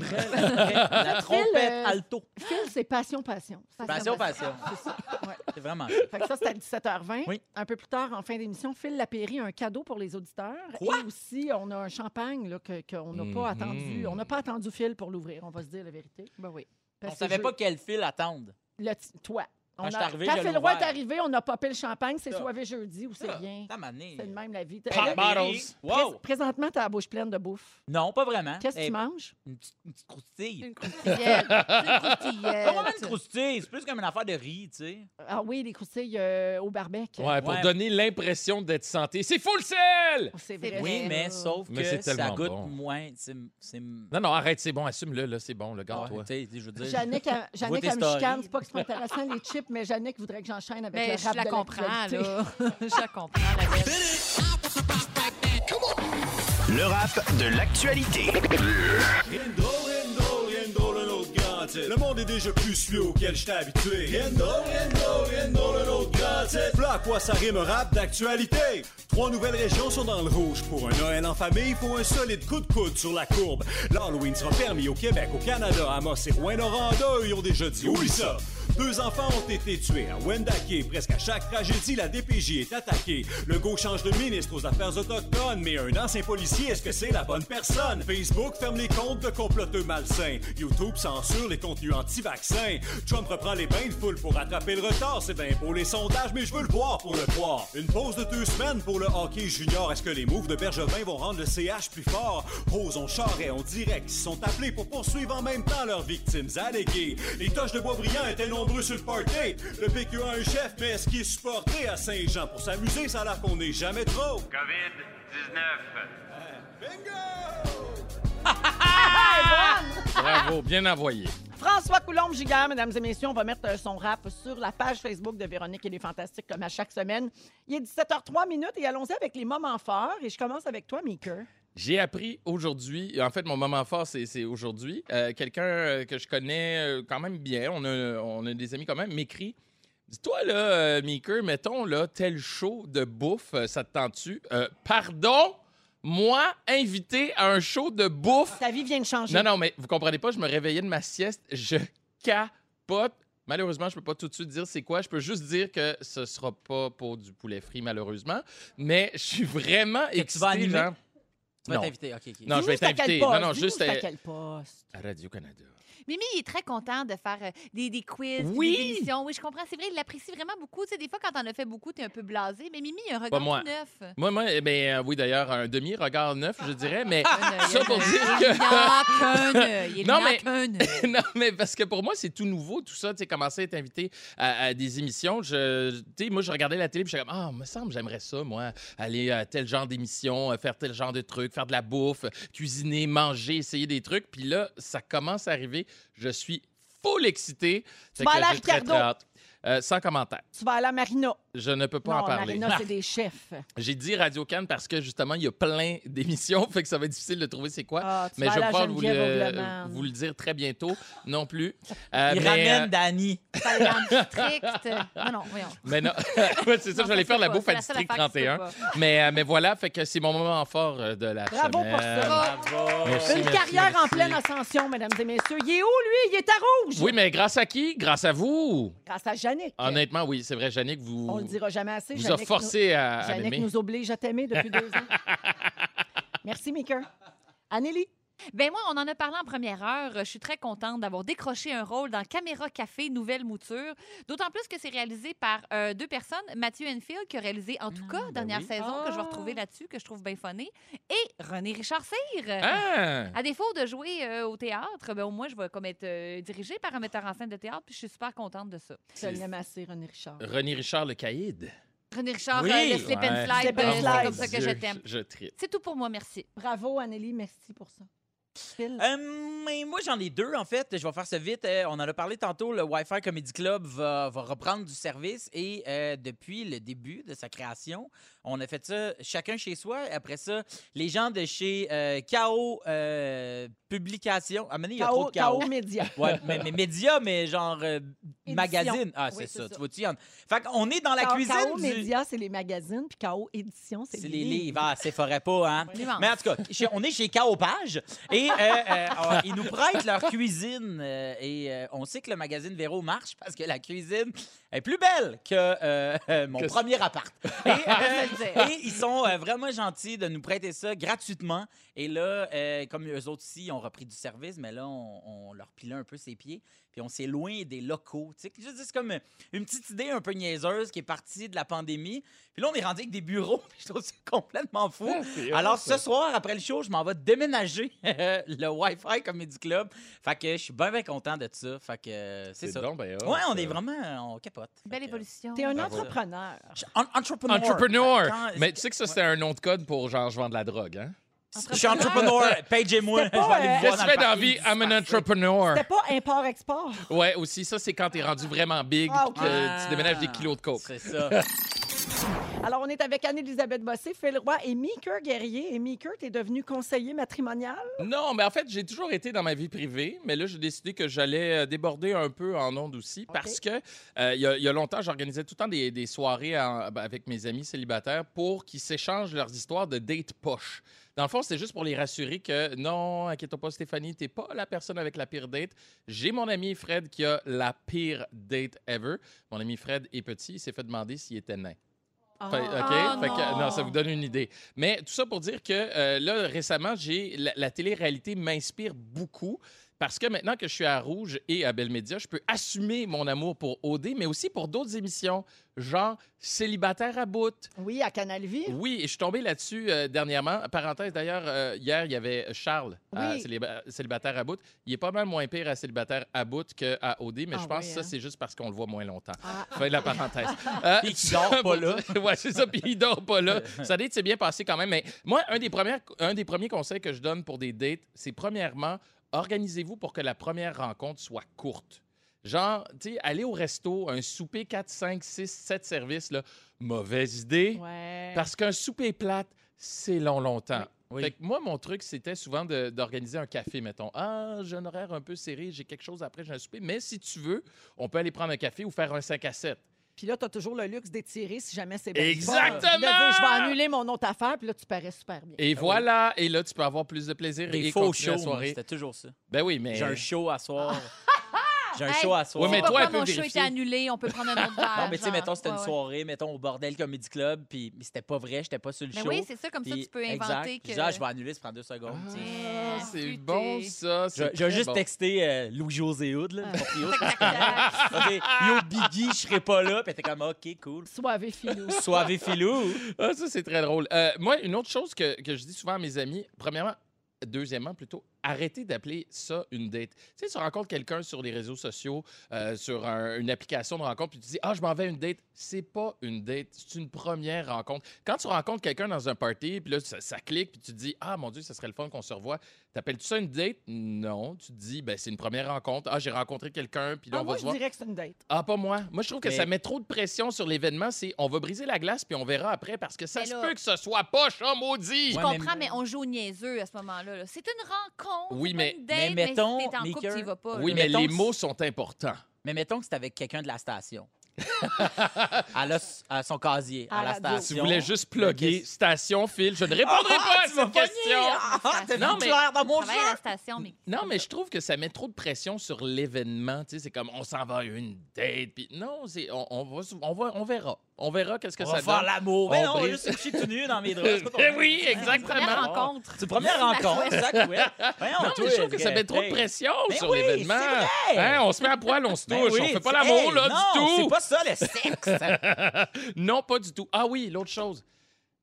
Speaker 4: La trompette
Speaker 7: euh,
Speaker 4: alto.
Speaker 7: Phil, c'est passion, passion.
Speaker 4: Passion, passion.
Speaker 7: C'est ça. Ouais.
Speaker 4: C'est vraiment ça.
Speaker 7: Fait que ça, c'était à 17h20.
Speaker 4: Oui.
Speaker 7: Un peu plus tard, en fin d'émission, Phil Lapéry a un cadeau pour les auditeurs.
Speaker 4: Quoi?
Speaker 7: Et aussi, on a un champagne là, que- qu'on n'a pas
Speaker 2: Mhm.
Speaker 7: attendu. On n'a pas attendu Phil pour l'ouvrir, on va se dire la vérité.
Speaker 5: Ben oui.
Speaker 7: Parce
Speaker 4: On
Speaker 7: que
Speaker 4: savait
Speaker 7: je-
Speaker 4: pas quel fil attendre.
Speaker 7: le t- toi.
Speaker 4: Quand je suis
Speaker 7: a-
Speaker 4: arrivé,
Speaker 7: quand
Speaker 4: je l'ai
Speaker 7: Phil Roy est
Speaker 4: ouvert.
Speaker 7: arrivé, on a popé le champagne. C'est
Speaker 4: Ça.
Speaker 7: soivé jeudi ou c'est
Speaker 4: Ça,
Speaker 7: bien.
Speaker 4: T'as mané.
Speaker 7: C'est le même la vie.
Speaker 4: Pop
Speaker 7: Là,
Speaker 4: bottles.
Speaker 7: prés-
Speaker 4: Wow!
Speaker 7: Présentement, t'as la bouche pleine de bouffe.
Speaker 4: Non, pas vraiment.
Speaker 7: Qu'est-ce que
Speaker 4: Eh,
Speaker 7: tu manges?
Speaker 4: Une petite, une petite croustille.
Speaker 1: Une croustillette. une croustillette.
Speaker 4: Pas vraiment une croustille, c'est plus comme une affaire de riz, tu sais.
Speaker 7: Ah oui, des croustilles euh, au barbecue.
Speaker 2: Ouais, pour
Speaker 4: Ouais.
Speaker 2: donner l'impression d'être santé. C'est full sel!
Speaker 7: Oh, C'est
Speaker 1: C'est
Speaker 7: vrai.
Speaker 4: Oui, mais sauf
Speaker 2: Mais
Speaker 4: que
Speaker 2: c'est
Speaker 4: ça
Speaker 2: tellement
Speaker 4: goûte
Speaker 2: bon.
Speaker 4: moins. C'est. c'est-
Speaker 2: Non, non, arrête, c'est bon, assume-le, là, c'est bon, le
Speaker 4: Ah,
Speaker 2: garde-toi.
Speaker 4: tu sais, je veux dire.
Speaker 7: Jannick, elle- Jannick,
Speaker 4: tes
Speaker 7: elle me
Speaker 4: stories.
Speaker 7: chicane. C'est pas que c'est pas intéressant, les chips, mais Jannick voudrait que j'enchaîne avec
Speaker 1: Mais
Speaker 7: le
Speaker 1: Ben, je
Speaker 7: rap
Speaker 1: la
Speaker 7: de
Speaker 1: comprends, là.
Speaker 7: l'actualité.
Speaker 1: je la comprends, la belle.
Speaker 6: Le rap de l'actualité.
Speaker 8: Le monde est déjà plus celui auquel je habitué. Riendo, riendo, riendo, le lot de gratte. Voilà à quoi ça rime rap d'actualité. Trois nouvelles régions sont dans le rouge. Pour un Noël en famille, faut un solide coup de coude sur la courbe. L'Halloween sera permis au Québec, au Canada, Amos et Rouen-Noranda, ils ont déjà dit oui ça. Deux enfants ont été tués à Wendake. Presque à chaque tragédie, la DPJ est attaquée. Le go change de ministre aux Affaires autochtones, mais un ancien policier, est-ce que c'est la bonne personne? Facebook ferme les comptes de comploteux malsains. YouTube censure les contenus anti-vaccins. Trump reprend les bains de foule pour attraper le retard. C'est bien pour les sondages, mais je veux le voir pour le croire. Une pause de deux semaines pour le hockey junior. Est-ce que les moves de Bergevin vont rendre le CH plus fort? Rose, on charret, on dirait qu'ils sont appelés pour poursuivre en même temps leurs victimes alléguées. Les toches de bois brillants étaient nombreux sur le party. Le PQ a un chef, mais est-ce qu'il est supporté à Saint-Jean? Pour s'amuser, ça a l'air qu'on n'est jamais trop.
Speaker 2: Bravo, bien envoyé.
Speaker 3: François Coulombe-Giguère, mesdames et messieurs, on va mettre euh, son rap sur la page Facebook de Véronique et les Fantastiques, comme à chaque semaine. Il est 17h03 minutes et allons-y avec les moments forts. Et je commence avec toi, Meeker.
Speaker 2: J'ai appris aujourd'hui, en fait, mon moment fort, c'est c'est aujourd'hui. Euh, Quelqu'un euh, que je connais euh, quand même bien, on a, on a des amis quand même, m'écrit Dis-toi, là, euh, Meeker, mettons, là, tel show de bouffe, euh, ça te tente-tu Euh, Pardon, moi, invité à un show de bouffe
Speaker 3: Ta vie vient de changer.
Speaker 2: Non, non, mais vous comprenez pas, je me réveillais de ma sieste, je capote. Malheureusement, je peux pas tout de suite dire c'est quoi. Je peux juste dire que ce sera pas pour du poulet frit, malheureusement. Mais je suis vraiment
Speaker 4: tu vas
Speaker 2: excité,
Speaker 4: animer?
Speaker 2: genre.
Speaker 4: Tu vas
Speaker 2: Non.
Speaker 4: t'inviter. OK, OK.
Speaker 2: Non, je vais
Speaker 3: Dis-nous c'est à quel
Speaker 2: t'inviter.
Speaker 3: poste,
Speaker 2: Non, non,
Speaker 3: dis-nous
Speaker 2: juste euh,
Speaker 3: c'est à
Speaker 2: à-
Speaker 3: quel poste.
Speaker 2: à Radio-Canada.
Speaker 1: Mimi, il est très content de faire euh, des, des quiz,
Speaker 2: Oui!
Speaker 1: des émissions. Oui, je comprends. C'est vrai, il l'apprécie vraiment beaucoup. Tu sais, des fois, quand on a fait beaucoup, t'es un peu blasé. Mais Mimi, il a un regard
Speaker 2: moi.
Speaker 1: tout neuf.
Speaker 2: Moi, moi, eh ben, euh, oui, d'ailleurs, un demi-regard neuf, je dirais, mais
Speaker 3: Ah!
Speaker 1: Ça
Speaker 2: Ah, pour dire que-
Speaker 1: Il n'a qu'un œil. Il
Speaker 2: Non,
Speaker 1: n'a
Speaker 2: mais-
Speaker 1: qu'un œil.
Speaker 2: non, mais parce que pour moi, c'est tout nouveau, tout ça. Tu sais, commencer à être invité à, à des émissions. Je, tu sais, moi, je regardais la télé, puis j'étais comme, ah, me semble, j'aimerais ça, moi, aller à tel genre d'émission, euh, faire tel genre de trucs, faire de la bouffe, euh, cuisiner, manger, essayer des trucs. Puis là, ça commence à arriver. Je suis full excité. Fait
Speaker 3: vas
Speaker 2: que
Speaker 3: aller à
Speaker 2: j'ai très,
Speaker 3: Ricardo.
Speaker 2: très hâte. Euh, sans commentaire.
Speaker 3: Tu vas aller à Marina.
Speaker 2: Je ne peux pas en
Speaker 3: non,
Speaker 2: parler.
Speaker 3: Marina, c'est des chefs.
Speaker 2: J'ai dit Radio Cannes parce que justement, il y a plein d'émissions, fait que ça va être difficile de trouver c'est quoi.
Speaker 3: Ah, tu
Speaker 2: Mais
Speaker 3: vas
Speaker 2: je vais
Speaker 3: aller à
Speaker 2: pouvoir vous
Speaker 3: Geneviève
Speaker 2: le,
Speaker 3: Aubleman.
Speaker 2: vous le dire très bientôt, non plus. Euh,
Speaker 4: Il
Speaker 2: mais,
Speaker 4: ramène
Speaker 2: euh,
Speaker 4: Danny.
Speaker 1: Ça le rend strict. Non, non, voyons.
Speaker 2: mais non, Ouais, c'est
Speaker 1: Non,
Speaker 2: ça, je vais aller
Speaker 1: se
Speaker 2: faire
Speaker 1: peut
Speaker 2: la
Speaker 1: pas.
Speaker 2: bouffe
Speaker 1: C'est
Speaker 2: à
Speaker 1: la seule
Speaker 2: District
Speaker 1: affaire qui se peut
Speaker 2: 31. Mais, euh, mais voilà, fait que c'est mon moment fort euh, de la
Speaker 3: Bravo pour
Speaker 2: semaine.
Speaker 3: ça.
Speaker 1: Oh,
Speaker 4: Bravo.
Speaker 2: Merci,
Speaker 3: Une
Speaker 2: merci,
Speaker 3: carrière en
Speaker 2: merci.
Speaker 3: pleine ascension, mesdames et messieurs. Il est où, lui? Il est à rouge!
Speaker 2: Oui, mais grâce à qui? Grâce à vous.
Speaker 3: Grâce à Jannick.
Speaker 4: Ah,
Speaker 2: Honnêtement, oui, c'est vrai, Yannick, vous,
Speaker 4: oh.
Speaker 3: On le dira jamais assez.
Speaker 2: vous a
Speaker 3: Jannick
Speaker 2: forcé à,
Speaker 3: nous,
Speaker 2: à
Speaker 3: Jannick
Speaker 2: m'aimer.
Speaker 3: nous oblige à t'aimer depuis deux ans. Merci, Meeker. Anneli,
Speaker 1: Ben moi, on en a parlé en première heure. Je suis très contente d'avoir décroché un rôle dans Caméra Café Nouvelle Mouture. D'autant plus que c'est réalisé par euh, deux personnes, Mathieu Enfield, qui a réalisé En tout cas, dernière
Speaker 2: Ah, ben oui.
Speaker 1: saison, que je vais
Speaker 3: Ah.
Speaker 1: retrouver là-dessus, que je trouve bien funny, et René Richard Cyr.
Speaker 2: Ah!
Speaker 1: À défaut de jouer euh, au théâtre, ben, au moins, je vais comme être euh, dirigée par un metteur en scène de théâtre, puis je suis super contente de ça.
Speaker 3: je l'aime assez, René Richard.
Speaker 4: Euh.
Speaker 2: René Richard le Caïd.
Speaker 1: René Richard,
Speaker 4: Oui.
Speaker 1: euh, le slip and
Speaker 2: Ouais.
Speaker 1: slide,
Speaker 3: Slip
Speaker 1: euh,
Speaker 3: and
Speaker 1: c'est
Speaker 3: slide.
Speaker 1: comme ça que je
Speaker 2: Dieu,
Speaker 1: t'aime.
Speaker 2: Je tripe.
Speaker 1: C'est tout pour moi, merci.
Speaker 3: Bravo, Anneli. Merci pour ça. Phil,
Speaker 4: Euh, mais moi, j'en ai deux, en fait. Je vais faire ça vite. Euh, on en a parlé tantôt. Le Wi-Fi Comedy Club va, va reprendre du service. Et euh, depuis le début de sa création, on a fait ça chacun chez soi. Après ça, les gens de chez euh, KO euh, Publication. Ah, mais il y a trop
Speaker 3: KO,
Speaker 4: de KO.
Speaker 3: KO Média.
Speaker 4: Ouais, mais, mais médias, mais genre euh,
Speaker 7: Édition.
Speaker 4: Magazine. Ah, c'est
Speaker 7: Oui,
Speaker 4: ça. Tu vois-tu, Yann? Fait qu'on est dans la
Speaker 7: K.O.
Speaker 4: cuisine.
Speaker 7: K.O.
Speaker 4: du-
Speaker 7: Média, c'est les magazines, puis K.O. Édition, c'est
Speaker 4: C'est
Speaker 7: les,
Speaker 4: les livres. Ah, c'est faudrait pas, hein?
Speaker 1: Oui.
Speaker 4: Mais en tout cas, chez- on est chez K.O. Page et euh, euh, alors, ils nous prêtent leur cuisine. euh, et euh, on sait que le magazine Véro marche parce que la cuisine est plus belle que euh, euh, mon
Speaker 2: Que-
Speaker 4: premier appart. Et, euh,
Speaker 1: le
Speaker 4: et ils sont euh, vraiment gentils de nous prêter ça gratuitement. Et là, euh, comme eux autres aussi, ils ont repris du service, mais là, on, on leur pilait un peu ses pieds. Puis on s'est loin des locaux. Tu sais, Je veux dire, c'est comme euh, une petite idée un peu niaiseuse qui est partie de la pandémie. Puis là, on est rendu avec des bureaux. Puis je trouve ça complètement fou.
Speaker 2: Ah, C'est
Speaker 4: Alors,
Speaker 2: hot, ça.
Speaker 4: ce soir, après le show, je m'en vais déménager le Wi-Fi Comedy Club. Fait que je suis bien, bien content de ça. Fait que euh, c'est
Speaker 2: C'est
Speaker 4: ça.
Speaker 2: donc ben hot,
Speaker 4: ouais, on
Speaker 2: ça.
Speaker 4: est vraiment, euh, on capote. Fait
Speaker 1: Belle
Speaker 4: que,
Speaker 1: évolution.
Speaker 7: T'es un
Speaker 2: Bravo.
Speaker 7: entrepreneur.
Speaker 4: euh, je- en- entrepreneur.
Speaker 2: Entrepreneur.
Speaker 4: Quand-
Speaker 2: Mais tu sais que ça, c'était un nom de code pour genre, je vends de la drogue, hein?
Speaker 4: Je suis entrepreneur. Paige et moi.
Speaker 7: C'était pas,
Speaker 4: je vais aller
Speaker 7: euh,
Speaker 4: vous voir
Speaker 2: Qu'est-ce que tu
Speaker 4: dans le
Speaker 2: fais dans la
Speaker 4: parking
Speaker 2: vie?
Speaker 4: du
Speaker 2: I'm an
Speaker 4: parc.
Speaker 2: entrepreneur.
Speaker 7: C'était pas import-export.
Speaker 2: Ouais, aussi, ça, c'est quand t'es rendu vraiment big
Speaker 7: Ah,
Speaker 2: pis que
Speaker 4: Ah,
Speaker 2: tu déménages des kilos de coke.
Speaker 4: C'est ça.
Speaker 7: Alors, on est avec Anne-Élisabeth Bossé, Phil Roy et Meeker Guerrier. Et Meeker, t'es devenu conseiller matrimonial.
Speaker 2: Non, mais en fait, j'ai toujours été dans ma vie privée, mais là, j'ai décidé que j'allais euh, déborder un peu en ondes aussi parce que euh, il y, a- il y a longtemps, j'organisais tout le temps des, des soirées en- ben, avec mes amis célibataires pour qu'ils s'échangent leurs histoires de dates poche. Dans le fond, c'était juste pour les rassurer que non, inquiète pas, Stéphanie, t'es pas la personne avec la pire date. J'ai mon ami Fred qui a la pire date ever. Mon ami Fred est petit, il s'est fait demander s'il était nain. Fait-
Speaker 1: Ah,
Speaker 2: OK? Fait que-
Speaker 1: non.
Speaker 2: non, ça vous donne une idée. Mais tout ça pour dire que euh, là, récemment, j'ai la, la télé-réalité m'inspire beaucoup. Parce que maintenant que je suis à Rouge et à Belle Média, je peux assumer mon amour pour OD, mais aussi pour d'autres émissions, genre Célibataire à bout.
Speaker 7: Oui, à Canal Vie.
Speaker 2: Oui, et je suis tombé là-dessus euh, dernièrement. Parenthèse, d'ailleurs, euh, hier, il y avait Charles à
Speaker 7: Oui.
Speaker 2: Céliba- Célibataire à bout. Il est pas mal moins pire à Célibataire à bout qu'à OD, mais
Speaker 7: Ah
Speaker 2: je pense
Speaker 7: oui,
Speaker 2: que ça,
Speaker 7: hein?
Speaker 2: c'est juste parce qu'on le voit moins longtemps.
Speaker 7: Ah.
Speaker 2: Fin de la parenthèse. Euh,
Speaker 4: Puis qu'il dort
Speaker 2: ça,
Speaker 4: pas
Speaker 2: bon, ouais, c'est ça, puis il dort pas là. Ça date, c'est bien passé quand même. Mais moi, un des, premières, un des premiers conseils que je donne pour des dates, c'est premièrement, organisez-vous pour que la première rencontre soit courte. Genre, tu sais, aller au resto, un souper 4, 5, 6, 7 services, là, mauvaise idée.
Speaker 7: Ouais.
Speaker 2: Parce qu'un souper plate, c'est long, longtemps.
Speaker 4: Oui.
Speaker 2: Fait que moi, mon truc, c'était souvent de- d'organiser un café, mettons. Ah, j'ai un horaire un peu serré, j'ai quelque chose après, j'ai un souper. Mais si tu veux, on peut aller prendre un café ou faire un 5 à 7.
Speaker 7: Puis là, t'as toujours le luxe d'étirer si jamais c'est bon.
Speaker 2: Exactement!
Speaker 7: De dire, je vais annuler mon autre affaire, puis là, tu parais super bien.
Speaker 2: Et voilà, et là, tu peux avoir plus de plaisir et
Speaker 4: Ah Des faux
Speaker 2: continuer la
Speaker 4: shows, moi,
Speaker 2: soirée.
Speaker 4: c'était toujours ça.
Speaker 2: Ben oui, mais...
Speaker 4: J'ai un show à soir. J'ai un
Speaker 1: Euh. Hey.
Speaker 4: show à soir.
Speaker 2: Ouais, mais
Speaker 1: Pourquoi
Speaker 2: toi, elle peut
Speaker 1: mon show
Speaker 2: vérifier.
Speaker 1: était annulé, on peut prendre un autre verre.
Speaker 4: Non, mais tu sais,
Speaker 1: genre.
Speaker 4: mettons, c'était une
Speaker 1: Ouais, ouais.
Speaker 4: soirée, mettons, au bordel Comedy Club, puis c'était pas vrai, j'étais pas sur le
Speaker 1: Mais
Speaker 4: show.
Speaker 1: oui, c'est ça, comme ça,
Speaker 4: Puis-
Speaker 1: tu peux
Speaker 4: exact.
Speaker 1: inventer que.
Speaker 4: Puis genre, je vais annuler, ça prend deux secondes. tu sais.
Speaker 2: Ah,
Speaker 1: Ah,
Speaker 2: c'est
Speaker 1: putain.
Speaker 2: bon, ça.
Speaker 4: Je-
Speaker 2: c'est
Speaker 4: J'ai
Speaker 2: très
Speaker 4: juste
Speaker 2: bon.
Speaker 4: texté euh, Louis-José Hood, là, le portier Hood.
Speaker 1: Tac, tac, tac.
Speaker 4: Ça fait, Yo, Biggie, je serai pas là. Puis t'es comme, OK, cool.
Speaker 7: Soivez filou.
Speaker 4: Soivez filou.
Speaker 2: Ah, ça, c'est très drôle. Euh, moi, une autre chose que, que je dis souvent à mes amis, premièrement, deuxièmement plutôt, arrêtez d'appeler ça une date. Tu sais, tu rencontres quelqu'un sur les réseaux sociaux, euh, sur un- une application de rencontre, puis tu dis « Ah, je m'en vais à une date ». C'est pas une date, c'est une première rencontre. Quand tu rencontres quelqu'un dans un party, puis là, ça, ça clique, puis tu te dis « Ah, mon Dieu, ça serait le fun qu'on se revoie ». T'appelles-tu ça une date? Non. Tu te dis « Ben, c'est une première rencontre. Ah, j'ai rencontré quelqu'un, puis là,
Speaker 7: Ah,
Speaker 2: on
Speaker 7: moi,
Speaker 2: va se
Speaker 7: je
Speaker 2: voir. »
Speaker 7: dirais que c'est une date.
Speaker 2: Ah, pas moi. Moi, je trouve que
Speaker 4: Mais-
Speaker 2: ça met trop de pression sur l'événement. C'est on va briser la glace puis on verra après parce que ça
Speaker 1: Mais
Speaker 2: se
Speaker 1: là-
Speaker 2: peut que ce soit pas chat maudit.
Speaker 1: Je
Speaker 4: Ouais,
Speaker 1: comprends,
Speaker 4: mais-
Speaker 1: mais on joue au niaiseux à ce moment-là. là. C'est une rencontre.
Speaker 2: Oui,
Speaker 1: c'est pas
Speaker 2: mais-
Speaker 1: une date,
Speaker 4: mais
Speaker 1: mais
Speaker 4: mettons,
Speaker 1: si t'es en couple,
Speaker 4: Maker-
Speaker 1: tu y vas pas.
Speaker 2: Oui,
Speaker 1: là.
Speaker 2: mais
Speaker 4: Mettons
Speaker 2: les
Speaker 4: que-
Speaker 2: mots sont importants.
Speaker 4: Mais mettons que c'est avec quelqu'un de la station. elle, a, s- elle a son casier à,
Speaker 7: À
Speaker 4: la
Speaker 7: la radio.
Speaker 2: Si
Speaker 4: station.
Speaker 2: vous voulez juste plugger station fil, je ne répondrai pas à cette question.
Speaker 4: Ah, t'as
Speaker 2: Non,
Speaker 4: vu
Speaker 2: mais-
Speaker 4: clair dans mon
Speaker 1: Travaille à
Speaker 4: jeu.
Speaker 1: la station, mais.
Speaker 2: Non, mais je trouve que ça met trop de pression sur l'événement. Tu sais, c'est comme on s'en va à une date. Puis non, c'est- on, on va, sou- on va- on verra. On verra qu'est-ce que
Speaker 4: On
Speaker 2: ça
Speaker 4: va faire
Speaker 2: donne.
Speaker 4: l'amour. Mais
Speaker 2: On
Speaker 4: non, on va
Speaker 2: brise.
Speaker 4: juste se coucher tout nu dans mes draps. C'est pas ton
Speaker 2: Eh
Speaker 4: problème.
Speaker 2: oui, exactement.
Speaker 1: Première rencontre.
Speaker 4: C'est une première rencontre. Exact, ouais. Voyons,
Speaker 2: Non, mais
Speaker 4: toi,
Speaker 2: je trouve que ça met trop de
Speaker 4: hey.
Speaker 2: pression
Speaker 4: Mais
Speaker 2: sur
Speaker 4: oui,
Speaker 2: l'événement.
Speaker 4: c'est vrai.
Speaker 2: Hein, on se met à poil, on se touche,
Speaker 4: Ben oui,
Speaker 2: on fait pas
Speaker 4: c'est-
Speaker 2: l'amour
Speaker 4: hey,
Speaker 2: là du
Speaker 4: non,
Speaker 2: tout.
Speaker 4: C'est pas ça le sexe.
Speaker 2: Non, pas du tout. Ah oui, l'autre chose.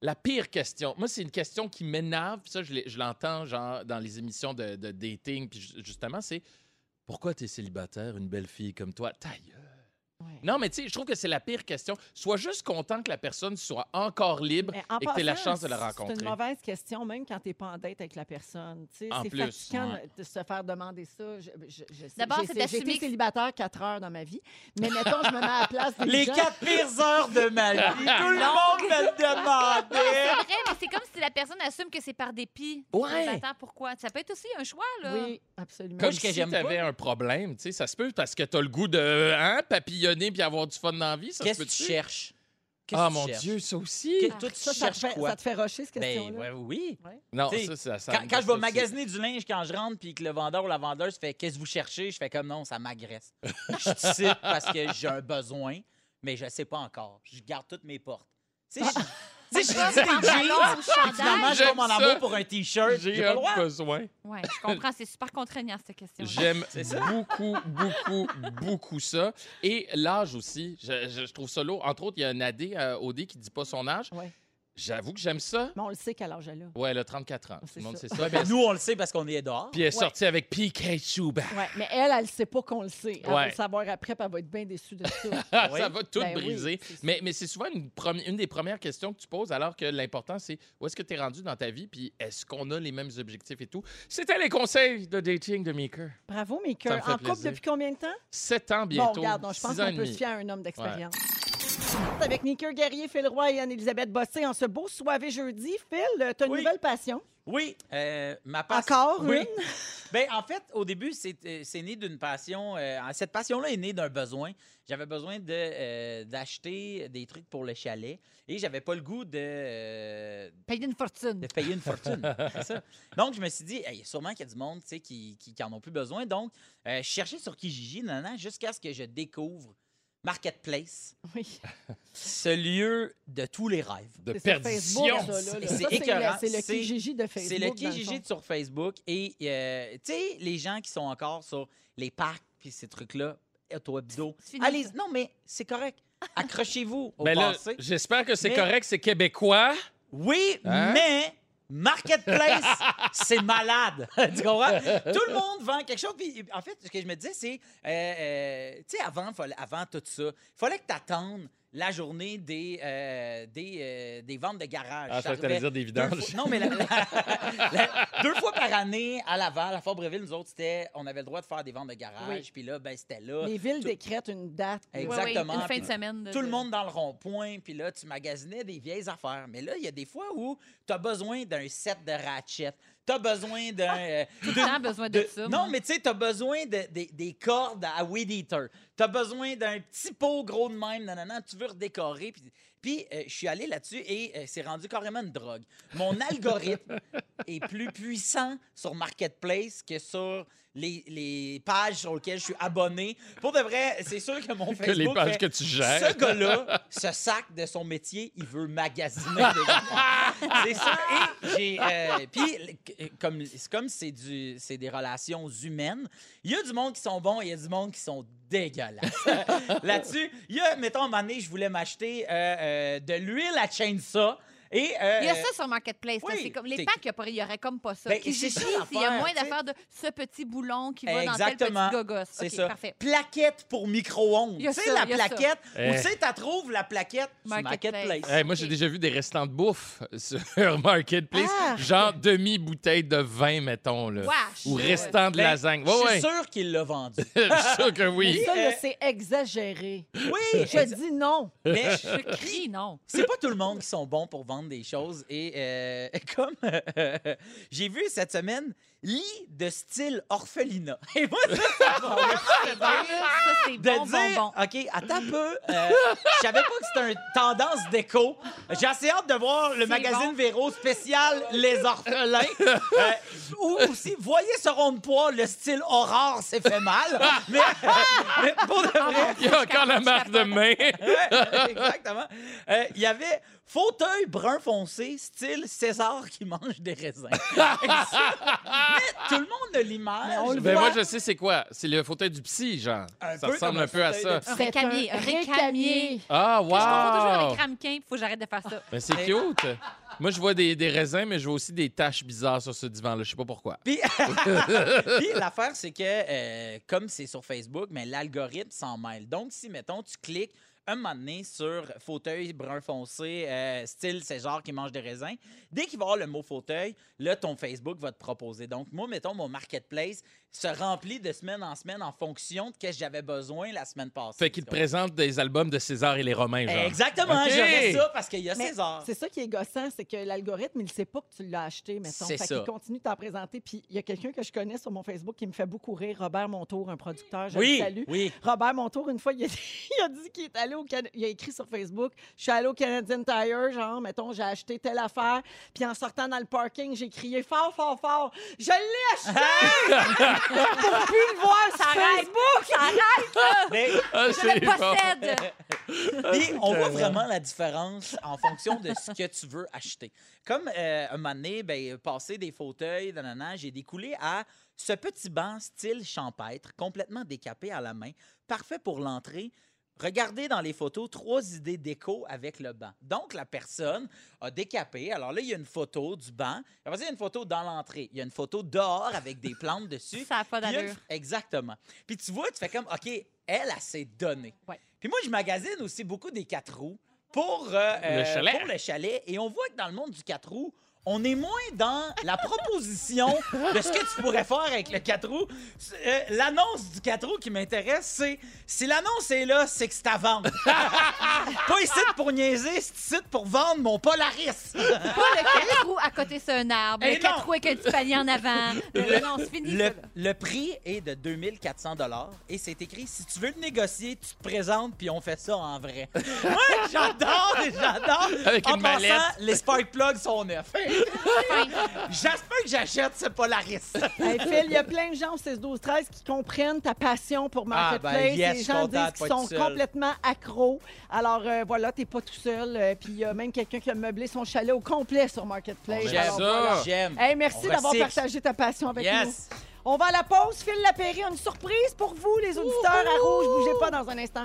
Speaker 2: La pire question. Moi, c'est une question qui m'énerve. puis Ça, je l'ai- je l'entends genre dans les émissions de, de dating. Puis ju- justement, c'est pourquoi t'es célibataire, une belle fille comme toi? Ta gueule. Non, mais tu sais, je trouve que c'est la pire question. Sois juste content que la personne soit encore libre
Speaker 3: Mais en
Speaker 2: et que tu aies la
Speaker 3: passant,
Speaker 2: chance de la
Speaker 3: C'est
Speaker 2: rencontrer.
Speaker 3: une mauvaise question, même quand tu n'es pas en date avec la personne. Tu sais,
Speaker 2: En
Speaker 3: C'est
Speaker 2: plus,
Speaker 3: fatigant
Speaker 2: ouais.
Speaker 3: de se faire demander ça. Je- je- je sais-
Speaker 1: D'abord,
Speaker 3: j'ai-
Speaker 1: c'est
Speaker 3: J'ai
Speaker 1: d'assumer
Speaker 3: été
Speaker 1: que-
Speaker 3: célibataire quatre heures dans ma vie, mais mettons, je me mets à la place des
Speaker 4: Les
Speaker 3: gens.
Speaker 4: quatre pires heures de ma vie. Tout le monde me le
Speaker 1: C'est
Speaker 4: demandait.
Speaker 1: vrai, mais c'est comme si la personne assume que c'est par dépit.
Speaker 2: Ouais.
Speaker 1: Attends, pourquoi? Ça peut être aussi un choix, là.
Speaker 3: Oui, absolument.
Speaker 2: Comme
Speaker 4: Moi, ce que
Speaker 2: si
Speaker 4: j'aime
Speaker 2: tu avais un problème, tu sais, ça se peut parce que t'as le goût de hein, papillonner puis avoir du fun dans la vie, ça se
Speaker 4: Qu'est-ce que
Speaker 2: peut-tu?
Speaker 4: tu cherches? Qu'est-ce
Speaker 2: Ah
Speaker 4: que tu
Speaker 2: mon
Speaker 4: cherches?
Speaker 2: Dieu, ça aussi.
Speaker 4: Que- Toi, tu
Speaker 3: Ça, ça te,
Speaker 4: cherches
Speaker 3: fait,
Speaker 4: quoi?
Speaker 3: ça te fait rusher, cette
Speaker 4: Ben
Speaker 3: question-là?
Speaker 4: ouais, oui.
Speaker 2: Non,
Speaker 4: T'sais,
Speaker 2: ça, ça, ça
Speaker 4: Quand,
Speaker 2: me
Speaker 4: quand je vais
Speaker 2: fascine.
Speaker 4: magasiner du linge, quand je rentre, puis que le vendeur ou la vendeuse fait Qu'est-ce que vous cherchez Je fais comme non, ça m'agresse. je te cite parce que j'ai un besoin, mais je sais pas encore. Je garde toutes mes portes. Tu sais, je- tu sais, je dis des jeans.
Speaker 1: Ah, Pantalon ou chandail.
Speaker 4: Finalement, je
Speaker 2: J'aime
Speaker 4: vois mon
Speaker 2: ça.
Speaker 4: amour pour un T-shirt. J'ai
Speaker 2: J'ai
Speaker 4: pas
Speaker 2: un
Speaker 4: le droit.
Speaker 2: besoin.
Speaker 1: Ouais, je comprends, c'est super contraignant, cette question.
Speaker 2: J'aime
Speaker 4: C'est ça.
Speaker 2: beaucoup, beaucoup, beaucoup ça. Et l'âge aussi, je, je- je trouve ça lourd. Entre autres, il y a un AD, euh, OD, qui dit pas son âge.
Speaker 3: Ouais.
Speaker 2: J'avoue que j'aime ça.
Speaker 3: Mais on le sait qu'à l'âge là.
Speaker 2: Ouais, elle a 34 ans. Tout
Speaker 3: C'est
Speaker 2: le monde
Speaker 3: ça.
Speaker 2: sait ça. Mais-
Speaker 4: hein? Nous, on le sait parce qu'on est dehors.
Speaker 2: Puis elle est sortie avec Pikachu. Ben,
Speaker 3: Ouais, mais elle, elle ne sait pas qu'on le sait. Elle va
Speaker 2: Ouais.
Speaker 3: le savoir après, puis elle va être bien déçue de ça.
Speaker 2: ah,
Speaker 4: Oui.
Speaker 2: Ça va tout
Speaker 3: Ben oui,
Speaker 2: briser.
Speaker 3: c'est ça.
Speaker 2: mais mais c'est souvent une, premi- une des premières questions que tu poses, alors que l'important, c'est où est-ce que tu es rendu dans ta vie, puis est-ce qu'on a les mêmes objectifs et tout. C'était les conseils de dating de Maker.
Speaker 3: Bravo,
Speaker 2: Ça
Speaker 3: Maker.
Speaker 2: me fait
Speaker 3: En couple
Speaker 2: plaisir.
Speaker 3: depuis combien de temps?
Speaker 2: 7 ans
Speaker 3: Bon,
Speaker 2: bientôt.
Speaker 3: regarde, donc, je pense
Speaker 2: six ans
Speaker 3: qu'on
Speaker 2: et
Speaker 3: peut se
Speaker 2: demi.
Speaker 3: fier à un homme d'expérience. Avec Nicker Guerrier, Phil Roy et Anne-Elisabeth Bossé en ce beau soirée jeudi. Phil, euh, t'as une
Speaker 4: Oui.
Speaker 3: nouvelle passion.
Speaker 4: Oui, euh, ma passion.
Speaker 3: Encore
Speaker 4: Oui.
Speaker 3: une.
Speaker 4: Ben, en fait, au début, c'est euh, c'est né d'une passion. euh, cette passion-là est née d'un besoin. J'avais besoin de, euh, d'acheter des trucs pour le chalet et j'avais pas le goût de, euh,
Speaker 1: Payer une fortune.
Speaker 4: de payer une fortune. c'est ça. Donc, je me suis dit, Hey, sûrement qu'il y a du monde tu sais, qui, qui, qui en ont plus besoin. Donc, euh, je cherchais sur Kijiji, nanana, jusqu'à ce que je découvre Marketplace,
Speaker 3: Oui.
Speaker 4: ce lieu de tous les rêves.
Speaker 2: De
Speaker 3: C'est sur Facebook,
Speaker 2: perdition.
Speaker 3: ça, là, là.
Speaker 4: C'est
Speaker 3: Ça, C'est
Speaker 4: écœurant.
Speaker 3: le- c'est le
Speaker 4: C'est-
Speaker 3: Kijiji de Facebook.
Speaker 4: C'est le
Speaker 3: dans fond.
Speaker 4: Kijiji sur Facebook. Et, euh, tu sais, les gens qui sont encore sur les parcs puis ces trucs-là, auto-hebdo.
Speaker 1: C'est fini,
Speaker 4: Allez,
Speaker 1: ça.
Speaker 4: non, mais c'est correct. Accrochez-vous au
Speaker 2: Ben là,
Speaker 4: passé.
Speaker 2: j'espère que c'est
Speaker 4: Mais-
Speaker 2: correct, c'est québécois.
Speaker 4: Oui,
Speaker 2: Hein?
Speaker 4: mais Marketplace, c'est malade. tu comprends? Tout le monde vend quelque chose. Puis, en fait, ce que je me disais, c'est, euh, euh, tu sais, avant, fallait- avant tout ça, il fallait que tu attendes la journée des, euh, des, euh, des ventes de garage.
Speaker 2: Ah, je croyais
Speaker 4: Ça
Speaker 2: que t'allais
Speaker 4: arrivait
Speaker 2: dire des
Speaker 4: deux
Speaker 2: vidanges.
Speaker 4: fois- non, mais la- la- la- deux fois par année, à Laval, à Fort-Bréville, nous autres, c'était, on avait le droit de faire des ventes de garage.
Speaker 3: Oui.
Speaker 4: Puis là, ben, c'était là.
Speaker 3: Les villes
Speaker 4: Tout-
Speaker 3: décrètent une date.
Speaker 1: Ouais,
Speaker 4: Exact.
Speaker 1: ouais,
Speaker 4: exactement.
Speaker 1: une fin de semaine. de-
Speaker 4: tout le
Speaker 1: de-
Speaker 4: monde dans le rond-point, puis là, tu magasinais des vieilles affaires. Mais là, il y a des fois où tu as besoin d'un set de ratchet. Tu as besoin d'un. euh,
Speaker 1: Ah, Tout le
Speaker 4: de-
Speaker 1: temps a besoin de,
Speaker 4: de-
Speaker 1: ça.
Speaker 4: non,
Speaker 1: moi.
Speaker 4: mais tu sais, tu as besoin de- des- des cordes à weed eater. Tu as besoin d'un petit pot gros de même, nanana, tu veux redécorer. Puis, puis, euh, je suis allé là-dessus et euh, c'est rendu carrément une drogue. Mon algorithme est plus puissant sur Marketplace que sur les, les pages sur lesquelles je suis abonné. Pour de vrai, c'est sûr que mon Facebook
Speaker 2: que les pages
Speaker 4: fait-
Speaker 2: que tu gères.
Speaker 4: ce gars-là, ce sac de son métier, il veut magasiner. des affaires. c'est ça. Et j'ai. euh, Puis, le- comme c'est comme c'est du, c'est des relations humaines, il y a du monde qui sont bons, il y a du monde qui sont dégueulasses. Là-dessus, il y a, mettons, à un moment donné, je voulais m'acheter euh, euh, de l'huile à chainsaw. Et, euh,
Speaker 1: Il y a ça sur Marketplace. là,
Speaker 4: oui,
Speaker 1: c'est comme, les
Speaker 4: t'es-
Speaker 1: packs, il y a pas- il n'y aurait comme pas ça.
Speaker 4: Ben,
Speaker 1: Qui
Speaker 4: c'est ça
Speaker 1: justifie s'il y a
Speaker 4: l'affaire,
Speaker 1: moins
Speaker 4: tu sais.
Speaker 1: d'affaires de ce petit boulon qui va dans
Speaker 4: Exactement,
Speaker 1: tel petit gogos.
Speaker 4: C'est
Speaker 1: OK,
Speaker 4: ça.
Speaker 1: Parfait.
Speaker 4: Plaquette pour micro-ondes.
Speaker 1: Il y a
Speaker 4: Tu sais,
Speaker 1: ça,
Speaker 4: la
Speaker 1: il y a ça.
Speaker 4: plaquette. Ou
Speaker 2: Eh.
Speaker 4: tu sais, t'as trouves la plaquette sur
Speaker 1: Marketplace.
Speaker 4: Marketplace.
Speaker 2: Hey, moi, j'ai
Speaker 1: Ok.
Speaker 2: déjà vu des restants de bouffe sur Marketplace.
Speaker 3: Ah!
Speaker 2: Genre demi-bouteille de vin, mettons. Là.
Speaker 1: Wesh!
Speaker 2: Ou
Speaker 1: Ouais.
Speaker 2: restant de
Speaker 4: Ben,
Speaker 2: lasagne.
Speaker 4: je
Speaker 2: Ouais,
Speaker 4: suis
Speaker 2: ouais.
Speaker 4: sûr qu'il l'a vendu.
Speaker 2: Je suis sûr que oui.
Speaker 3: Ça, là,
Speaker 4: euh,
Speaker 3: c'est exagéré.
Speaker 4: Oui,
Speaker 3: Je dis non.
Speaker 4: mais je-
Speaker 1: Je crie, non.
Speaker 4: C'est pas tout le monde qui sont bons pour vendre des choses. Et euh, comme j'ai vu cette semaine, lit de style orphelinat. Et moi, ça, ça m'a-
Speaker 1: Ah, Ça, c'est
Speaker 4: de
Speaker 1: bon, bon,
Speaker 4: dire,
Speaker 1: bon.
Speaker 4: OK, attends un peu. euh, je savais pas que c'était une tendance déco. J'ai assez hâte de voir le
Speaker 1: C'est
Speaker 4: magazine
Speaker 1: bon.
Speaker 4: Véro spécial Les Orphelins. Euh, ou aussi, voyez ce rond de poids, le style aurore, c'est fait mal. Mais, euh, mais
Speaker 1: Ah,
Speaker 4: pour de vrai,
Speaker 2: Il y a encore la marque de main.
Speaker 4: Ouais, Exactement. Euh, Il y avait Fauteuil brun foncé, style César qui mange des raisins. Mais tout le monde a l'image.
Speaker 2: Ben moi, je sais c'est quoi. C'est le fauteuil du psy, genre.
Speaker 4: Un
Speaker 2: ça
Speaker 4: peu
Speaker 2: ressemble
Speaker 4: comme
Speaker 2: un peu à ça.
Speaker 1: Un récamier. Un récamier.
Speaker 2: Ah,
Speaker 1: Je confonds toujours
Speaker 2: wow!
Speaker 1: avec ramequin, il faut que j'arrête de faire ça.
Speaker 2: Ben, c'est
Speaker 4: Mais-
Speaker 2: cute. Moi, je vois des, des raisins, mais je vois aussi des taches bizarres sur ce divan-là. Je sais pas pourquoi.
Speaker 4: Puis, Puis l'affaire, c'est que, euh, comme c'est sur Facebook, mais l'algorithme s'en mêle. Donc, si, mettons, tu cliques un moment donné sur fauteuil brun foncé, euh, style César qui mange des raisins, dès qu'il va y avoir le mot fauteuil, là, ton Facebook va te proposer. Donc, moi, mettons, mon marketplace se remplit de semaine en semaine en fonction de ce que j'avais besoin la semaine passée.
Speaker 2: Fait qu'il te présente des albums de César et les Romains, genre.
Speaker 4: Exactement,
Speaker 2: Ok.
Speaker 4: j'aurais ça parce qu'il y a
Speaker 3: Mais
Speaker 4: César.
Speaker 3: C'est ça qui est gossant, c'est que l'algorithme, il ne sait pas que tu l'as acheté, mettons.
Speaker 4: C'est
Speaker 3: Fait
Speaker 4: ça.
Speaker 3: qu'il continue de t'en présenter. Puis il y a quelqu'un que je connais sur mon Facebook qui me fait beaucoup rire, Robert Montour, un producteur. Je le
Speaker 4: Oui,
Speaker 3: salue.
Speaker 4: oui.
Speaker 3: Robert Montour, une fois, il a, il a dit qu'il est allé au Can- Il a écrit sur Facebook Je suis allé au Canadian Tire, genre, mettons, j'ai acheté telle affaire. Puis en sortant dans le parking, j'ai crié fort, fort, fort Je l'ai acheté Pour plus le
Speaker 4: Ah,
Speaker 3: voir sur
Speaker 1: T'arrêtes,
Speaker 3: Facebook.
Speaker 1: t'arrêtes, là!
Speaker 4: Mais-
Speaker 2: Ah,
Speaker 1: Je le
Speaker 2: c'est bon.
Speaker 1: possède!
Speaker 4: Puis on voit vraiment la différence en fonction de ce que tu veux acheter. Comme euh, un moment donné, ben, passer des fauteuils, nanana, j'ai découlé à ce petit banc style champêtre, complètement décapé à la main, parfait pour l'entrée. Regardez dans les photos trois idées déco avec le banc. Donc, la personne a décapé. Alors là, il y a une photo du banc. Après ça, il y a une photo dans l'entrée. Il y a une photo dehors avec des plantes dessus.
Speaker 1: Ça n'a pas
Speaker 4: Puis il y a une-
Speaker 1: d'allure.
Speaker 4: Exactement. Puis tu vois, tu fais comme, OK, elle, elle s'est donnée.
Speaker 1: Ouais.
Speaker 4: Puis moi, je magasine aussi beaucoup des quatre roues pour, euh, euh,
Speaker 2: chalet.
Speaker 4: pour le chalet. Et on voit que dans le monde du quatre roues, on est moins dans la proposition de ce que tu pourrais faire avec le quatre roues. C'est, euh, l'annonce du quatre roues qui m'intéresse, c'est si l'annonce est là, c'est que c'est à vendre. pas ici pour niaiser, c'est ici pour vendre mon Polaris.
Speaker 1: Pas le quatre roues à côté sur un arbre,
Speaker 4: Eh
Speaker 1: le quatre
Speaker 4: non!
Speaker 1: roues avec un petit panier en avant. Le- non, c'est fini.
Speaker 4: Le,
Speaker 1: ça, là.
Speaker 4: le prix est de 2400 dollars et c'est écrit si tu veux le négocier, tu te présentes puis on fait ça en vrai. Moi, j'adore, j'adore.
Speaker 2: Avec
Speaker 4: en
Speaker 2: une mallette.
Speaker 4: passant, les spark plugs sont neufs. J'espère que j'achète ce Polaris.
Speaker 3: Hey, Phil, il y a plein de gens au 16-12-13 qui comprennent ta passion pour Marketplace.
Speaker 4: Ah, ben yes,
Speaker 3: les
Speaker 4: je suis
Speaker 3: gens
Speaker 4: contente
Speaker 3: disent
Speaker 4: de
Speaker 3: qu'ils
Speaker 4: pas être
Speaker 3: sont
Speaker 4: seule.
Speaker 3: complètement accros. Alors euh, voilà, t'es pas tout seul. Euh, Puis il y a même quelqu'un qui a meublé son chalet au complet sur Marketplace.
Speaker 2: J'aime
Speaker 3: Alors,
Speaker 2: ça.
Speaker 3: voilà.
Speaker 4: J'aime.
Speaker 3: Hey, merci
Speaker 4: On
Speaker 3: d'avoir
Speaker 4: recycle.
Speaker 3: partagé ta passion avec nous.
Speaker 4: Yes.
Speaker 3: On va à la pause. Phil Lapéry a une surprise pour vous, les auditeurs à rouge. Bougez pas dans un instant.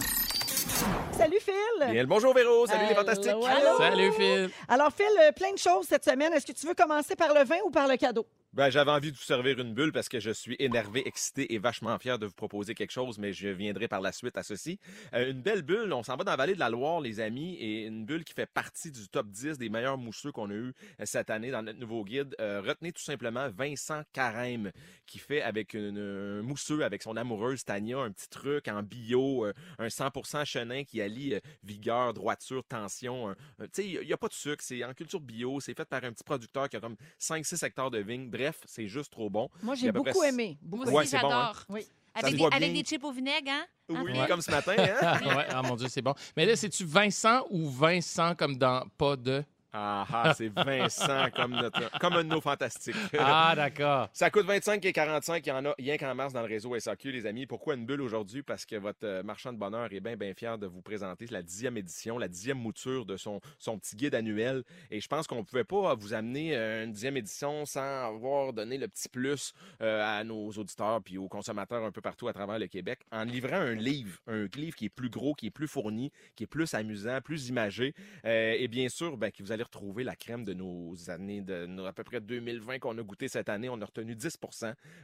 Speaker 3: Salut Phil.
Speaker 9: Bien, le bonjour Véro, salut les
Speaker 3: Hello,
Speaker 9: fantastiques.
Speaker 3: hello.
Speaker 2: Salut, Phil.
Speaker 3: Alors Phil, euh, plein de choses cette semaine. Est-ce que tu veux commencer par le vin ou par le cadeau?
Speaker 9: Ben, j'avais envie de vous servir une bulle parce que je suis énervé, excité et vachement fier de vous proposer quelque chose, mais je viendrai par la suite à ceci. Euh, une belle bulle, on s'en va dans la vallée de la Loire, les amis, et une bulle qui fait partie du top 10 des meilleurs mousseux qu'on a eu euh, cette année dans notre nouveau guide. Euh, retenez tout simplement Vincent Carême, qui fait avec une, un mousseux, avec son amoureuse Tania, un petit truc en bio, euh, un 100% chenin qui allie euh, vigueur, droiture, tension. un- un- tu sais, il n'y a pas de sucre, c'est en culture bio, c'est fait par un petit producteur qui a comme 5-6 hectares de vigne. Bref, c'est juste trop bon.
Speaker 3: Moi,
Speaker 9: Il y
Speaker 3: j'ai
Speaker 9: a à peu
Speaker 3: beaucoup
Speaker 9: près-
Speaker 3: aimé.
Speaker 1: Moi
Speaker 3: Beaucoup
Speaker 1: aussi,
Speaker 9: Ouais, c'est bon,
Speaker 1: j'adore.
Speaker 4: hein.
Speaker 3: Oui.
Speaker 9: Ça
Speaker 1: Avec,
Speaker 9: se
Speaker 1: des,
Speaker 9: voit
Speaker 1: avec
Speaker 9: bien.
Speaker 1: des chips au vinaigre, hein?
Speaker 9: Oui,
Speaker 1: Ouais.
Speaker 9: comme ce matin, hein?
Speaker 2: Ouais, ah mon Dieu, c'est bon. Mais là, c'est-tu Vincent ou Vincent comme dans pas de?
Speaker 9: Ah ah, c'est Vincent comme, notre, comme un de nos fantastiques.
Speaker 2: Ah, d'accord.
Speaker 9: Ça coûte 25 et 45. Il y en a rien qu'en mars dans le réseau SAQ, les amis. Pourquoi une bulle aujourd'hui? Parce que votre euh, marchand de bonheur est bien, bien fier de vous présenter la dixième édition, la dixième mouture de son, son petit guide annuel. Et je pense qu'on ne pouvait pas vous amener euh, une dixième édition sans avoir donné le petit plus euh, à nos auditeurs puis aux consommateurs un peu partout à travers le Québec en livrant un livre, un livre qui est plus gros, qui est plus fourni, qui est plus amusant, plus imagé. Euh, et bien sûr, ben, que vous allez retrouver la crème de nos années, de nos- à peu près 2020 qu'on a goûté cette année. On a retenu 10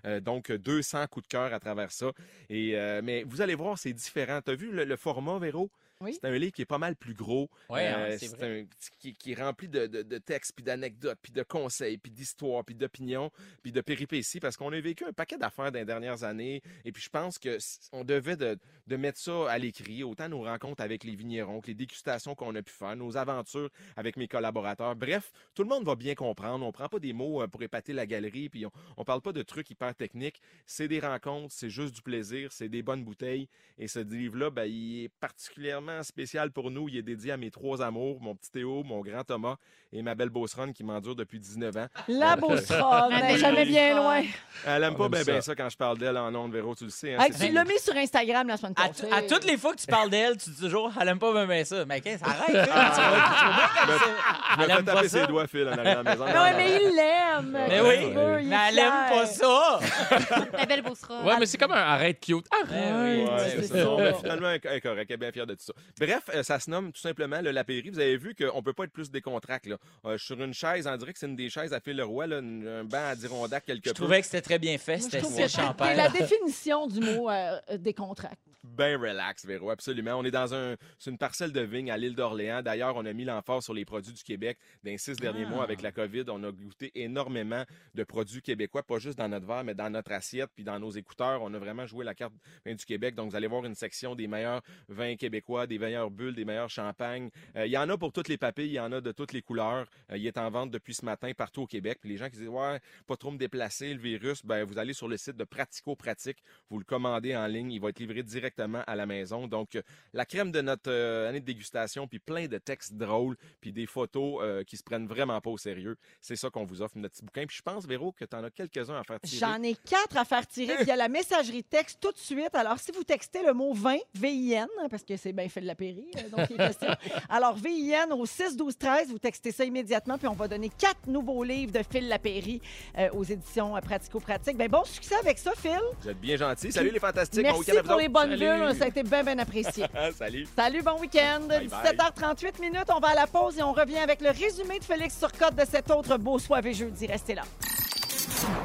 Speaker 9: euh, donc 200 coups de cœur à travers ça. Et, euh, mais vous allez voir, c'est différent. Tu as vu le, le format, Véro?
Speaker 3: Oui.
Speaker 9: C'est un livre qui est pas mal plus gros,
Speaker 4: Ouais, hein,
Speaker 9: Euh,
Speaker 4: c'est
Speaker 9: c'est un qui, qui est rempli de, de- de textes, puis d'anecdotes, puis de conseils, puis d'histoires, puis d'opinions, puis de péripéties, parce qu'on a vécu un paquet d'affaires dans les dernières années, et puis je pense que s- on devait de, de mettre ça à l'écrit, autant nos rencontres avec les vignerons, que les dégustations qu'on a pu faire, nos aventures avec mes collaborateurs. Bref, tout le monde va bien comprendre. On prend pas des mots euh, pour épater la galerie, puis on, on parle pas de trucs hyper techniques. C'est des rencontres, c'est juste du plaisir, c'est des bonnes bouteilles. Et ce livre-là, ben, il est particulièrement vraiment spécial pour nous. Il est dédié à mes trois amours, mon petit Théo, mon grand Thomas et ma belle Beauceronne qui m'endure depuis 19 ans.
Speaker 3: La
Speaker 9: Donc, euh,
Speaker 3: Beauceronne, elle est jamais bien loin.
Speaker 9: Elle aime
Speaker 3: On
Speaker 9: pas
Speaker 3: aime
Speaker 9: bien
Speaker 3: ça.
Speaker 9: ben ça quand je parle d'elle en ondes, Véro, tu le sais. hein,
Speaker 3: Hey,
Speaker 9: c'est
Speaker 3: Ah, tu
Speaker 9: une-
Speaker 3: l'as mis sur Instagram la semaine
Speaker 4: À,
Speaker 3: passée.
Speaker 4: à toutes les fois que tu parles d'elle, tu dis toujours, elle aime pas même bien ça. Mais qu'est-ce, arrête! là.
Speaker 3: Ah.
Speaker 4: Tu vois- tu vois bien qu'elle sait-
Speaker 9: Je me
Speaker 4: elle
Speaker 9: fais
Speaker 4: aime pas
Speaker 9: taper
Speaker 4: ça.
Speaker 9: ses doigts, Phil, en arrière à la maison.
Speaker 3: Non, mais il l'aime.
Speaker 4: Mais
Speaker 3: Qu'est-ce
Speaker 4: oui,
Speaker 3: qu'il veut, il
Speaker 4: mais
Speaker 3: est
Speaker 4: elle aime
Speaker 3: fier.
Speaker 4: pas ça!
Speaker 3: Ah.
Speaker 1: La belle Beaucera.
Speaker 2: Ouais, mais c'est comme un arrête cute. Ah,
Speaker 4: Ben
Speaker 3: Ah.
Speaker 2: Arrête!
Speaker 9: Ouais,
Speaker 2: c'est
Speaker 9: c'est
Speaker 2: ça.
Speaker 9: ça. Non, mais finalement, elle est correcte. Elle est bien fière de tout ça. Bref, euh, ça se nomme tout simplement le lapéry. Vous avez vu qu'on ne peut pas être plus décontracté. Là. Euh, je suis sur une chaise, on dirait que c'est une des chaises à Phil Leroy, là, une- un banc à Dirondac quelque
Speaker 4: Je
Speaker 9: peu.
Speaker 4: trouvais que c'était très bien fait,
Speaker 3: Je
Speaker 4: c'était
Speaker 3: trouve
Speaker 4: si
Speaker 3: que c'est
Speaker 4: champagne.
Speaker 3: la définition du mot euh, euh, décontracté.
Speaker 9: Ben relax, Véro, absolument. On est dans un, c'est une parcelle de vigne à l'île d'Orléans. D'ailleurs, on a mis l'emphase sur les produits du Québec. Dans les six derniers
Speaker 4: Ah.
Speaker 9: mois, avec la COVID, on a goûté énormément de produits québécois, pas juste dans notre verre, mais dans notre assiette, puis dans nos écouteurs. On a vraiment joué la carte vin du Québec. Donc, vous allez voir une section des meilleurs vins québécois, des meilleures bulles, des meilleurs champagnes. Euh, Il y en a pour toutes les papilles, il y en a de toutes les couleurs. Euh, il est en vente depuis ce matin partout au Québec. Puis les gens qui disent, ouais, pas trop me déplacer, le virus, ben, vous allez sur le site de Pratico Pratique, vous le commandez en ligne, il va être livré directement à la maison. Donc, euh, la crème de notre euh, année de dégustation, puis plein de textes drôles, puis des photos euh, qui se prennent vraiment pas au sérieux. C'est ça qu'on vous offre, notre petit bouquin. Puis je pense, Véro, que tu en as quelques-uns à faire tirer.
Speaker 3: J'en ai quatre à faire tirer via la messagerie texte tout de suite. Alors, si vous textez le mot vin, VIN, hein, parce que c'est bien fait de la Périe, euh, donc il est question. Alors, VIN au 6 12 13, vous textez ça immédiatement, puis on va donner quatre nouveaux livres de Phil Lapéry euh, aux éditions euh, Pratico-Pratique. Ben, bon succès avec ça, Phil.
Speaker 9: Vous êtes bien gentils. Salut les fantastiques. Bon
Speaker 3: Merci
Speaker 9: week-end à vous
Speaker 3: pour
Speaker 9: autres.
Speaker 3: les bonnes bulles, ça a
Speaker 9: Salut.
Speaker 3: été bien, bien apprécié.
Speaker 9: Salut.
Speaker 3: Salut, bon week-end.
Speaker 9: Bye bye.
Speaker 3: 17h38 minutes, on va à la pause et on revient avec le résumé de Félix Turcotte de cet autre beau soirée jeudi. Restez là.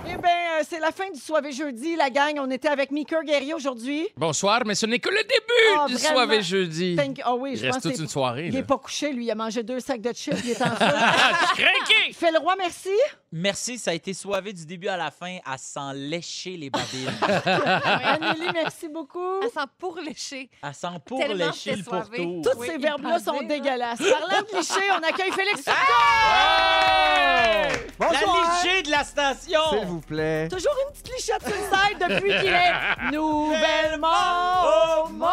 Speaker 3: Eh bien, c'est la fin du soirée jeudi, la gang. On était avec Mika Guerrier aujourd'hui.
Speaker 2: Bonsoir, mais ce n'est que le début
Speaker 3: Ah,
Speaker 2: du
Speaker 3: vraiment?
Speaker 2: soirée jeudi.
Speaker 3: Thank you. Ah oui,
Speaker 2: Il
Speaker 3: je
Speaker 2: reste
Speaker 3: pense
Speaker 2: toute
Speaker 3: que c'est-
Speaker 2: une soirée,
Speaker 3: Il
Speaker 2: là.
Speaker 3: n'est pas couché, lui. Il a mangé deux sacs de chips. Il est en feu. Fais le roi, merci.
Speaker 4: Merci, ça a été soivé du début à la fin à s'en lécher les babines.
Speaker 2: Ah
Speaker 3: Amélie, merci beaucoup.
Speaker 1: Elle sent pour lécher.
Speaker 4: à s'en pour
Speaker 1: Tellement
Speaker 4: lécher le
Speaker 1: c'était soivé.
Speaker 4: pourtour.
Speaker 3: Tous
Speaker 1: Oui,
Speaker 3: ces
Speaker 1: il hein?
Speaker 3: verbes-là
Speaker 1: pensait,
Speaker 3: sont
Speaker 2: hein.
Speaker 1: là.
Speaker 3: dégueulasses. Parlant de cliché, on accueille Félix Turcotte.
Speaker 4: La léchée de la
Speaker 10: S'il
Speaker 4: station!
Speaker 10: vous plaît.
Speaker 3: Toujours une petite clichette sur le side depuis qu'il est nouvellement au monde.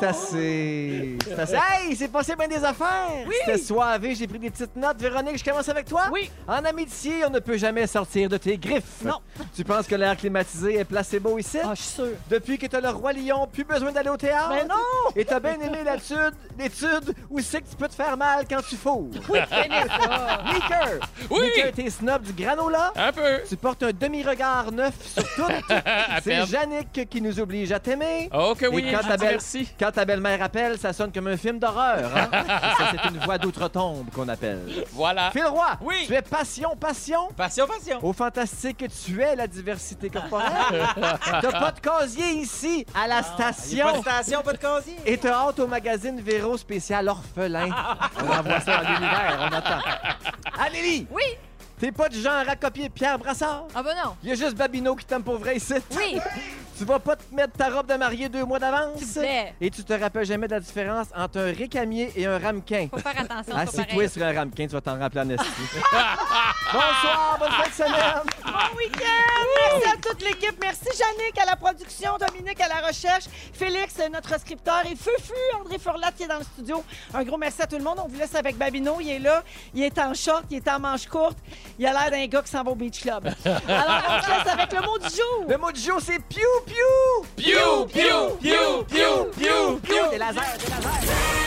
Speaker 10: C'est assez. C'est assez. Hey, c'est passé bien des affaires.
Speaker 3: Oui.
Speaker 10: C'était soivé, j'ai pris des petites notes. Véronique, je commence avec toi.
Speaker 3: Oui.
Speaker 10: En amitié, on ne peut jamais sortir de tes griffes.
Speaker 3: Non.
Speaker 10: Tu penses que l'air climatisé est placebo ici?
Speaker 3: Ah, je suis sûre.
Speaker 10: Depuis que t'as le roi lion, plus besoin d'aller au théâtre.
Speaker 3: Mais non!
Speaker 10: Et t'as bien aimé l'étude, l'étude où c'est que tu peux te faire mal quand tu fourres. Oui, Meeker!
Speaker 2: Oui.
Speaker 10: Meeker, t'es snob du granola.
Speaker 2: Un peu.
Speaker 10: Tu portes un demi-regard neuf sur tout.
Speaker 2: À
Speaker 10: c'est
Speaker 2: peine.
Speaker 10: Jannick qui nous oblige à t'aimer.
Speaker 2: Oh que oui,
Speaker 10: Et quand
Speaker 2: je
Speaker 10: ta
Speaker 2: dis
Speaker 10: belle-
Speaker 2: merci.
Speaker 10: Quand ta belle-mère appelle, ça sonne comme un film d'horreur. hein? ça, c'est une voix d'outre-tombe qu'on appelle.
Speaker 2: Voilà.
Speaker 10: Phil Roy,
Speaker 4: Oui.
Speaker 10: tu es passion, passion.
Speaker 4: Passion, passion!
Speaker 10: Au fantastique que tu es, la diversité corporelle. T'as pas de casier ici, à la
Speaker 4: Ah, Il y a pas de
Speaker 10: station.
Speaker 4: station, pas de casier!
Speaker 10: Et t'as hâte au magazine Véro spécial orphelin. On envoie ça dans l'univers, on attend. Amélie!
Speaker 1: Oui.
Speaker 10: T'es pas du genre à copier Pierre Brassard?
Speaker 1: Ah ben non.
Speaker 10: Il y a juste Babino qui t'aime pour vrai ici.
Speaker 1: Oui.
Speaker 10: Tu vas pas te mettre ta robe de mariée deux mois
Speaker 1: S'il
Speaker 10: d'avance.
Speaker 1: vous plaît.
Speaker 10: Et tu te rappelles jamais de la différence entre un récamier et un ramequin. Ah,
Speaker 1: Faut faire attention.
Speaker 9: Ah,
Speaker 1: c'est pas
Speaker 10: Assis-toi
Speaker 1: pareil.
Speaker 10: sur un ramequin, tu vas t'en remplir en esti. Bonsoir, bonne fin de semaine.
Speaker 3: Bon week-end! Merci à toute l'équipe. Merci, Jannick, à la production, Dominique, à la recherche, Félix, notre scripteur, et Fufu, André Furlat, qui est dans le studio. Un gros merci à tout le monde. On vous laisse avec Babino. Il est là. Il est en short. Il est en manche courte. Il a l'air d'un gars qui s'en va au Beach Club. Alors, on se laisse avec le mot du jour.
Speaker 10: Le mot du jour, c'est piou piou.
Speaker 2: Piou, piou, piou, piou, piou, piou.
Speaker 10: Des lasers, des lasers.